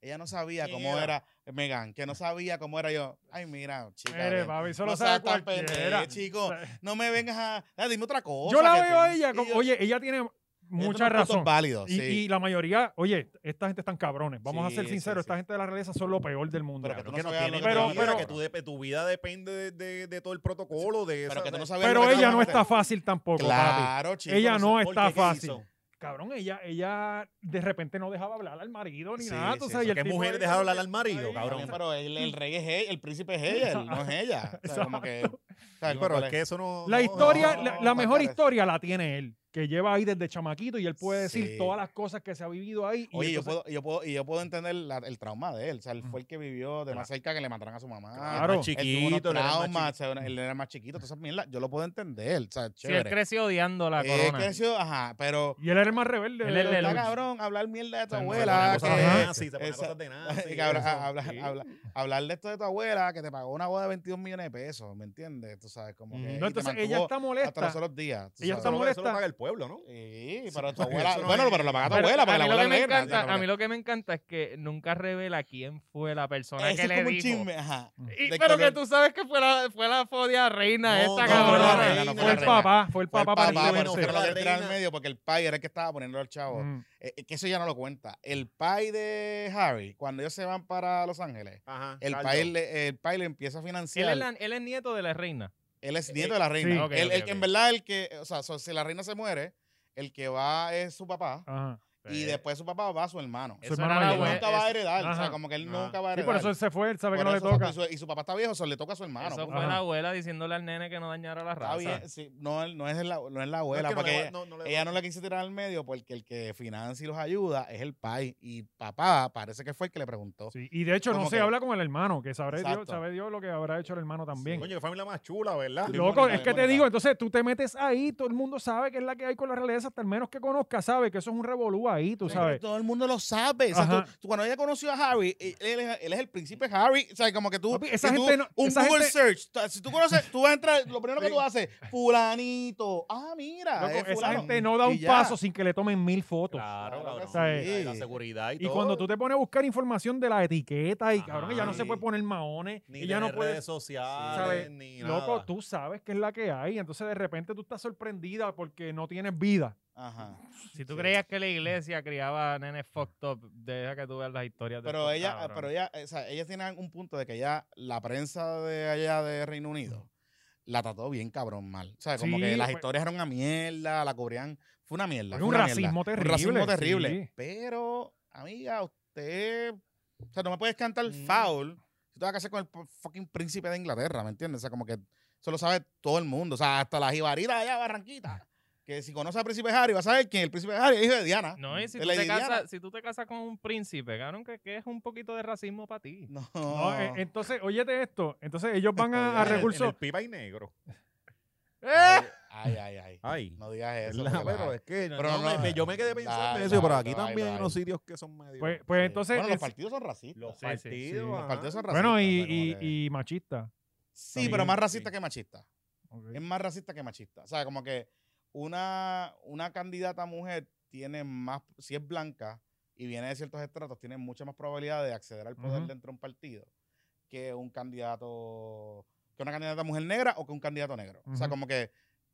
E: Ella no sabía
C: ¿Quién
E: cómo
C: era?
E: era Megan, que no sabía cómo era yo. Ay, mira, chica.
B: mire,
E: ven,
B: papi, eso
E: no
B: lo
E: seas
B: sabe
E: tan
B: cualquiera.
E: pendeja, chico. No me vengas a. ah, dime otra cosa.
B: Yo la
E: que
B: veo a
E: te-
B: ella
E: y
B: como,
E: yo-
B: oye, ella tiene
E: tiene
B: mucha
E: unos puntos
B: razón.
E: válidos,
B: Y,
E: sí.
B: y la mayoría, oye, esta gente están cabrones. Vamos
E: Sí,
B: a ser
E: sí,
B: sinceros,
E: sí.
B: esta gente de la realeza son lo peor del mundo.
E: Pero que tú
B: cabrón.
E: no
C: Que no
E: sabías
C: tiene
E: lo que
B: pero-
C: pero,
B: pero-
C: que tu, de- tu vida depende de, de- de todo el protocolo de
E: Pero
C: esa-
E: que tú no
C: de-
E: sabías
B: Pero
E: lo que
B: ella no
E: te-
B: está fácil tampoco, papi.
E: Claro, chico.
B: Ella no
C: ¿Por
B: está
C: qué? ¿Qué
B: fácil.
C: hizo?
B: Cabrón, ella, ella de repente no dejaba hablar al marido ni
E: Sí,
B: nada. tú
E: sí,
B: sabes,
E: sí.
B: y el
C: ¿Qué
B: tipo
C: mujer
B: ahí
C: dejaron
B: como
C: hablar al
B: que-
C: marido,
B: Ay,
C: cabrón?
E: Pero el, el rey es ella, el príncipe es ella, él, no es ella. O sea, como que. ¿sabes
C: Sí, pero
E: cuál
C: es que eso no.
B: La
C: no-
B: historia,
E: no,
B: la,
E: no,
B: la mejor
E: Bacalao.
B: historia la tiene él, que lleva ahí desde chamaquito y él puede decir
E: Sí.
B: todas las cosas que se ha vivido ahí. y
E: Oye, yo
B: entonces-
E: puedo, yo puedo, y yo puedo entender la- el trauma de él. O sea, él fue el que vivió de más cerca que le mataron a su mamá.
B: Claro.
C: Más
E: Él tuvo unos
C: chiquito, era más
E: traumas, o sea, él era más chiquito, todas esas mierdas. Yo lo puedo entender. O sea,
D: Sí, él
E: chévere. Eh,
D: creció odiando la
E: Él
D: corona.
E: creció, ajá, pero.
B: Y él era el más rebelde.
D: Él
B: de
D: era
B: los
D: el-
E: Está
B: dos.
E: cabrón hablar mierda de tu
C: Se pone
E: abuela.
C: cosas
E: que-
C: de nazi, se pone
E: Esa-
C: cosas de nazi,
E: que habla-
C: eso,
E: habla-
C: sí.
E: habla- hablar de esto de tu abuela que te pagó una boda de 22 millones de pesos, ¿me entiendes? Tú sabes, como que.
B: No,
E: Eh, y te
B: entonces ella
E: mantuvo
B: está
E: Hasta los
B: molesta.
E: otros días. tú
B: Ella
E: sabes.
B: está
C: Eso lo- Eso
B: molesta.
C: lo paga el pueblo, ¿no?
E: Sí, pero tu
C: Eso
E: abuela.
C: no
E: bueno,
C: es-
E: pero lo paga tu
D: Pero
E: abuela, porque la
D: a mí lo
E: abuela
D: que me
E: negra,
D: encanta-
E: o sea,
D: a mí
E: como
D: lo que me encanta es que nunca revela quién fue la persona
E: Eso
D: que
E: es
D: le
E: como un
D: dijo.
E: chisme, ajá.
B: Mm.
D: Y-
E: de
D: pero que
E: color.
D: tú sabes que fue la, fue la fodia reina
E: No,
D: esta
E: no, no,
D: cabrona.
E: no, no, no, no,
B: Fue el
E: reina.
B: papá, fue el
E: Fue el
B: papá para
E: papá, pero
C: irse a
E: que
C: verse.
E: lo
C: La
E: quería tirar al
C: reina.
E: medio porque el pai era el que estaba poniendo al chavo.
B: Mm.
E: Eh, eh, que eso ya no lo cuenta. El pai de Harry, cuando ellos se van para Los Ángeles,
C: Ajá.
E: el
C: Carlos.
E: pai le, el pai le empieza a
D: Él
E: financiar.
D: es, la- él es nieto de la reina.
E: Él es nieto de la reina.
B: sí.
D: Ok,
E: Él-
D: ok,
E: el
D: ok.
E: que en verdad el que, o sea, so- si la reina se muere, el que va es su papá
B: Ajá.
E: y después su papá va a su hermano.
B: Su
D: Eso
B: hermano
D: era la
E: Él
B: mayor.
D: abue-
E: nunca va a heredar, o sea,
B: Ah, pues, Ajá.
E: como que él
C: Ah.
E: nunca va a
B: Sí,
E: heredar.
B: por eso él se fue, él sabe que
E: Por
B: no le
E: eso, exacto,
B: toca.
E: Y su, y su papá está viejo, eso le toca a su hermano.
D: Eso
E: punto.
D: fue
B: Ajá.
D: la abuela diciéndole al nene que no dañara a la
E: pues, Está
D: raza.
E: bien, sí, no, no es la, no es la
C: No, es
E: abuela,
C: que no le
E: porque
C: va-
E: ella-
C: no- no le va-
E: ella no la quiso tirar al medio porque el que financia y los ayuda es el pai. Y papá parece que fue el que le preguntó.
B: Sí, Y de hecho no
E: Como
B: se
E: que-
B: habla con el hermano, que sabrá Dios,
E: Exacto.
B: sabe Dios lo que habrá hecho el hermano también.
C: Coño, qué familia más chula, ¿verdad?
E: Bien
B: Loco,
E: bonita,
B: es
E: bien
B: que te
E: bonita.
B: digo, entonces tú te metes ahí, todo el mundo sabe que es la que hay con la realeza, hasta el menos que conozca sabe que eso es un revolú ahí, tú
E: Pero
B: sabes.
E: Todo el mundo lo sabe. O sea,
B: Ajá.
E: tú- tú- cuando ella conoció a Harry, él, él es, él es el príncipe Harry. O sea, como que tú.
B: Papi, esa
E: que tú-
B: gente no-
E: un
B: esa
E: Google
B: gente-
E: search. tú- Si tú conoces, tú vas a entrar. Lo primero que tú haces, fulanito. Ah, mira.
B: Loco,
E: es
B: esa
E: fulano.
B: gente no da
E: Y
B: un
E: ya.
B: paso sin que le tomen mil fotos.
C: Claro,
B: O
C: cabrón.
B: sea,
C: Sí, La
E: sí.
C: seguridad y
B: Y
C: todo.
B: cuando tú te pones a buscar información de la etiqueta y
C: Ajá.
B: cabrón, ella no se
C: Sí.
B: puede poner maones,
C: Ni
B: ella no
C: tener
B: puede.
C: redes sociales,
B: ¿sabes?
C: ni nada.
B: Loco, tú sabes que es la que hay, entonces de repente tú estás sorprendida porque no tienes vida.
E: Ajá.
D: Si tú creías que la iglesia criaba nenes fucked up, deja que tú veas las historias de
E: Pero
D: estos
E: ella,
D: cabrones.
E: pero ella, o sea, ella tiene un punto de que ya la prensa de allá de Reino Unido la trató bien cabrón mal. O sea, como que
B: Sí,
E: las
D: pues.
B: fue-
E: historias eran una mierda, la cubrían. Fue una mierda.
B: Era
E: fue
B: un
E: una
B: racismo
E: mierda.
B: terrible,
E: Un racismo terrible.
B: sí.
E: Pero, amiga, usted. O sea, no me puedes cantar
C: Mm.
E: foul si tú vas a casar con el po- fucking príncipe de Inglaterra, ¿me entiendes? O sea, como que eso lo sabe todo el mundo. O sea, hasta la jibarita allá, Barranquita. Que si conoce al príncipe Harry, vas a saber quién es el príncipe Harry, es hijo de Diana.
D: No, y si
E: de
D: tú,
E: la
D: te
E: Lady
D: casas,
E: Diana.
D: si tú te casas con un príncipe, cabrón, que, que es un poquito de racismo para ti.
E: No.
B: No, eh, entonces, óyete esto, entonces ellos van a, a
C: En
E: Oye,
C: el- En
B: recursos.
C: el pipa y negro.
D: ¡Eh!
E: Ay, ay, ay, ay.
C: Ay.
E: No digas eso.
C: La-
E: porque
C: pero
E: la-
C: es que
E: Pero
C: no,
E: no,
C: me- yo me quedé
E: la-
C: pensando en
E: la-
C: eso, pero
E: la-
C: aquí
E: la-
C: también
E: la-
C: hay unos sitios que son medio.
B: Pues, pues
E: sí.
B: entonces.
E: Bueno, los
B: es- ah,
E: partidos son racistas.
C: los
D: sí, sí, sí.
C: partidos.
E: los
C: ajá.
E: partidos son racistas. eh.
B: bueno, y,
E: o sea, como
B: y-
E: que-
B: y machista.
E: sí, pero más
C: también,
E: racista
C: sí.
E: que machista. Es más racista que machista. O sea, como que una, una candidata mujer tiene más, si es blanca y viene de ciertos estratos, tiene mucha más probabilidad de acceder al poder
B: Ujú.
E: dentro de un partido que un candidato, que una candidata mujer negra o que un candidato negro. O sea,
B: Ujú.
E: como que,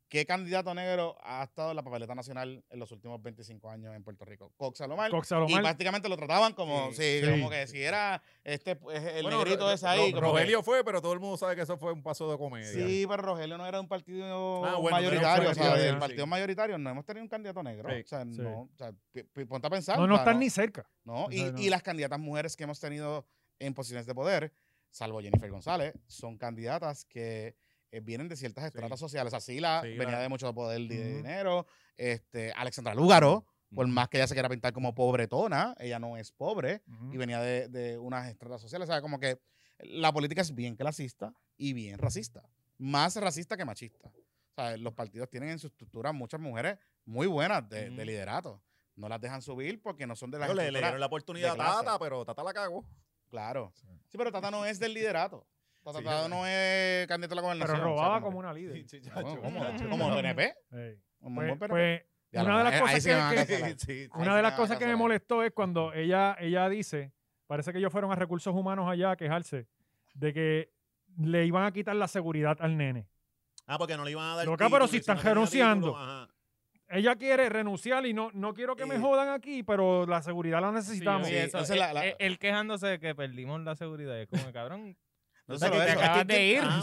E: ¿qué candidato negro ha estado en la papeleta nacional en los últimos 25 años en Puerto Rico? Cox Salomar.
B: Cox
E: Y
B: Salomar.
E: prácticamente lo trataban como,
C: Sí.
E: si-
B: Sí.
E: como que si era este, pues, el
C: Bueno,
E: negrito
C: Ro-
E: ese ahí.
C: Ro-
E: como que-
C: Rogelio fue, pero todo el mundo sabe que eso fue un paso de comedia.
E: Sí, pero Rogelio no era de un partido
C: Ah, bueno,
E: mayoritario.
B: pero fue
E: O sea,
B: mayoritario,
E: del
B: sí.
E: partido mayoritario no hemos tenido un candidato negro.
B: Sí,
E: o sea,
B: sí.
E: no. O sea, pi- pi- ponte a pensar.
B: No,
E: o
B: no
E: sea,
B: están ni cerca.
E: no,
B: o
E: y,
B: sea, no.
E: y las candidatas mujeres que hemos tenido en posiciones de poder, salvo Jennifer González, son candidatas que eh, vienen de ciertas estratas
C: Sí.
E: sociales. Así la
C: Sí,
E: venía
C: la-
E: de mucho poder y de
B: Ujú.
E: dinero. Este, Alexandra Lúgaro, por más que ella se quiera pintar como pobretona, ella no es pobre y venía de, de unas estratas sociales. O sea, como que la política es bien clasista y bien racista. Más racista que machista. O sea, los partidos tienen en su estructura muchas mujeres muy buenas de, de
C: Ujú.
E: liderato. No las dejan subir porque no son de la
C: Claro, le, le dieron la oportunidad a
E: de clase.
C: Tata, pero Tata la cagó.
E: Claro. Sí, pero Tata no es del liderato. Tata,
C: Sí,
E: Tata
C: ya.
E: no es candidato
B: Pero
E: a la gobernación. o sea,
B: robaba
E: que-
B: como una líder.
C: Sí,
E: No,
C: chacho.
E: ¿Cómo?
D: Chacho.
E: ¿Como PNP?
B: Ey.
E: ¿Un
B: Pues-
E: buen pues, PNP?
B: pues,
E: Ya
B: una
E: lo-
B: de las
E: ahí-
B: cosas
E: ahí sí
B: que-
E: me van a
B: que-
E: cancelar.
C: Sí,
E: Ahí
B: Una
E: sí
B: de las
E: me van a
B: cosas que me
E: cancelar.
B: molestó es cuando ella, ella dice, parece que ellos fueron a recursos humanos allá a quejarse de que le iban a quitar la seguridad al nene.
C: Ah, porque no le iban a dar.
B: Loca, pero
C: título,
B: si
C: y
B: están
C: no tenía
B: renunciando.
C: título, ajá.
B: Ella quiere renunciar y no, no quiero que me
C: Eh,
B: jodan aquí, pero la seguridad la necesitamos.
E: Sí, esa es la- la-
D: Él, e, él quejándose de que perdimos la seguridad. Es como, cabrón,
E: No
C: O sea,
E: solo
C: que
D: te
E: eso.
D: acabas de ir.
C: Ah,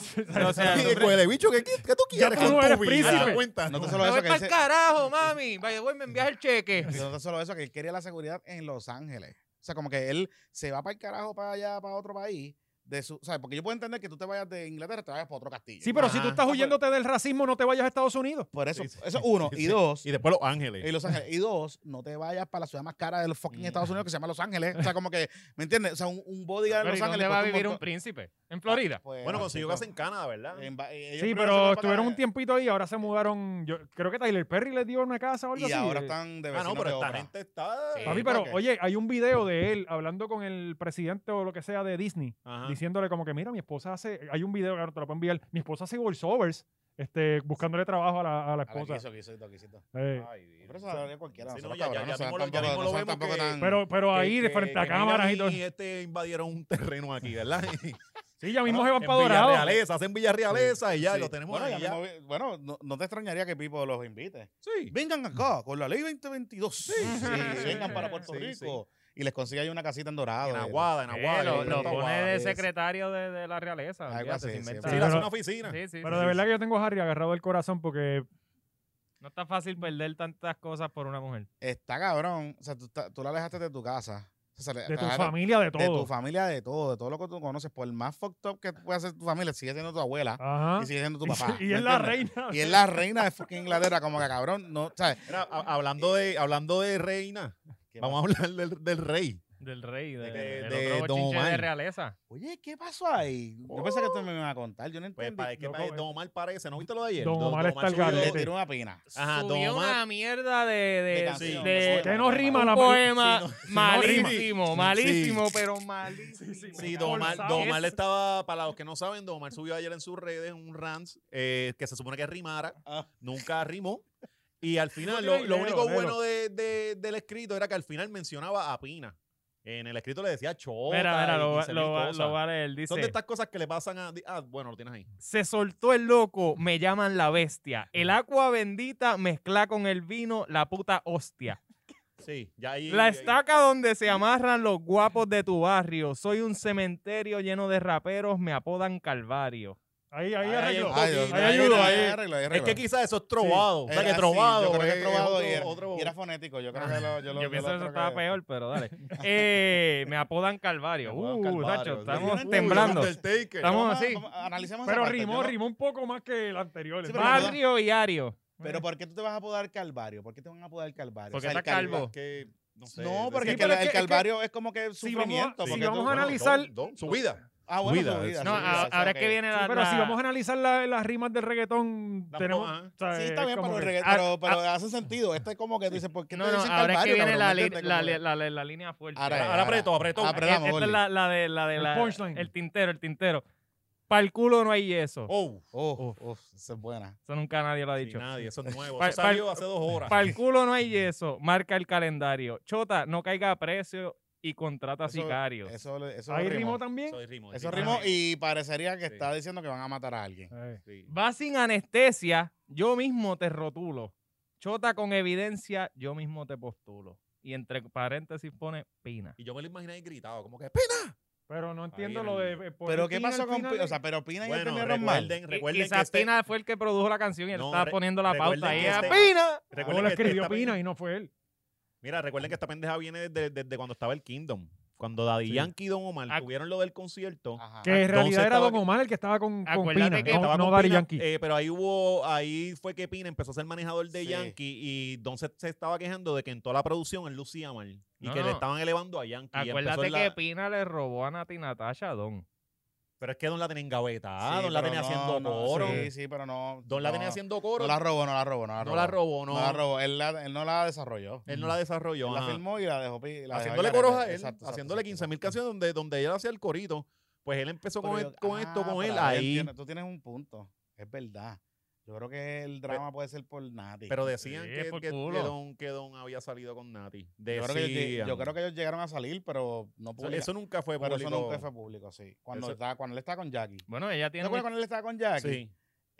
D: O sea,
C: Sí,
D: el hombre-
C: huele bicho, ¿qué, qué- qué tú quieres
B: tú no
C: con tu
B: eres
C: vida?
B: príncipe.
C: Cuenta.
E: No te
D: Me
E: solo
D: voy
E: eso que
D: pa'l
E: él se-
D: carajo, mami. Vaya, güey, me envías el cheque.
E: no tan solo eso, que él quería la seguridad en Los Ángeles. O sea, como que él se va para el carajo para allá, para otro país. De su, o sea, porque yo puedo entender que tú te vayas de Inglaterra, te vayas para otro castillo.
B: Sí, pero si
C: Ajá.
B: tú estás huyéndote del racismo, no te vayas a Estados Unidos.
E: Por eso,
C: Sí, sí.
E: eso uno.
C: Sí,
E: Y
C: sí.
E: dos,
C: Y después Los Ángeles.
E: Y Los Ángeles. Y dos, no te vayas para la ciudad más cara del fucking
D: Mm.
E: Estados Unidos que se llama Los Ángeles. O sea, como que, ¿me entiendes? O sea, un, un bodyguard de
D: Pero ¿y
E: Los
D: dónde
E: Ángeles.
D: va a
E: cuesta
D: vivir un
E: montón.
D: príncipe? ¿En Florida?
E: Pues,
C: bueno,
E: ah,
C: consiguió
E: chico,
C: casa en Canadá, ¿verdad?
E: en ba- ellos
B: Sí,
E: primero se fueron
B: pero
E: para
B: estuvieron
E: acá
B: un tiempito ahí, ahora se mudaron. Yo creo que Tyler Perry les dio una casa o algo
E: Y
B: así.
E: ahora
B: eh.
E: están de
C: Ah,
E: vecinos
C: no, pero
E: de
C: esta
E: obra.
C: gente está.
E: Sí.
B: Papi,
E: ¿por
B: pero
E: qué?
B: oye, hay un video de él hablando con el presidente o lo que sea de Disney,
C: Ajá.
B: diciéndole como que, mira, mi esposa hace, hay un video, claro, te lo puedo enviar, mi esposa hace voiceovers, este, buscándole trabajo a la, a la
E: A la
B: esposa.
E: quiso, quiso, quiso, quiso.
B: Eh,
C: Ay, Dios.
E: Pero eso lo haría cualquiera.
C: Sí,
E: nosotros,
C: no, ya-
E: cabrón,
C: ya- ya
E: no sean
C: mismo lo- ya
E: tampoco-
C: mismo lo
E: no sean
C: vemos
E: tampoco
C: que-
E: tan-
B: pero, pero ahí,
C: Que-
B: de
C: que-
B: frente a
C: que mira,
B: cámaras y
C: mí
B: todo.
C: este invadieron un terreno aquí, ¿verdad? Y-
B: Sí, ya mismo
C: Bueno,
B: se van
C: en
B: para Dorado.
C: Villarrealeza, hacen Villarrealeza y ya
E: Sí.
C: lo tenemos
E: bueno,
C: ahí. ya.
E: ya mismo vi- bueno, no, no te extrañaría que Pipo los invite.
C: Sí.
E: Vengan acá con la ley 2022.
C: sí,
E: vengan para Puerto
C: sí, sí.
E: Rico. Y les consigue ahí una casita en Dorado.
C: En
E: eh,
C: Aguada, en Aguada.
D: Eh, lo,
E: sí,
D: lo
E: sí,
D: pone
E: guau,
D: de
E: sí.
D: secretario de, de la realeza.
E: Algo
D: olvídate,
E: así,
D: se
E: sí,
D: inventa.
E: pero-
C: Sí,
B: Pero-
C: la zona oficina.
D: Sí, sí,
B: Pero
D: sí.
B: de verdad que yo tengo a Harry agarrado del corazón porque
D: No está fácil perder tantas cosas por una mujer.
E: Está cabrón. O sea, tú, ta- tú la alejaste de tu casa. O sea, le-
B: de
E: te
B: tu
E: la-
B: familia, de
E: De tu
B: todo.
E: familia, de todo, de todo lo que tú conoces. Por más fucked up que tú puedas ser tu familia, sigue siendo tu abuela
B: Ajá.
E: y sigue siendo tu
B: Y-
E: papá.
B: Y
E: ¿me
B: es la
E: entiendes?
B: reina.
E: Y es la reina de fucking Inglaterra, como que cabrón, no, ¿sabes?
C: Mira, a- hablando, de, hablando de reina,
E: ¿Qué
C: vamos a hablar del, del rey.
D: Del rey, de,
C: que-
D: del
C: de
D: otro
C: Don
D: bochinche de
C: Omar.
D: realeza.
E: Oye, ¿qué pasó ahí? Yo pensé que tú me ibas a contar, yo no
C: Pues
E: entendí.
C: para que
B: loco,
C: para-
B: eh.
C: Don Omar parece, ¿no viste lo de ayer?
B: Don Omar está al
C: subió-
E: le
B: garete.
E: tiró una pina.
C: Ajá, Don
D: Subió
C: Omar.
D: una mierda de, de-
E: De canción,
D: de-
E: de poema.
B: Que no rima
D: un
B: la
D: poema
C: Sí, no-
D: malísimo, malísimo,
C: Sí.
D: pero malísimo.
C: Sí, Don Omar,
D: Forzado.
C: Don Omar estaba, para los que no saben, Don Omar subió ayer en sus redes un rant eh, que se supone que rimara,
E: Ah.
C: nunca rimó. Y al final,
B: No
C: lo,
B: tiene
C: lo
B: idea,
C: único
B: Lelo.
C: bueno de- de- del escrito era que al final mencionaba a Pina. En el escrito le decía chota.
D: Mira, mira,
C: y
D: lo, va-
C: 15.000
D: lo, va-
C: cosas.
D: lo va a leer. Dice,
C: Son de estas cosas que le pasan a. Ah, bueno, lo tienes ahí.
D: se soltó el loco, me llaman la bestia. El agua bendita mezcla con el vino, la puta hostia.
C: Sí, ya ahí.
D: La
C: ahí-
D: estaca donde se amarran los guapos de tu barrio. Soy un cementerio lleno de raperos, me apodan Calvario.
B: Ahí, ahí
C: Ahí,
B: arregló.
C: ahí, ahí,
B: ahí ayudo,
E: ayuda,
B: ahí.
E: arreglo, ahí
C: Es
E: arreglo.
C: que quizás eso es trovado. o sea, que
E: Era así,
C: trovado.
E: yo creo que
C: es-
E: trovado
C: es
E: y era,
C: otro-
E: y era fonético. Yo creo que lo, yo lo-
D: Yo
E: yo
D: pienso
E: lo
D: que eso
E: creo
D: estaba
E: que-
D: peor, pero dale. Eh, me apodan Calvario.
C: Me apodan
D: Uh,
C: Calvario, sí.
D: tacho,
E: Yo no
D: estamos
E: entiendo.
D: temblando.
E: Uy,
C: Undertaker.
D: Estamos
E: Vamos a-
D: así.
E: vamos a- analicemos esa
B: Pero
E: parte,
B: rimó,
E: yo no-
B: rimó un poco más que el anterior.
E: Sí,
B: el
E: pero
B: más-
E: no-
D: Barrio y Ario.
E: Pero ¿por qué tú te vas a apodar Calvario? ¿Por qué te van a apodar Calvario?
D: Porque
E: O sea, el
D: está calvo.
E: Calva-
C: Que, no, sé,
E: No, porque
B: Sí,
E: el
B: pero
E: cal-
B: es que-
E: el
B: es que-
E: Calvario es como que
B: Si vamos a-
E: sufrimiento.
B: si
E: porque
B: vamos
E: tú-
B: a
E: bueno,
B: analizar-
C: Don- Don- su vida.
E: Ah, bueno,
C: Vida,
E: su vida,
D: No,
E: su
D: a-
E: vida, eso,
D: ahora es
E: ok.
D: que viene
B: Sí,
D: la.
B: pero si
D: la-
B: vamos a analizar la- las rimas del reggaetón,
C: Las
B: tenemos.
C: pomas, ajá.
B: o sea,
E: Sí,
B: es
E: está bien,
B: como
E: pero, el
B: que-
E: regga-
D: Ah,
E: pero, pero hace sentido. Este es como que tú dices, ¿por qué
D: No,
E: te
D: no,
E: dicen
D: ahora es que
E: Calvario,
D: viene
E: cabrón?
D: la,
E: ¿Me
D: li-
E: entiendes?
D: la,
E: Como que-
D: li- la, la- la línea fuerte.
E: Ahora,
D: Ah,
C: Ahora apretó, apretó.
E: Ah,
D: Esta
E: Apretamos,
D: es
E: Oli.
D: la, la de la de
B: El
D: la-
B: punchline.
D: el tintero, el tintero. Para el culo no hay eso.
C: Oh,
E: Oh, uf, esa es buena.
D: Eso nunca nadie lo ha
C: sí,
D: dicho.
C: nadie, eso es nuevo.
D: Pal-
C: Eso salió hace dos horas.
D: Para el culo no hay eso. Marca el calendario. Chota, no caiga a precio y contrata
E: Eso-
D: sicarios.
E: Eso, le- eso
B: Ahí
E: rimó.
B: rimó también.
C: Eso es ritmo.
E: Eso rimó y parecería que
C: Sí.
E: está diciendo que van a matar a alguien.
B: Eh,
C: Sí.
D: Va sin anestesia, yo mismo te rotulo. Chota con evidencia, yo mismo te postulo. Y entre paréntesis pone pina.
C: Y yo me lo imaginé ahí gritado, como que ¡Pina!
B: Pero no entiendo
C: Ahí
B: lo
C: en-
B: de. eh, poner
E: Pero ¿qué
B: Pina
E: pasó
B: al
E: con
B: final
E: Pina?
B: de-
E: O sea, pero Pina y él
C: Bueno,
E: terminaron mal.
C: recuerden, recuerden
D: y
C: que
D: quizás
C: este-
D: Pina fue el que produjo la canción y él
C: No,
D: estaba
C: re-
D: poniendo la
C: recuerden
D: pauta. Y
C: que
D: ella,
C: este-
D: ¡Pina!
B: No
C: recuerden
B: lo
C: que
B: escribió
C: esta pen-
B: Pina y no fue él.
C: Mira, recuerden que esta pendeja viene desde, desde cuando estaba el Kingdom. Cuando Daddy
B: Sí.
C: Yankee y Don Omar
D: Ah.
C: tuvieron lo del concierto,
E: Ajá.
B: Que en realidad era
C: estaba-
B: Don Omar el que estaba con, con
D: Acuérdate
B: Pina,
D: que
B: no,
C: estaba
B: no
C: con
B: Daddy
C: Pina,
B: Yankee.
C: eh, pero ahí hubo, ahí fue que Pina empezó a ser manejador de
E: Sí.
C: Yankee y Don se, se estaba quejando de que en toda la producción él lucía mal y
D: No,
C: que
D: no.
C: le estaban elevando a Yankee. y empezó
D: Acuérdate
C: en la-
D: que Pina le robó a Nati Natasha a Don.
C: Pero es que Don la tenía engavetada,
E: Sí,
C: Don la
E: pero
C: tenía
E: no,
C: haciendo
E: no,
C: coro.
E: Sí, sí, pero no.
C: Don la
E: no,
C: tenía haciendo coro.
E: No la robó, no la robó, no la robó.
C: no la robó,
E: No
C: no.
E: la robó. Él, la- él no la desarrolló.
C: Él no la desarrolló.
E: Él la
C: ajá.
E: filmó y la dejó. pi- la dejó
C: haciéndole
E: ahí la
C: coros a
E: rete.
C: él,
E: Exacto, exacto,
C: haciéndole
E: exacto,
C: 15.000
E: exacto.
C: canciones donde, donde él hacía el corito. Pues él empezó con,
E: Pero
C: el-
E: yo-
C: con
E: ah,
C: esto, con
E: pero
C: él,
E: ahora
C: ahí.
E: entiendo, tú tienes un punto. Es verdad. Yo creo que el drama puede ser por Nati.
C: Pero decían
D: Sí,
C: que,
D: por
C: que- que
D: culo.
C: don, que Don había salido con Nati.
E: yo, creo que ellos lleg-
C: Decían.
E: yo creo que ellos llegaron a salir, pero no
C: O sea,
E: pública.
C: Eso nunca fue
E: pero
C: público.
E: eso nunca fue público, sí. Cuando,
C: Eso-
E: estaba, cuando él estaba con Jackie.
D: Bueno, ella
E: ¿Te
D: tiene.
E: acuerdas
D: un-
E: cuando él estaba con Jackie?
C: Sí,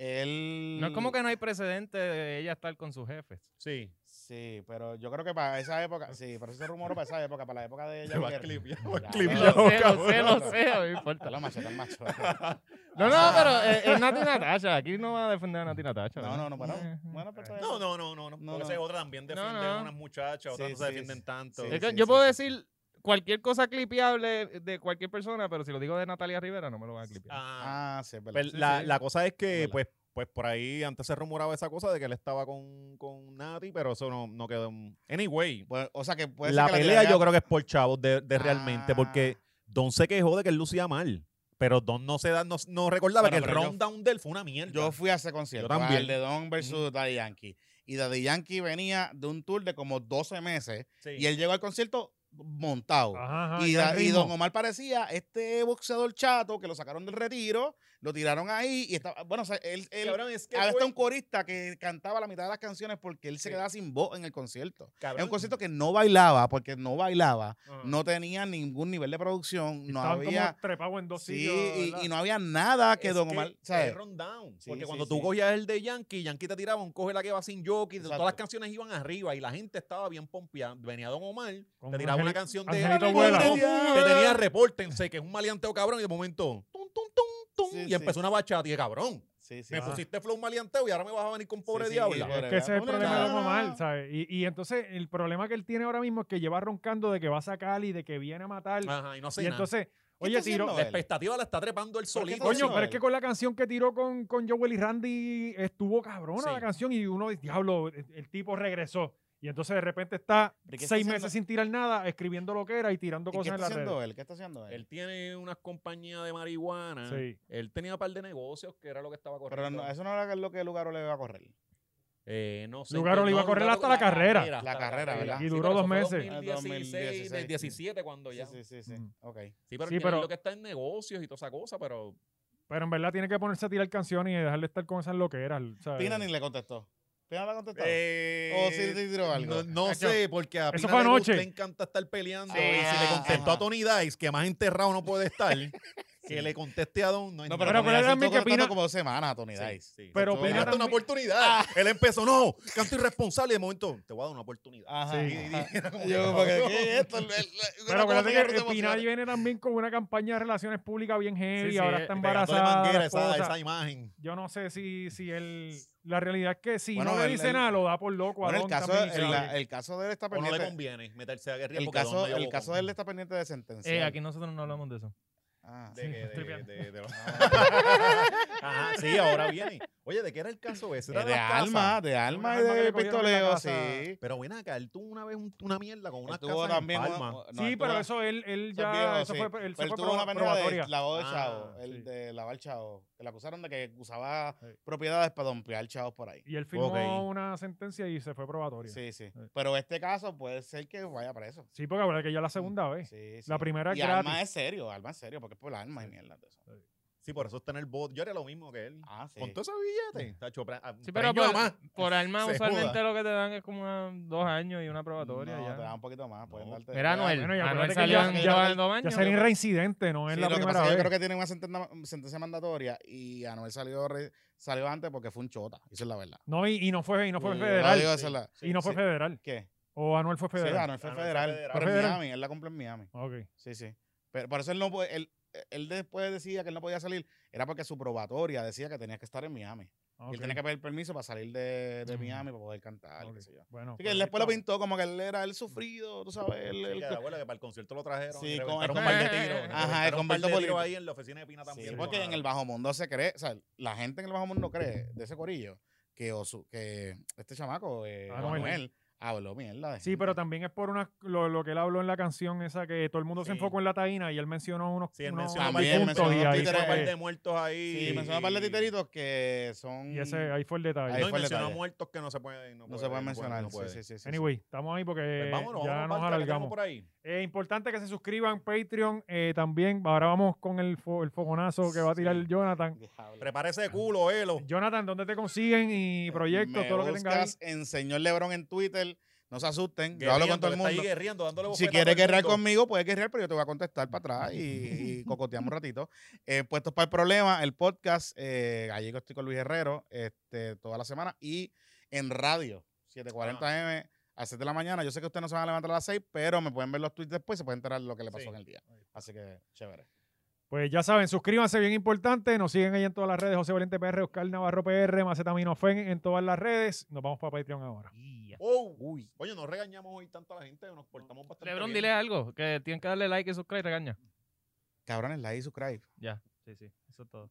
E: Él...
D: No es como que no hay precedente de ella estar con sus jefes.
C: sí.
E: Sí, pero yo creo que para esa época, sí, pero ese rumor para esa época, para la época de
C: Ya va a
E: Jackie.
C: clip, ya va a
E: Ya,
C: clip,
E: ya
D: Lo
C: ya va a
D: sé, lo sé,
E: cabrón.
D: lo sé, no me importa.
E: Te lo machetan, macho.
D: No, no, pero eh, es Nati Natasha. Aquí no va a defender a Nati Natasha.
E: No, no, no, pero
D: Eh,
E: no. Bueno, pero está
C: No,
E: bien.
C: no, no, no, no.
E: No,
C: porque
E: no.
C: esa es otra también defienden
D: no.
C: a unas muchachas, otras
E: Sí,
C: no se
E: sí,
C: defienden
E: sí.
C: tanto.
E: Sí.
D: Es que yo puedo decir cualquier cosa clipeable de cualquier persona, pero si lo digo de Natalia Rivera, no me lo van a clipear.
C: Ah,
E: Ah, sí, es verdad.
C: pues la,
E: Sí, sí.
C: la cosa es que,
E: Es verdad.
C: pues, pues por ahí antes se rumoraba esa cosa de que él estaba con, con Nati, pero eso no, no quedó. en- Anyway,
E: Bueno, Pues, o sea, que puede
C: la
E: ser que
C: pelea yo creo que es por chavos de, de realmente,
E: Ah.
C: porque Don se quejó de que él lucía mal. Pero Don no se da, no, no recordaba
E: Bueno,
C: que el
E: pero yo-
C: rundown de él fue una mierda.
E: Yo fui a ese concierto,
C: también.
E: al de Don versus Daddy Yankee. Y Daddy Yankee venía de un tour de como 12 meses
C: Sí.
E: y él llegó al concierto montado.
B: Ajá, ajá,
E: y,
B: ya
E: da-
B: el
E: y
B: ritmo.
E: Don Omar parecía este boxeador chato que lo sacaron del retiro, lo tiraron ahí y estaba. Bueno, o sea, él. él-
C: Cabrón, es que
E: había hasta
C: fue-
E: un corista que cantaba la mitad de las canciones porque él se
C: Sí.
E: quedaba sin voz en el concierto. Es
C: cabrón. Ah.
E: un concierto que no bailaba porque no bailaba,
C: Ajá.
E: no tenía ningún nivel de producción, no
B: Estaban
E: había.
B: como trepados en dos
E: Sí,
B: sillas,
E: y,
B: ¿verdad?
E: y no había nada Ah, que
C: Es
E: Don Omar.
C: es
E: ¿sabes?
C: rundown.
E: Sí,
C: porque
E: sí,
C: cuando tú
E: sí.
C: cogías el de Yankee, Yankee te tiraba un coge la que va sin jockey,
E: Exacto.
C: todas las canciones iban arriba y la gente estaba bien pompeada. Venía Don Omar,
B: Con
C: te tiraba una
B: Angeli-
C: canción de
B: Angelito
C: Dale,
B: Vuela.
C: Dale, que tenía repórtense, que es un maleanteo cabrón, y de momento, tum, tum, tum, tum,
E: Sí,
C: y
E: sí.
C: empezó una bachata y dije, cabrón,
E: Sí, sí,
C: me
E: sí.
C: pusiste flow maleanteo y ahora me vas a venir con pobre
E: Sí, sí,
C: diabla.
E: pobre
B: Que ese es el
E: diabla.
B: problema de Don
E: No, no,
B: Omar,
E: no.
B: ¿sabes? Y, y entonces el problema que él tiene ahora mismo es que lleva roncando de que va a sacar y de que viene a matar.
E: Ah,
C: Ajá, y no sé
B: y
C: nada.
B: entonces, oye,
E: está
B: tiro.
E: haciendo
C: la
E: él?
C: expectativa la está trepando el
E: ¿Por qué
C: solito.
E: está
B: Coño,
E: haciendo
B: pero es
E: él?
B: que con la canción que tiró con, con Joel y Randy estuvo cabrona
C: Sí.
B: la canción y uno dice, diablo, el, el tipo regresó. Y entonces de repente está
E: ¿Pero qué
B: seis
E: está haciendo?
B: meses sin tirar nada, escribiendo lo que era y tirando
E: ¿Y ¿Qué
B: cosas en
E: está
B: las redes.
E: haciendo él? ¿Qué está haciendo él?
C: Él tiene unas compañías de marihuana.
B: Sí.
C: Él tenía un par de negocios que era lo que estaba corriendo.
E: Pero no- eso no era lo que Lugaro le iba a correr.
C: Eh, no sé.
B: Lugaro
C: que-
B: le iba
C: no,
B: a correr
C: Lugaro-
B: hasta la carrera.
E: La
C: hasta
E: carrera, ¿verdad?
B: Y duró
C: pero
B: dos
C: eso fue
B: meses.
E: Ah,
C: 2016,
E: 2016,
C: 2017 cuando
E: Sí,
C: ya.
E: sí, sí, sí.
B: Ujú.
E: Ok.
C: Sí, pero,
B: Sí,
C: él tiene
B: pero-
C: lo que Mm. está en negocios y toda esa cosa, pero
B: Pero en verdad tiene que ponerse a tirar canciones y dejarle estar con esas loqueras. ¿sabes?
E: Pina ni le contestó. Pina le ha contestado.
C: Eh,
E: o Oh, sí te tiró algo.
C: No, no
B: Cacho,
C: sé, porque a
B: eso
C: Pina
B: fue
C: le gusta-
B: anoche.
C: le encanta estar peleando.
E: Sí,
C: y si le
E: ajá,
C: contestó
E: ajá.
C: a Tony Dice, que más enterrado no puede estar, que le conteste a Don. No, es
E: No,
B: pero
C: nada.
E: Tony Dice
B: acuérdate
E: estuvo
B: que
E: contestando
B: Pina-
E: como dos semanas a Tony
C: Sí,
E: Dice.
C: sí.
B: Pero
E: Estuvo
C: Le
B: Pina
E: como-
C: diste una
E: Ah.
C: oportunidad. Él empezó, no, canto irresponsable. De momento, te voy a dar una oportunidad.
E: Ajá.
B: Ah, Sí.
E: ajá. Yo como que, ¿qué es esto? El- el- el-
B: Pero
E: una cosa
B: acuérdate
E: ya no
B: que
E: se
B: eh, Pina
E: emociona.
B: viene también con una campaña de relaciones públicas bien heavy,
D: Sí, sí,
B: ahora
D: eh,
B: está
C: Pegándole
B: embarazada.
C: manguera
B: la
C: esa,
B: esposa.
C: esa imagen.
B: Yo no sé si, si él. La realidad es que si
E: Bueno,
B: no le
E: él-
B: dice
E: él-
B: nada, lo da por loco. a
E: Bueno, el
B: Don
E: caso,
B: también,
E: el,
B: ¿sabes?
E: la- el caso de él está
C: O no le
E: pendiente.
C: conviene meterse a guerrilla
E: El
C: porque Don
E: caso,
C: medio
E: el
C: bocón.
E: caso de él está pendiente de sentencia.
D: Eh, aquí nosotros no hablamos de eso.
E: Ah.
C: De que- de-
D: tripeando.
C: de- de los- Ajá, sí, ahora viene. Oye, ¿de qué era el caso ese?
E: Eh,
C: Era
E: de
C: las casas.
E: alma, de alma y
B: Alma que
E: de
B: le cogieron en
E: pistoleo,
B: la
E: sí.
B: casa.
C: Pero ven acá, él tuvo una vez un- una mierda con una
E: Él tuvo
C: casa
E: también
C: en
E: una-
C: Palma.
E: no,
B: sí,
E: él
B: pero
E: tuvo-
B: eso él, él
E: Eso es
B: ya.
E: viejo,
B: eso
E: sí.
B: fue, él, se
E: Pero él
B: fue
E: tuvo una
B: pro-
E: pendeja
B: probatoria.
E: de lavado de
C: Ah,
E: chavo, el
B: sí.
E: de lavar chavo, que le acusaron de que usaba
B: Sí.
E: propiedades para dompear chavos por ahí.
B: Y él firmó
C: Ok.
B: una sentencia y se fue probatoria. Sí,
E: Sí, sí. Pero este caso puede ser que vaya preso.
B: porque ahora que ya la segunda vez.
E: Sí, sí.
B: La primera es
E: y alma
B: gratis.
E: es serio, alma es serio, porque es por alma y mierda de eso.
C: Sí, por eso está en el bot. Yo haría lo mismo que él.
E: Ah, sí.
C: Con todo ese billete. Tacho, pre- a-
D: Sí, pero
C: ah, preñó a
D: por,
C: más.
D: por alma
C: Se
D: usualmente
C: joda.
D: lo que te dan es como una- dos años y una probatoria
E: No,
D: ya.
E: te da un poquito más. Pueden
C: No.
E: darte.
D: Mira,
E: pueden
D: Anuel.
E: darte-
B: Bueno, y acuérdate
D: Anuel
B: que
D: salió
E: ya-
D: en
E: ya-
D: lleva dos años.
B: Ya sería reincidente, no es
E: Sí,
B: la
E: lo que
B: primera
E: pasa es que
B: vez.
E: yo creo que tienen una sentencia, sentencia mandatoria y Anuel salió, re- salió antes porque fue un chota. Eso es la verdad.
B: No, y, y no fue, y no fue
E: Sí,
B: federal.
E: yo digo, esa es la-
B: y no fue
E: sí.
B: federal.
E: ¿Qué?
B: O Anuel fue
E: Sí,
B: federal.
E: Anuel fue
C: Anuel fue
E: federal.
C: federal.
E: Pero
B: Fue
E: en
B: federal.
E: Miami, él la compró en Miami.
B: Ok.
E: Sí, sí. Pero por eso él no puede. Él, él después decía que él no podía salir, era porque su probatoria decía que tenías que estar en Miami.
B: Ah,
E: Y
B: ok.
E: él tenía que pedir permiso para salir de, de
B: Mm.
E: Miami para poder cantar. y
B: Ok.
E: qué sé yo.
B: Bueno,
E: Así que él
B: pues,
E: después lo pintó como que él era el sufrido, tú sabes. él-
C: Sí,
E: él-
C: que la abuela que para el concierto lo trajeron.
E: Sí,
C: y
E: con-
C: reventaron
E: con-
C: un par de tiros.
E: Ajá,
C: reventaron
E: con
C: un par de
E: Berto
C: tiros
E: Bolívar.
C: ahí en la oficina de Pina
E: Sí,
C: también.
E: porque en el bajo mundo se cree, o sea, la gente en el bajo mundo cree de ese corillo que, Ozu- que este chamaco, eh,
B: Ah, Noel.
E: Manuel, habló mierda. de
B: Sí,
E: gente.
B: pero también es por una, lo, lo que él habló en la canción esa que todo el mundo se
C: Sí.
B: enfocó en la taína y él mencionó unos,
C: Sí, él
B: unos
C: mencionó
E: También
B: puntos
E: mencionó
B: y
E: unos
B: ahí,
C: Un par de
B: fue,
E: títeres.
C: muertos ahí.
E: Sí, mencionó un par de titeritos que son.
B: y ese, ahí fue el detalle.
E: Ahí
C: No, y
E: fue el
C: mencionó
E: detalle.
C: muertos que no se pueden.
E: no se pueden mencionar.
C: no
E: sí,
C: pueden.
E: sí, sí, sí,
B: anyway, estamos ahí porque
C: Pues vámonos,
B: Eh, ya nos
C: vámonos, Marta, que tenemos
B: alargamos.
C: por ahí.
B: Es importante que se suscriban Patreon eh, también. Ahora vamos con el, fo- el fogonazo que va a tirar
E: Sí.
B: Jonathan.
E: sí. Diablo.
C: Prepara ese culo, Elo.
B: Jonathan, ¿dónde te consiguen y proyectos,
E: Eh, Me
B: todo lo que tengas? ahí?
E: buscas en señor Lebron en Twitter. No se asusten. Yo hablo con todo
C: Guerreando,
E: el mundo.
C: Está ahí guerreando, dándole
E: Si
C: bofetadas
E: quieres
C: a todo el
E: guerrear
C: mundo.
E: conmigo, puedes guerrear, pero yo te voy a contestar para atrás y, y cocoteamos un ratito. Eh, Puestos para el problema, el podcast, eh, Gallego estoy con Luis Herrero este, toda la semana y en radio,
C: Ah.
E: 740M a 7 de la mañana. Yo sé que ustedes no se van a levantar a las 6, pero me pueden ver los tweets después y se pueden enterar lo que le pasó
C: Sí.
E: en el día. Así que, chévere.
B: Pues ya saben, suscríbanse, bien importante. Nos siguen ahí en todas las redes. José Valente PR, Oscar Navarro PR, Macetaminofen en todas las redes. Nos vamos para Patreon ahora.
C: Oh, Oye, nos regañamos hoy tanto a la gente, nos portamos bastante.
D: Lebron,
C: bien.
D: dile algo, que tienen que darle like y subscribe y regaña.
E: Cabrones, like y subscribe.
D: Ya, sí, sí, eso es todo.